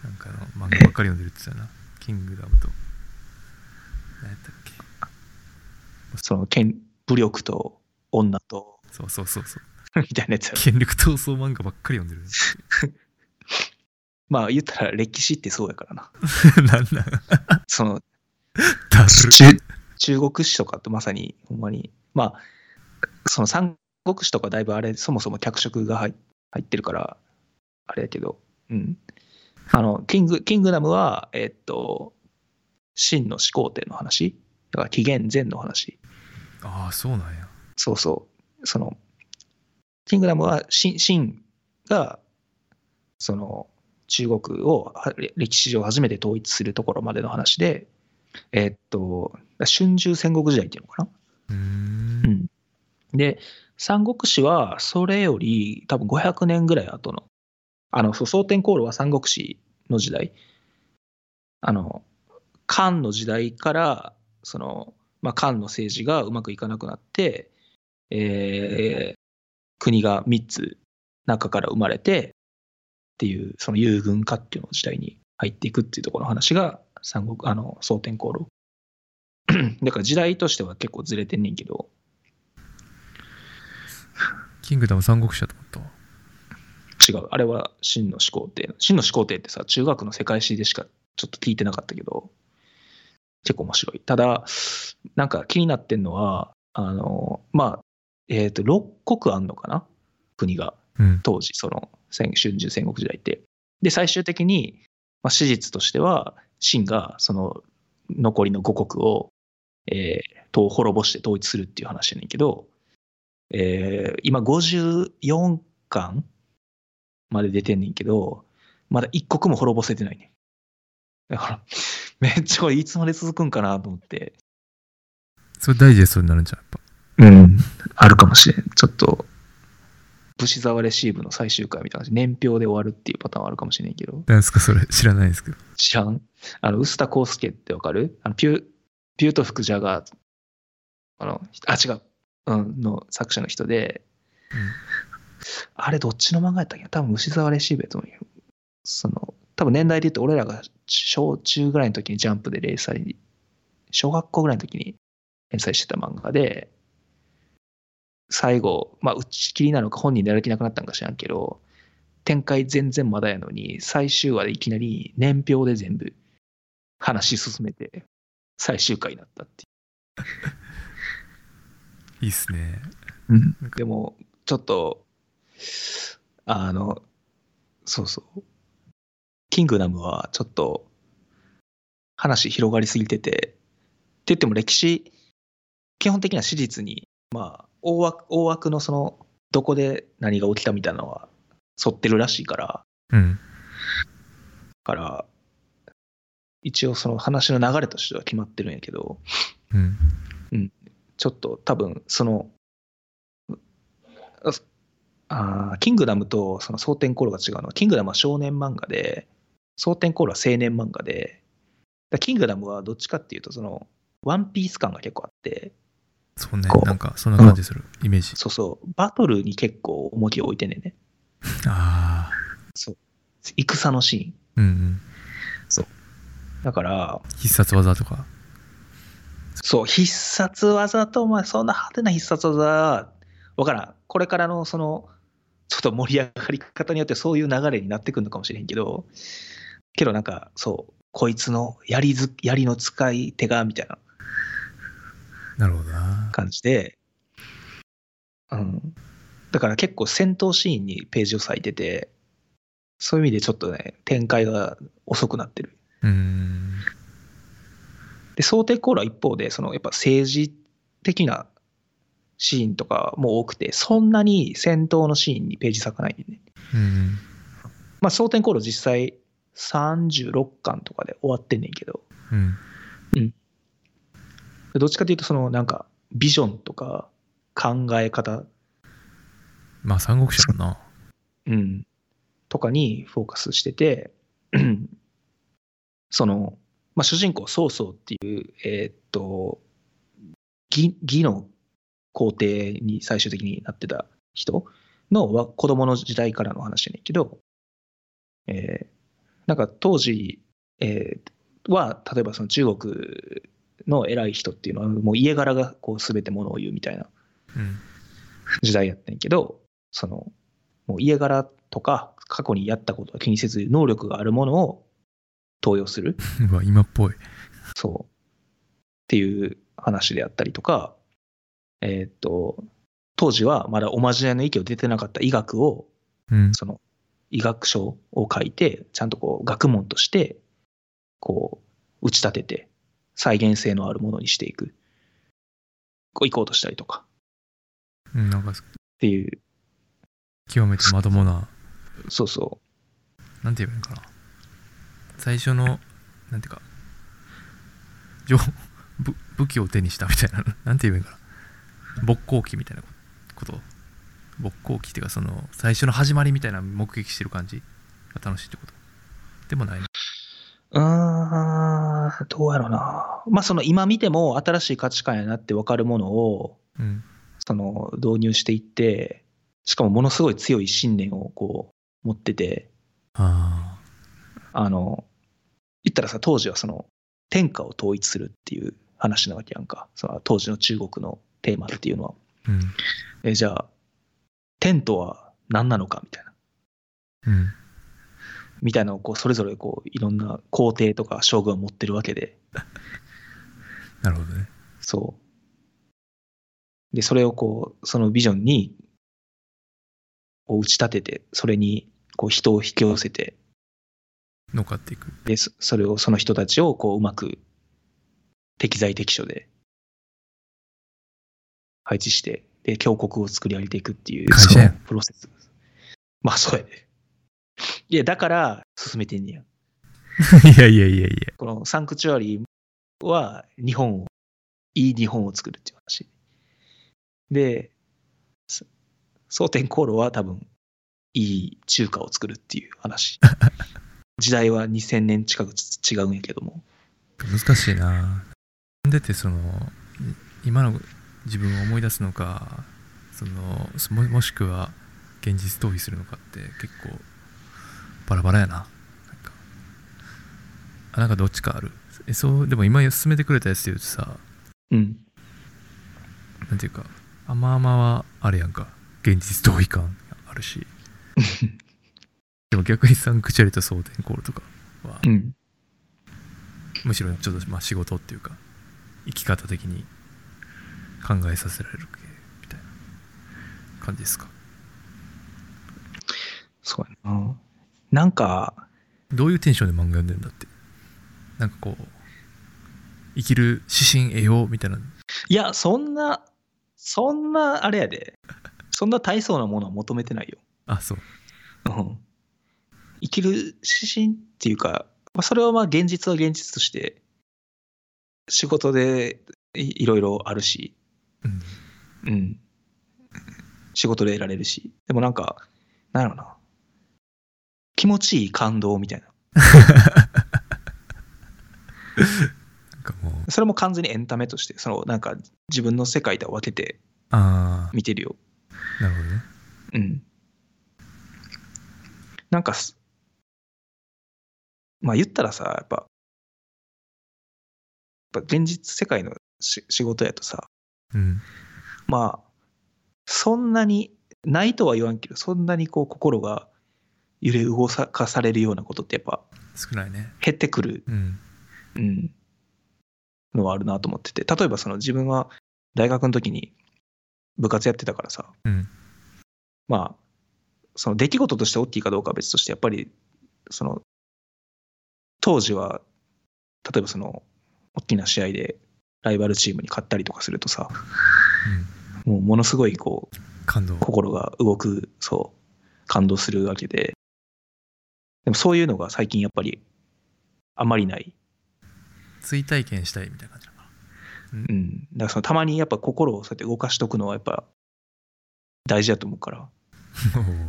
A: なんかの漫画ばっかり読んでるって言ってたなキングダムと何やったっけ
B: その権、武力と女と、
A: そうそうそうそう
B: みたいなやつやろ。
A: 権力闘争漫画ばっかり読んで る
B: まあ言ったら歴史ってそうやからな。
A: なんなん
B: その
A: ダル
B: 中中国史とかってまさに、ほんまに、まあ、その三国史とかだいぶあれ、そもそも脚色が入入ってるから、あれやけど、うん。あの、キング、キングダムは、えっと、秦の始皇帝の話、だから紀元前の話。
A: ああそうなんや
B: そうそう。その、キングダムは、シンシンが、その、中国をは歴史上初めて統一するところまでの話で、えーっと、春秋戦国時代っていうのかな。
A: うー
B: うんん。で、三国志は、それより多分500年ぐらい後の、あの、そう蒼天航路は三国志の時代、あの、漢の時代から、その、まあ、漢の政治がうまくいかなくなって、えー国が3つ中から生まれてっていう、その遊軍化っていうの時代に入っていくっていうところの話が、三国、あの、蒼天航路。 だから時代としては結構ずれてんねんけど、
A: キングダム三国志だと思ったわ
B: 違う。あれは真の始皇帝。真の始皇帝ってさ、中学の世界史でしかちょっと聞いてなかったけど、結構面白い。ただ、なんか気になってんのは、あの、まあ、えっ、と、6国あんのかな国が。
A: うん
B: 当時、その、戦春秋戦国時代って。で、最終的に、まあ、史実としては、秦がその残りの5国を、えーと滅ぼして統一するっていう話やねんけど、えー今54巻まで出てんねんけど、まだ一国も滅ぼせてないねん。だから、 めっちゃこれいつまで続くんかなと思って。
A: それダイジェストになるんじゃんやっぱ
B: うん、あるかもしれん。ちょっと、武士沢レシーブの最終回みたいな感じ年表で終わるっていうパターンはあるかもしれんけど。
A: なんですかそれ知らないですけど
B: 知らんあの、臼田康介ってわかるあのピュー、ピュート・フク・ジャガー、あの、あ、違う、うん、の作者の人で、
A: うん
B: あれどっちの漫画やったっけ多分、牛沢レシーベと思うよその、多分年代で言うと、俺らが小中ぐらいの時にジャンプで連載小学校ぐらいの時に連載してた漫画で、最後、まあ、打ち切りなのか本人でやる気なくなったんか知らんけど、展開全然まだやのに、最終話でいきなり年表で全部話進めて、最終回になったってい
A: いいっすね。
B: う。でも、ちょっと、あの、そうそう。キングダムはちょっと話広がりすぎてて、って言っても歴史、基本的な史実に、まあ、大枠、大枠のその、どこで何が起きたみたいなのは沿ってるらしいから、
A: うん。
B: から、一応その話の流れとしては決まってるんやけど、
A: うん。
B: ちょっと多分その、ああーキングダムとその蒼天航路が違うのは、キングダムは少年漫画で、蒼天航路は青年漫画で、だキングダムはどっちかっていうと、その、ワンピース感が結構あって、
A: そうね
B: こ。う
A: なんか、そんな感じする。イメージ。
B: そうそう、バトルに結構重きを置いてんねんね。
A: ああ。
B: 戦のシー
A: うんうん。
B: ン。だから、
A: 必殺技とか。
B: そう、必殺技と、まあ、そんな派手な必殺技は、わからん。これからの、その、ちょっと盛り上がり方によって、そういう流れになってくるのかもしれへんけど、けどなんか、そう、こいつの槍ず槍の使い手が、みたいな
A: なるほどな。
B: 感じで、うん。だから結構戦闘シーンにページを割いてて、そういう意味でちょっとね、展開が遅くなってる。
A: うーん。
B: で、想定コールは一方で、そのやっぱ政治的なシーンとかも多くて、そんなに戦闘のシーンにページ割かないんでね。
A: うん。
B: まあ、蒼天コール実際36巻とかで終わってんねんけど、
A: うん。
B: どっちかというと、そのなんかビジョンとか考え方、
A: まあ、三国志かな。
B: うん、とかにフォーカスしてて、 その、まあ、主人公、曹操っていう、えーっと、義義の皇帝に最終的になってた人のわ子供の時代からの話やねんけど、えーなんか当時、えーは、例えばその中国の偉い人っていうのは、もう家柄がこう全てものを言うみたいな
A: うん。
B: 時代やってんけど、その、もう家柄とか過去にやったことは気にせず、能力があるものを登用する。
A: うわ、今っぽい。
B: そう。っていう話であったりとか、えーっと、当時はまだおまじないの域を出てなかった医学を、
A: うん。
B: その医学書を書いて、ちゃんとこう学問として、こう、打ち立てて、再現性のあるものにしていく。こう、行こうとしたりとか、
A: うん、なんか、
B: っていう、
A: 極めてまともな、
B: そうそう。
A: なんて言えばいいのかな。最初の、なんていうか、情武武器を手にしたみたいな、 なんて言えばいいのかな。勃興期みたいなこと。勃興期っていうか、その、最初の始まりみたいな目撃してる感じが楽しいってこと。でもない。
B: うーん、どうやろうな。まあ、その今見ても新しい価値観やなって分かるものを、
A: うん。
B: その導入していって、しかもものすごい強い信念をこう持ってて、
A: あ
B: あの、言ったらさ、当時はその天下を統一するっていう話なわけやんか。その当時の中国のテーマっていうのは。
A: あ。うん。
B: え、じゃあ、天とは何なのかみたいな。
A: うん。
B: みたいなのをこうそれぞれこういろんな皇帝とか将軍を持ってるわけで。
A: なるほどね。
B: そう。で、それをこう、そのビジョンに、こう打ち立てて、それに、こう人を引き寄せて、
A: 乗っかっていく。
B: で、そそれを、その人たちを、こう、うまく、適材適所で、配置して、で、強国を作り上げていくっていう、
A: 会社やん
B: そのプロセス。まあ、そうやで。いや、だから、進めてんねや。
A: いやいやいやいや。
B: このサンクチュアリーは日本を、いい日本を作るっていう話。で、そ蒼天航路は多分、いい中華を作るっていう話。時代は2000年近くつ違うんやけども。
A: 難しいななんでってそのい今の自分を思い出すのかそのそももしくは現実逃避するのかって結構バラバラやななんかあなんかどっちかあるえそうでも今勧めてくれたやつで言うとさ
B: うん。
A: なんていうか甘々はあれやんか現実逃避感あるしでも逆にサンクチュアリと蒼天コールとかは
B: うん。
A: むしろちょっとまあ仕事っていうか生き方的に考えさせられる系みたいな感じですか
B: そうやな。なんか、
A: どういうテンションで漫画読んでんだってなんかこう生きる指針得ようみたいない
B: や、そんな、そんな、あれやで。そんな大層なものは求めてないよ。
A: あそう
B: うん。生きる指針っていうか、まあ、それはまあ現実は現実として、仕事でいいろいろあるし、
A: うん
B: うん。仕事で得られるし。でもなんか、なんやろな。気持ちいい感動みたいな。
A: なんかもう
B: それも完全にエンタメとして、そのなんか自分の世界とは分けて
A: あ
B: 見てるよ。
A: あなるほどね
B: うん。なんかす、まあ言ったらさ、やっぱ、やっぱ現実世界のし仕事やとさ、
A: うん
B: まあ、そんなに、ないとは言わんけど、そんなにこう心が揺れ動かされるようなことってやっぱ
A: 少ないね
B: 減ってくる
A: うん
B: うん、のはあるなと思ってて例えばその自分は大学の時に部活やってたからさ、
A: うん
B: まあその出来事として大きいかどうかは別としてやっぱりその当時は例えばその大きな試合でライバルチームに勝ったりとかするとさ
A: うん
B: もうものすごいこう
A: 感動
B: 心が動くそう感動するわけででもそういうのが最近やっぱりあまりない
A: 追体験したいみたいな感じなのか
B: うん、だからそのたまにやっぱ心をそうやって動かしとくのはやっぱ大事だと思うから
A: なおー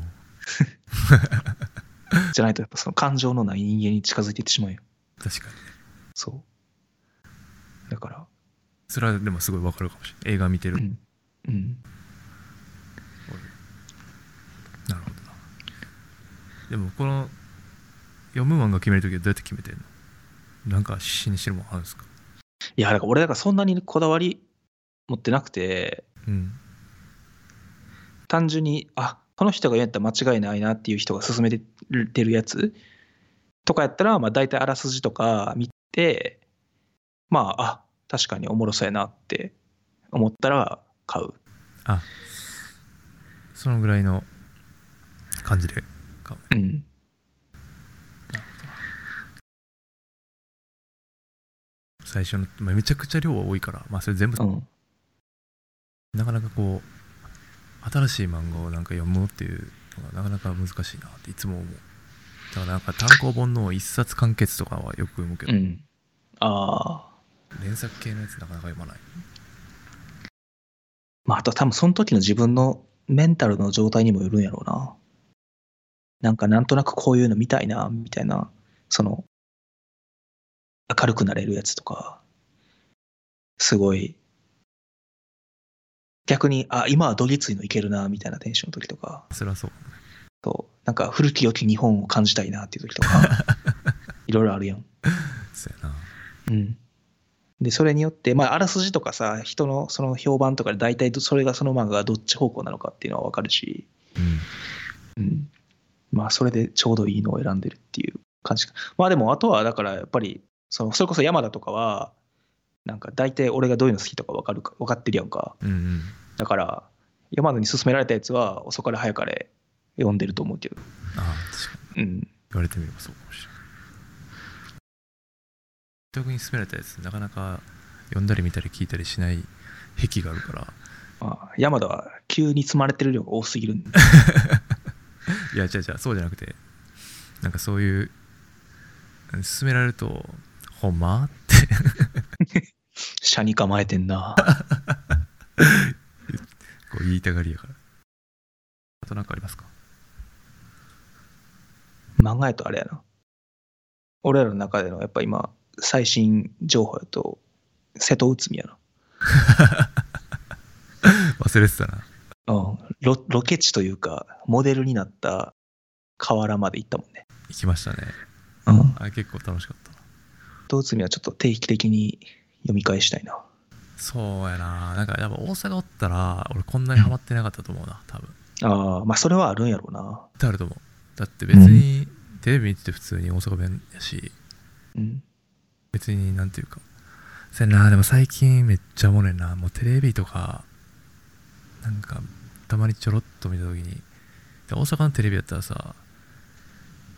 B: じゃないとやっぱその感情のない人間に近づいていってしまうよ
A: 確かに
B: そうだから
A: それはでもすごいわかるかもしれない映画見てる、
B: うん、うん、
A: なるほどなでもこの読む漫画決めるときはどうやって決めてんのなんか死にしてるもんあるんですか
B: いやだから俺だからそんなにこだわり持ってなくて
A: うん
B: 単純にあこの人が言うんやったら間違いないなっていう人が勧めてるやつとかやったらまあ大体あらすじとか見てまああ確かにおもろそうやなって思ったら買う
A: あそのぐらいの感じで買うね
B: うん。
A: 最初の、まあ、めちゃくちゃ量は多いからまあそれ全部
B: うん
A: なかなかこう新しい漫画をなんか読むっていうのがなかなか難しいなっていつも思うだからなんか単行本の一冊完結とかはよく読むけど、
B: うん。ああ。
A: 連作系のやつなかなか読まない
B: まあ、あと多分その時の自分のメンタルの状態にもよるんやろうな。なんかなんとなくこういうの見たいな、みたいな。その、明るくなれるやつとか。すごい。逆に、あ、今はどぎついのいけるな、みたいなテンションの時とか。
A: それはそう
B: そう。なんか古き良き日本を感じたいな、っていう時と か。いろいろあるやん。
A: そうやな
B: うん、でそれによって、まあ、あらすじとかさ人のその評判とかで大体どそれがその漫画がどっち方向なのかっていうのは分かるし、
A: うん
B: うん、まあそれでちょうどいいのを選んでるっていう感じかまあでもあとはだからやっぱりそのそれこそ山田とかはなんか大体俺がどういうの好きとか分かるか分かってるやんか
A: うんうん
B: だから山田に勧められたやつは遅かれ早かれ読んでると思うけど、
A: ああ確かに
B: うん、
A: 言われてみればそうかもしれない特に勧められたやつなかなか読んだり見たり聞いたりしない癖があるから
B: まあ山田は急に積まれてる量が多すぎるんで
A: いや違う違うそうじゃなくてなんかそういううん勧められると「ほんま?」って
B: 車に構えてんな。
A: こう言いたがりやからあと何かありますか
B: 漫画やとあれやな。俺らの中でのやっぱ今、最新情報やと、瀬戸内海や
A: 忘れてたな
B: な。うん。ロロケ地というか、モデルになった河原まで行ったもんね。
A: 行きましたね
B: うん。
A: あれ結構楽しかったな
B: と内海はちょっと定期的に読み返したいな。
A: そうやななんかやっぱ大阪おったら俺こんなにハマってなかったと思うな多分
B: ああ、まあそれはあるんやろうな。
A: 絶対あると思うだって別にテレビ見てて普通に大阪弁やし
B: うん。
A: 別になんていうかせやなでも最近めっちゃおもろいなもうテレビとかなんかたまにちょろっと見た時にで大阪のテレビやったらさ、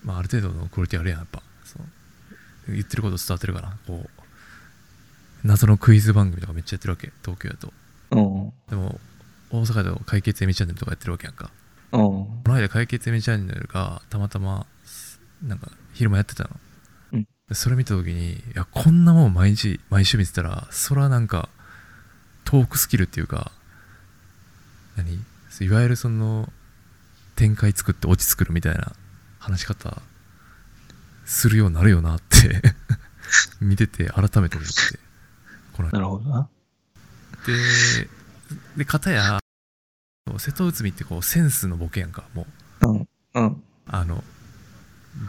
A: まあ、ある程度のクオリティあるやんやっぱその言ってること伝わってるかなこう謎のクイズ番組とかめっちゃやってるわけ東京やと
B: うん。
A: でも大阪でも解決エミチャンネルとかやってるわけやんか
B: うん。
A: この間解決エミチャンネルがたまたますなんか昼間やってたの、
B: うん
A: でそれ見た時にいやこんなもん毎日毎週見てたらそらなんかトークスキルっていうか何そういわゆるその展開作って落ち作るみたいな話し方するようになるよなって 見てて改めて思ってこの間
B: なるほどな。
A: で、で、片や、瀬戸内海ってこう、センスのボケやんか、もう。
B: うん。うん。
A: あの、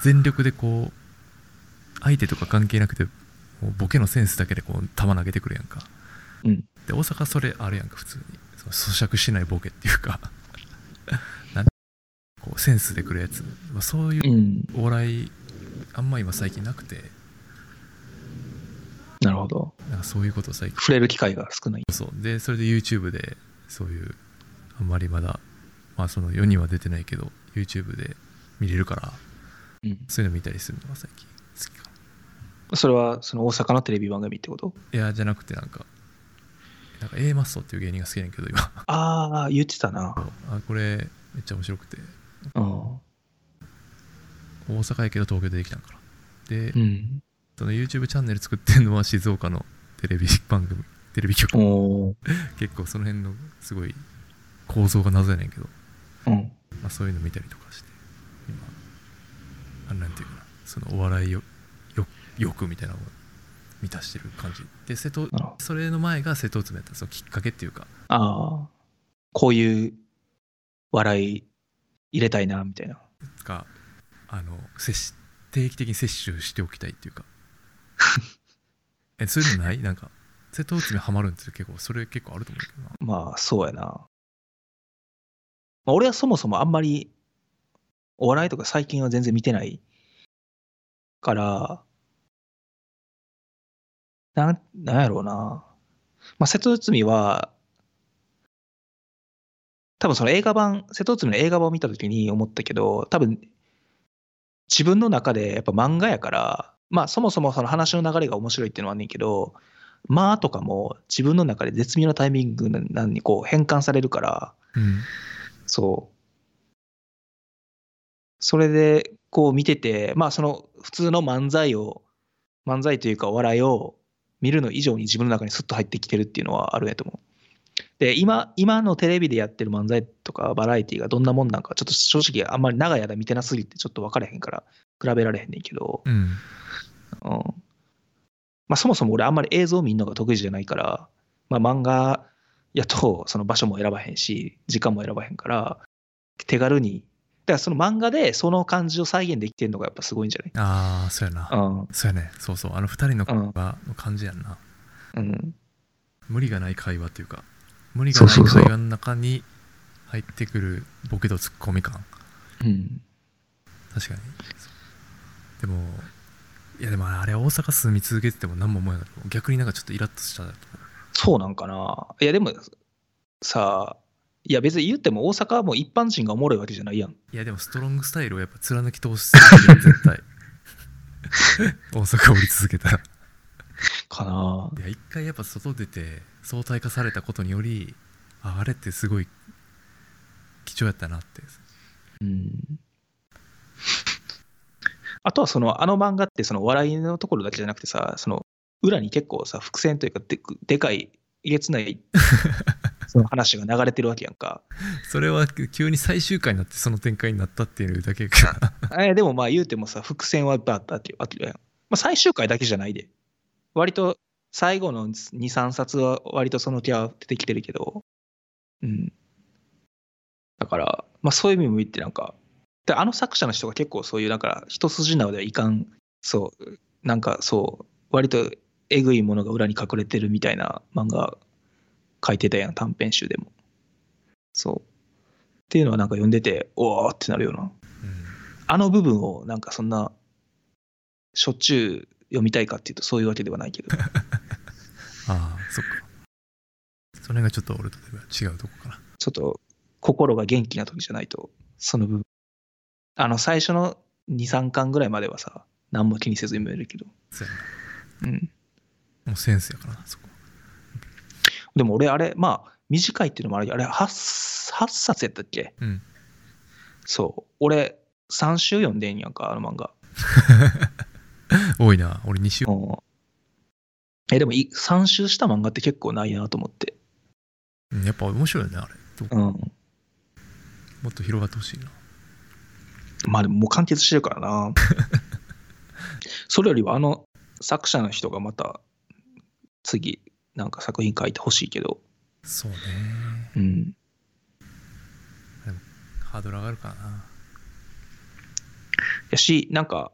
A: 全力でこう、相手とか関係なくて、もうボケのセンスだけでこう、球投げてくるやんか。
B: うん
A: で、大阪それあるやんか、普通に。その咀嚼しないボケっていうか。 なんこう、センスでくるやつ。まあ、そういう
B: うん。
A: お笑い、あんま今最近なくて、
B: なるほど。
A: なんかそういうことを最近
B: 触れる機会が少ない。
A: そうでそれで YouTube でそういうあんまりまだまあその世には出てないけど YouTube で見れるから
B: うん。
A: そういうの見たりするのが最近好きか
B: それは、その大阪のテレビ番組ってこと
A: ないやじゃなくてなんかなんか A マッソっていう芸人が好きなんやけど今あ
B: ああ、言ってたな。
A: これめっちゃ面白くて
B: うん。
A: 大阪やけど東京でできたんからで、
B: うん。
A: その YouTube チャンネル作ってるのは静岡のテレビ番組テレビ局
B: おー
A: 結構その辺のすごい構造が謎やねんけど
B: うん。
A: まあ、そういうの見たりとかして今あなんていうかなそのお笑いよよ欲みたいなのを満たしてる感じで瀬戸
B: なるほど。
A: それの前が瀬戸内めたそのきっかけっていうか
B: ああ。こういう笑い入れたいな、みたいな。
A: があの摂取定期的に摂取しておきたいって いうかえそういうのないなんか瀬戸内めハマるんって結構それ結構あると思うけどな
B: まあ、そうやな。まあ、俺はそもそもあんまり、お笑いとか最近は全然見てないから、なん、なんやろうな。まあ、瀬戸内海は、多分その映画版、瀬戸内海の映画版を見たときに思ったけど、多分、自分の中でやっぱ漫画やから、まあそもそもその話の流れが面白いっていうのはあんねんけど、まあとかも自分の中で絶妙なタイミングなのにこう変換されるから、
A: うん
B: そう。それで、こう見てて、まあその普通の漫才を、漫才というかお笑いを見るの以上に自分の中にスッと入ってきてるっていうのはあるんやと思う。で、今、今のテレビでやってる漫才とかバラエティがどんなもんなんか、ちょっと正直あんまり長い間見てなすぎてちょっと分からへんから、比べられへんねんけど、
A: うん
B: うん。まあそもそも俺あんまり映像を見るのが得意じゃないから、まあ漫画やとその場所も選ばへんし、時間も選ばへんから、手軽に。だからその漫画でその感じを再現できてるのがやっぱすごいんじゃ
A: ああそうやな
B: ない
A: そうやねそうそうあの二人の
B: うん
A: がの感じやんな
B: うん。うん。
A: 無理がない会話っていうか無理がない
B: そうそうそう
A: 会話の中に入ってくるボケとツッコミ感
B: うん。
A: 確かにそうでもいやでもあれ大阪住み続けてても何も思えない逆になんかちょっとイラッとしたなと
B: そうなんかな。いやでもさあ、いや別に言っても大阪はもう一般人がおもろいわけじゃないやん。
A: いやでもストロングスタイルをやっぱ貫き通してるよ絶対大阪降り続けたら。
B: かない
A: や一回やっぱ外出て相対化されたことによりああれってすごい貴重やったなって
B: うん。あとはそのあの漫画ってその笑いのところだけじゃなくてさその裏に結構さ伏線というかででかいえげつないその話が流れてるわけやんか。
A: それは急に最終回になってその展開になったっていうだけか
B: えでもまあ言うてもさ伏線はバッタってわけやん。まあ最終回だけじゃないで。割と最後の23冊は割とそのキャラ出てきてるけど。うん。だからまあそういう意味も言ってなんかであの作者の人が結構そういうなんか一筋縄ではいかんそうなんかそう割とえぐいものが裏に隠れてるみたいな漫画書いてたやん短編集でもそうっていうのはなんか読んでておおってなるようなあの部分をなんかそんなしょっちゅう読みたいかっていうとそういうわけではないけ ど
A: ああそっかそれがちょっと俺とでは違うとこかな
B: ちょっと心が元気な時じゃないとその部分あの最初の23巻ぐらいまではさ何も気にせず読めるけど
A: そうやな
B: うん
A: もうセンスやからなそこ
B: でも俺あれまあ短いっていうのもあるけどあれ 8, 8冊やったっけ
A: うん
B: そう俺3週読んでんやんかあの漫画
A: 多いな俺2週
B: うんえでもい3週した漫画って結構ないなと思って
A: うんやっぱ面白いよねあれどう
B: うん
A: もっと広がってほしいな
B: まあでももう完結してるから なそれよりはあの作者の人がまた次なんか作品書いてほしいけど
A: そうね
B: うん
A: ハードル上がるからな
B: やしなんか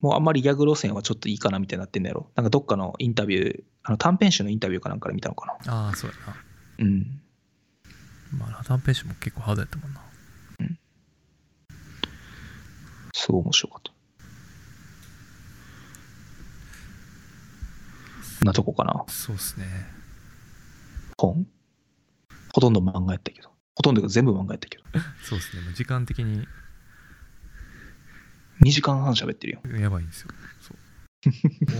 B: もうあんまりギャグ路線はちょっといいかなみたいになってんのやろなんかどっかのインタビューあの短編集のインタビューかなんかで見たのかな
A: ああそうやな
B: うん
A: まあ短編集も結構ハードやったもんな
B: すごい面白かった。こんなとこかな、
A: そうっすね
B: 本。ほとんど漫画やったけど。ほとんど全部漫画やったけど。
A: そうっすねもう時間的に
B: 2時間半喋ってるよ。
A: やばいんですよそ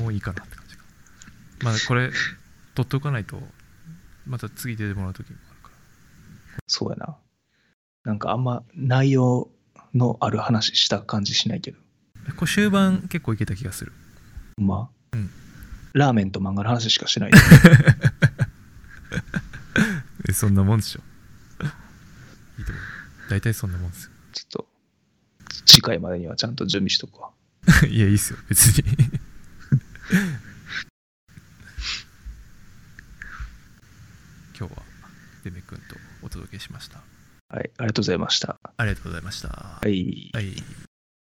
A: う もういいかなって感じかまあこれ取っておかないとまた次出てもらう時もあるから
B: そうやな。なんかあんま内容のある話した感じしないけど。
A: これ終盤結構いけた気がす る
B: ま
A: う
B: あ、
A: ん
B: ラーメンと漫画の話しかしてない。
A: えそんなもんでしょいいと思う大体そんなもんです
B: ちょっと、次回までにはちゃんと準備しとくわ。
A: よ いやいいっすよ別に今日はデメ君とお届けしました
B: はい、ありがとうございました。
A: ありがとうございました
B: はい。
A: はい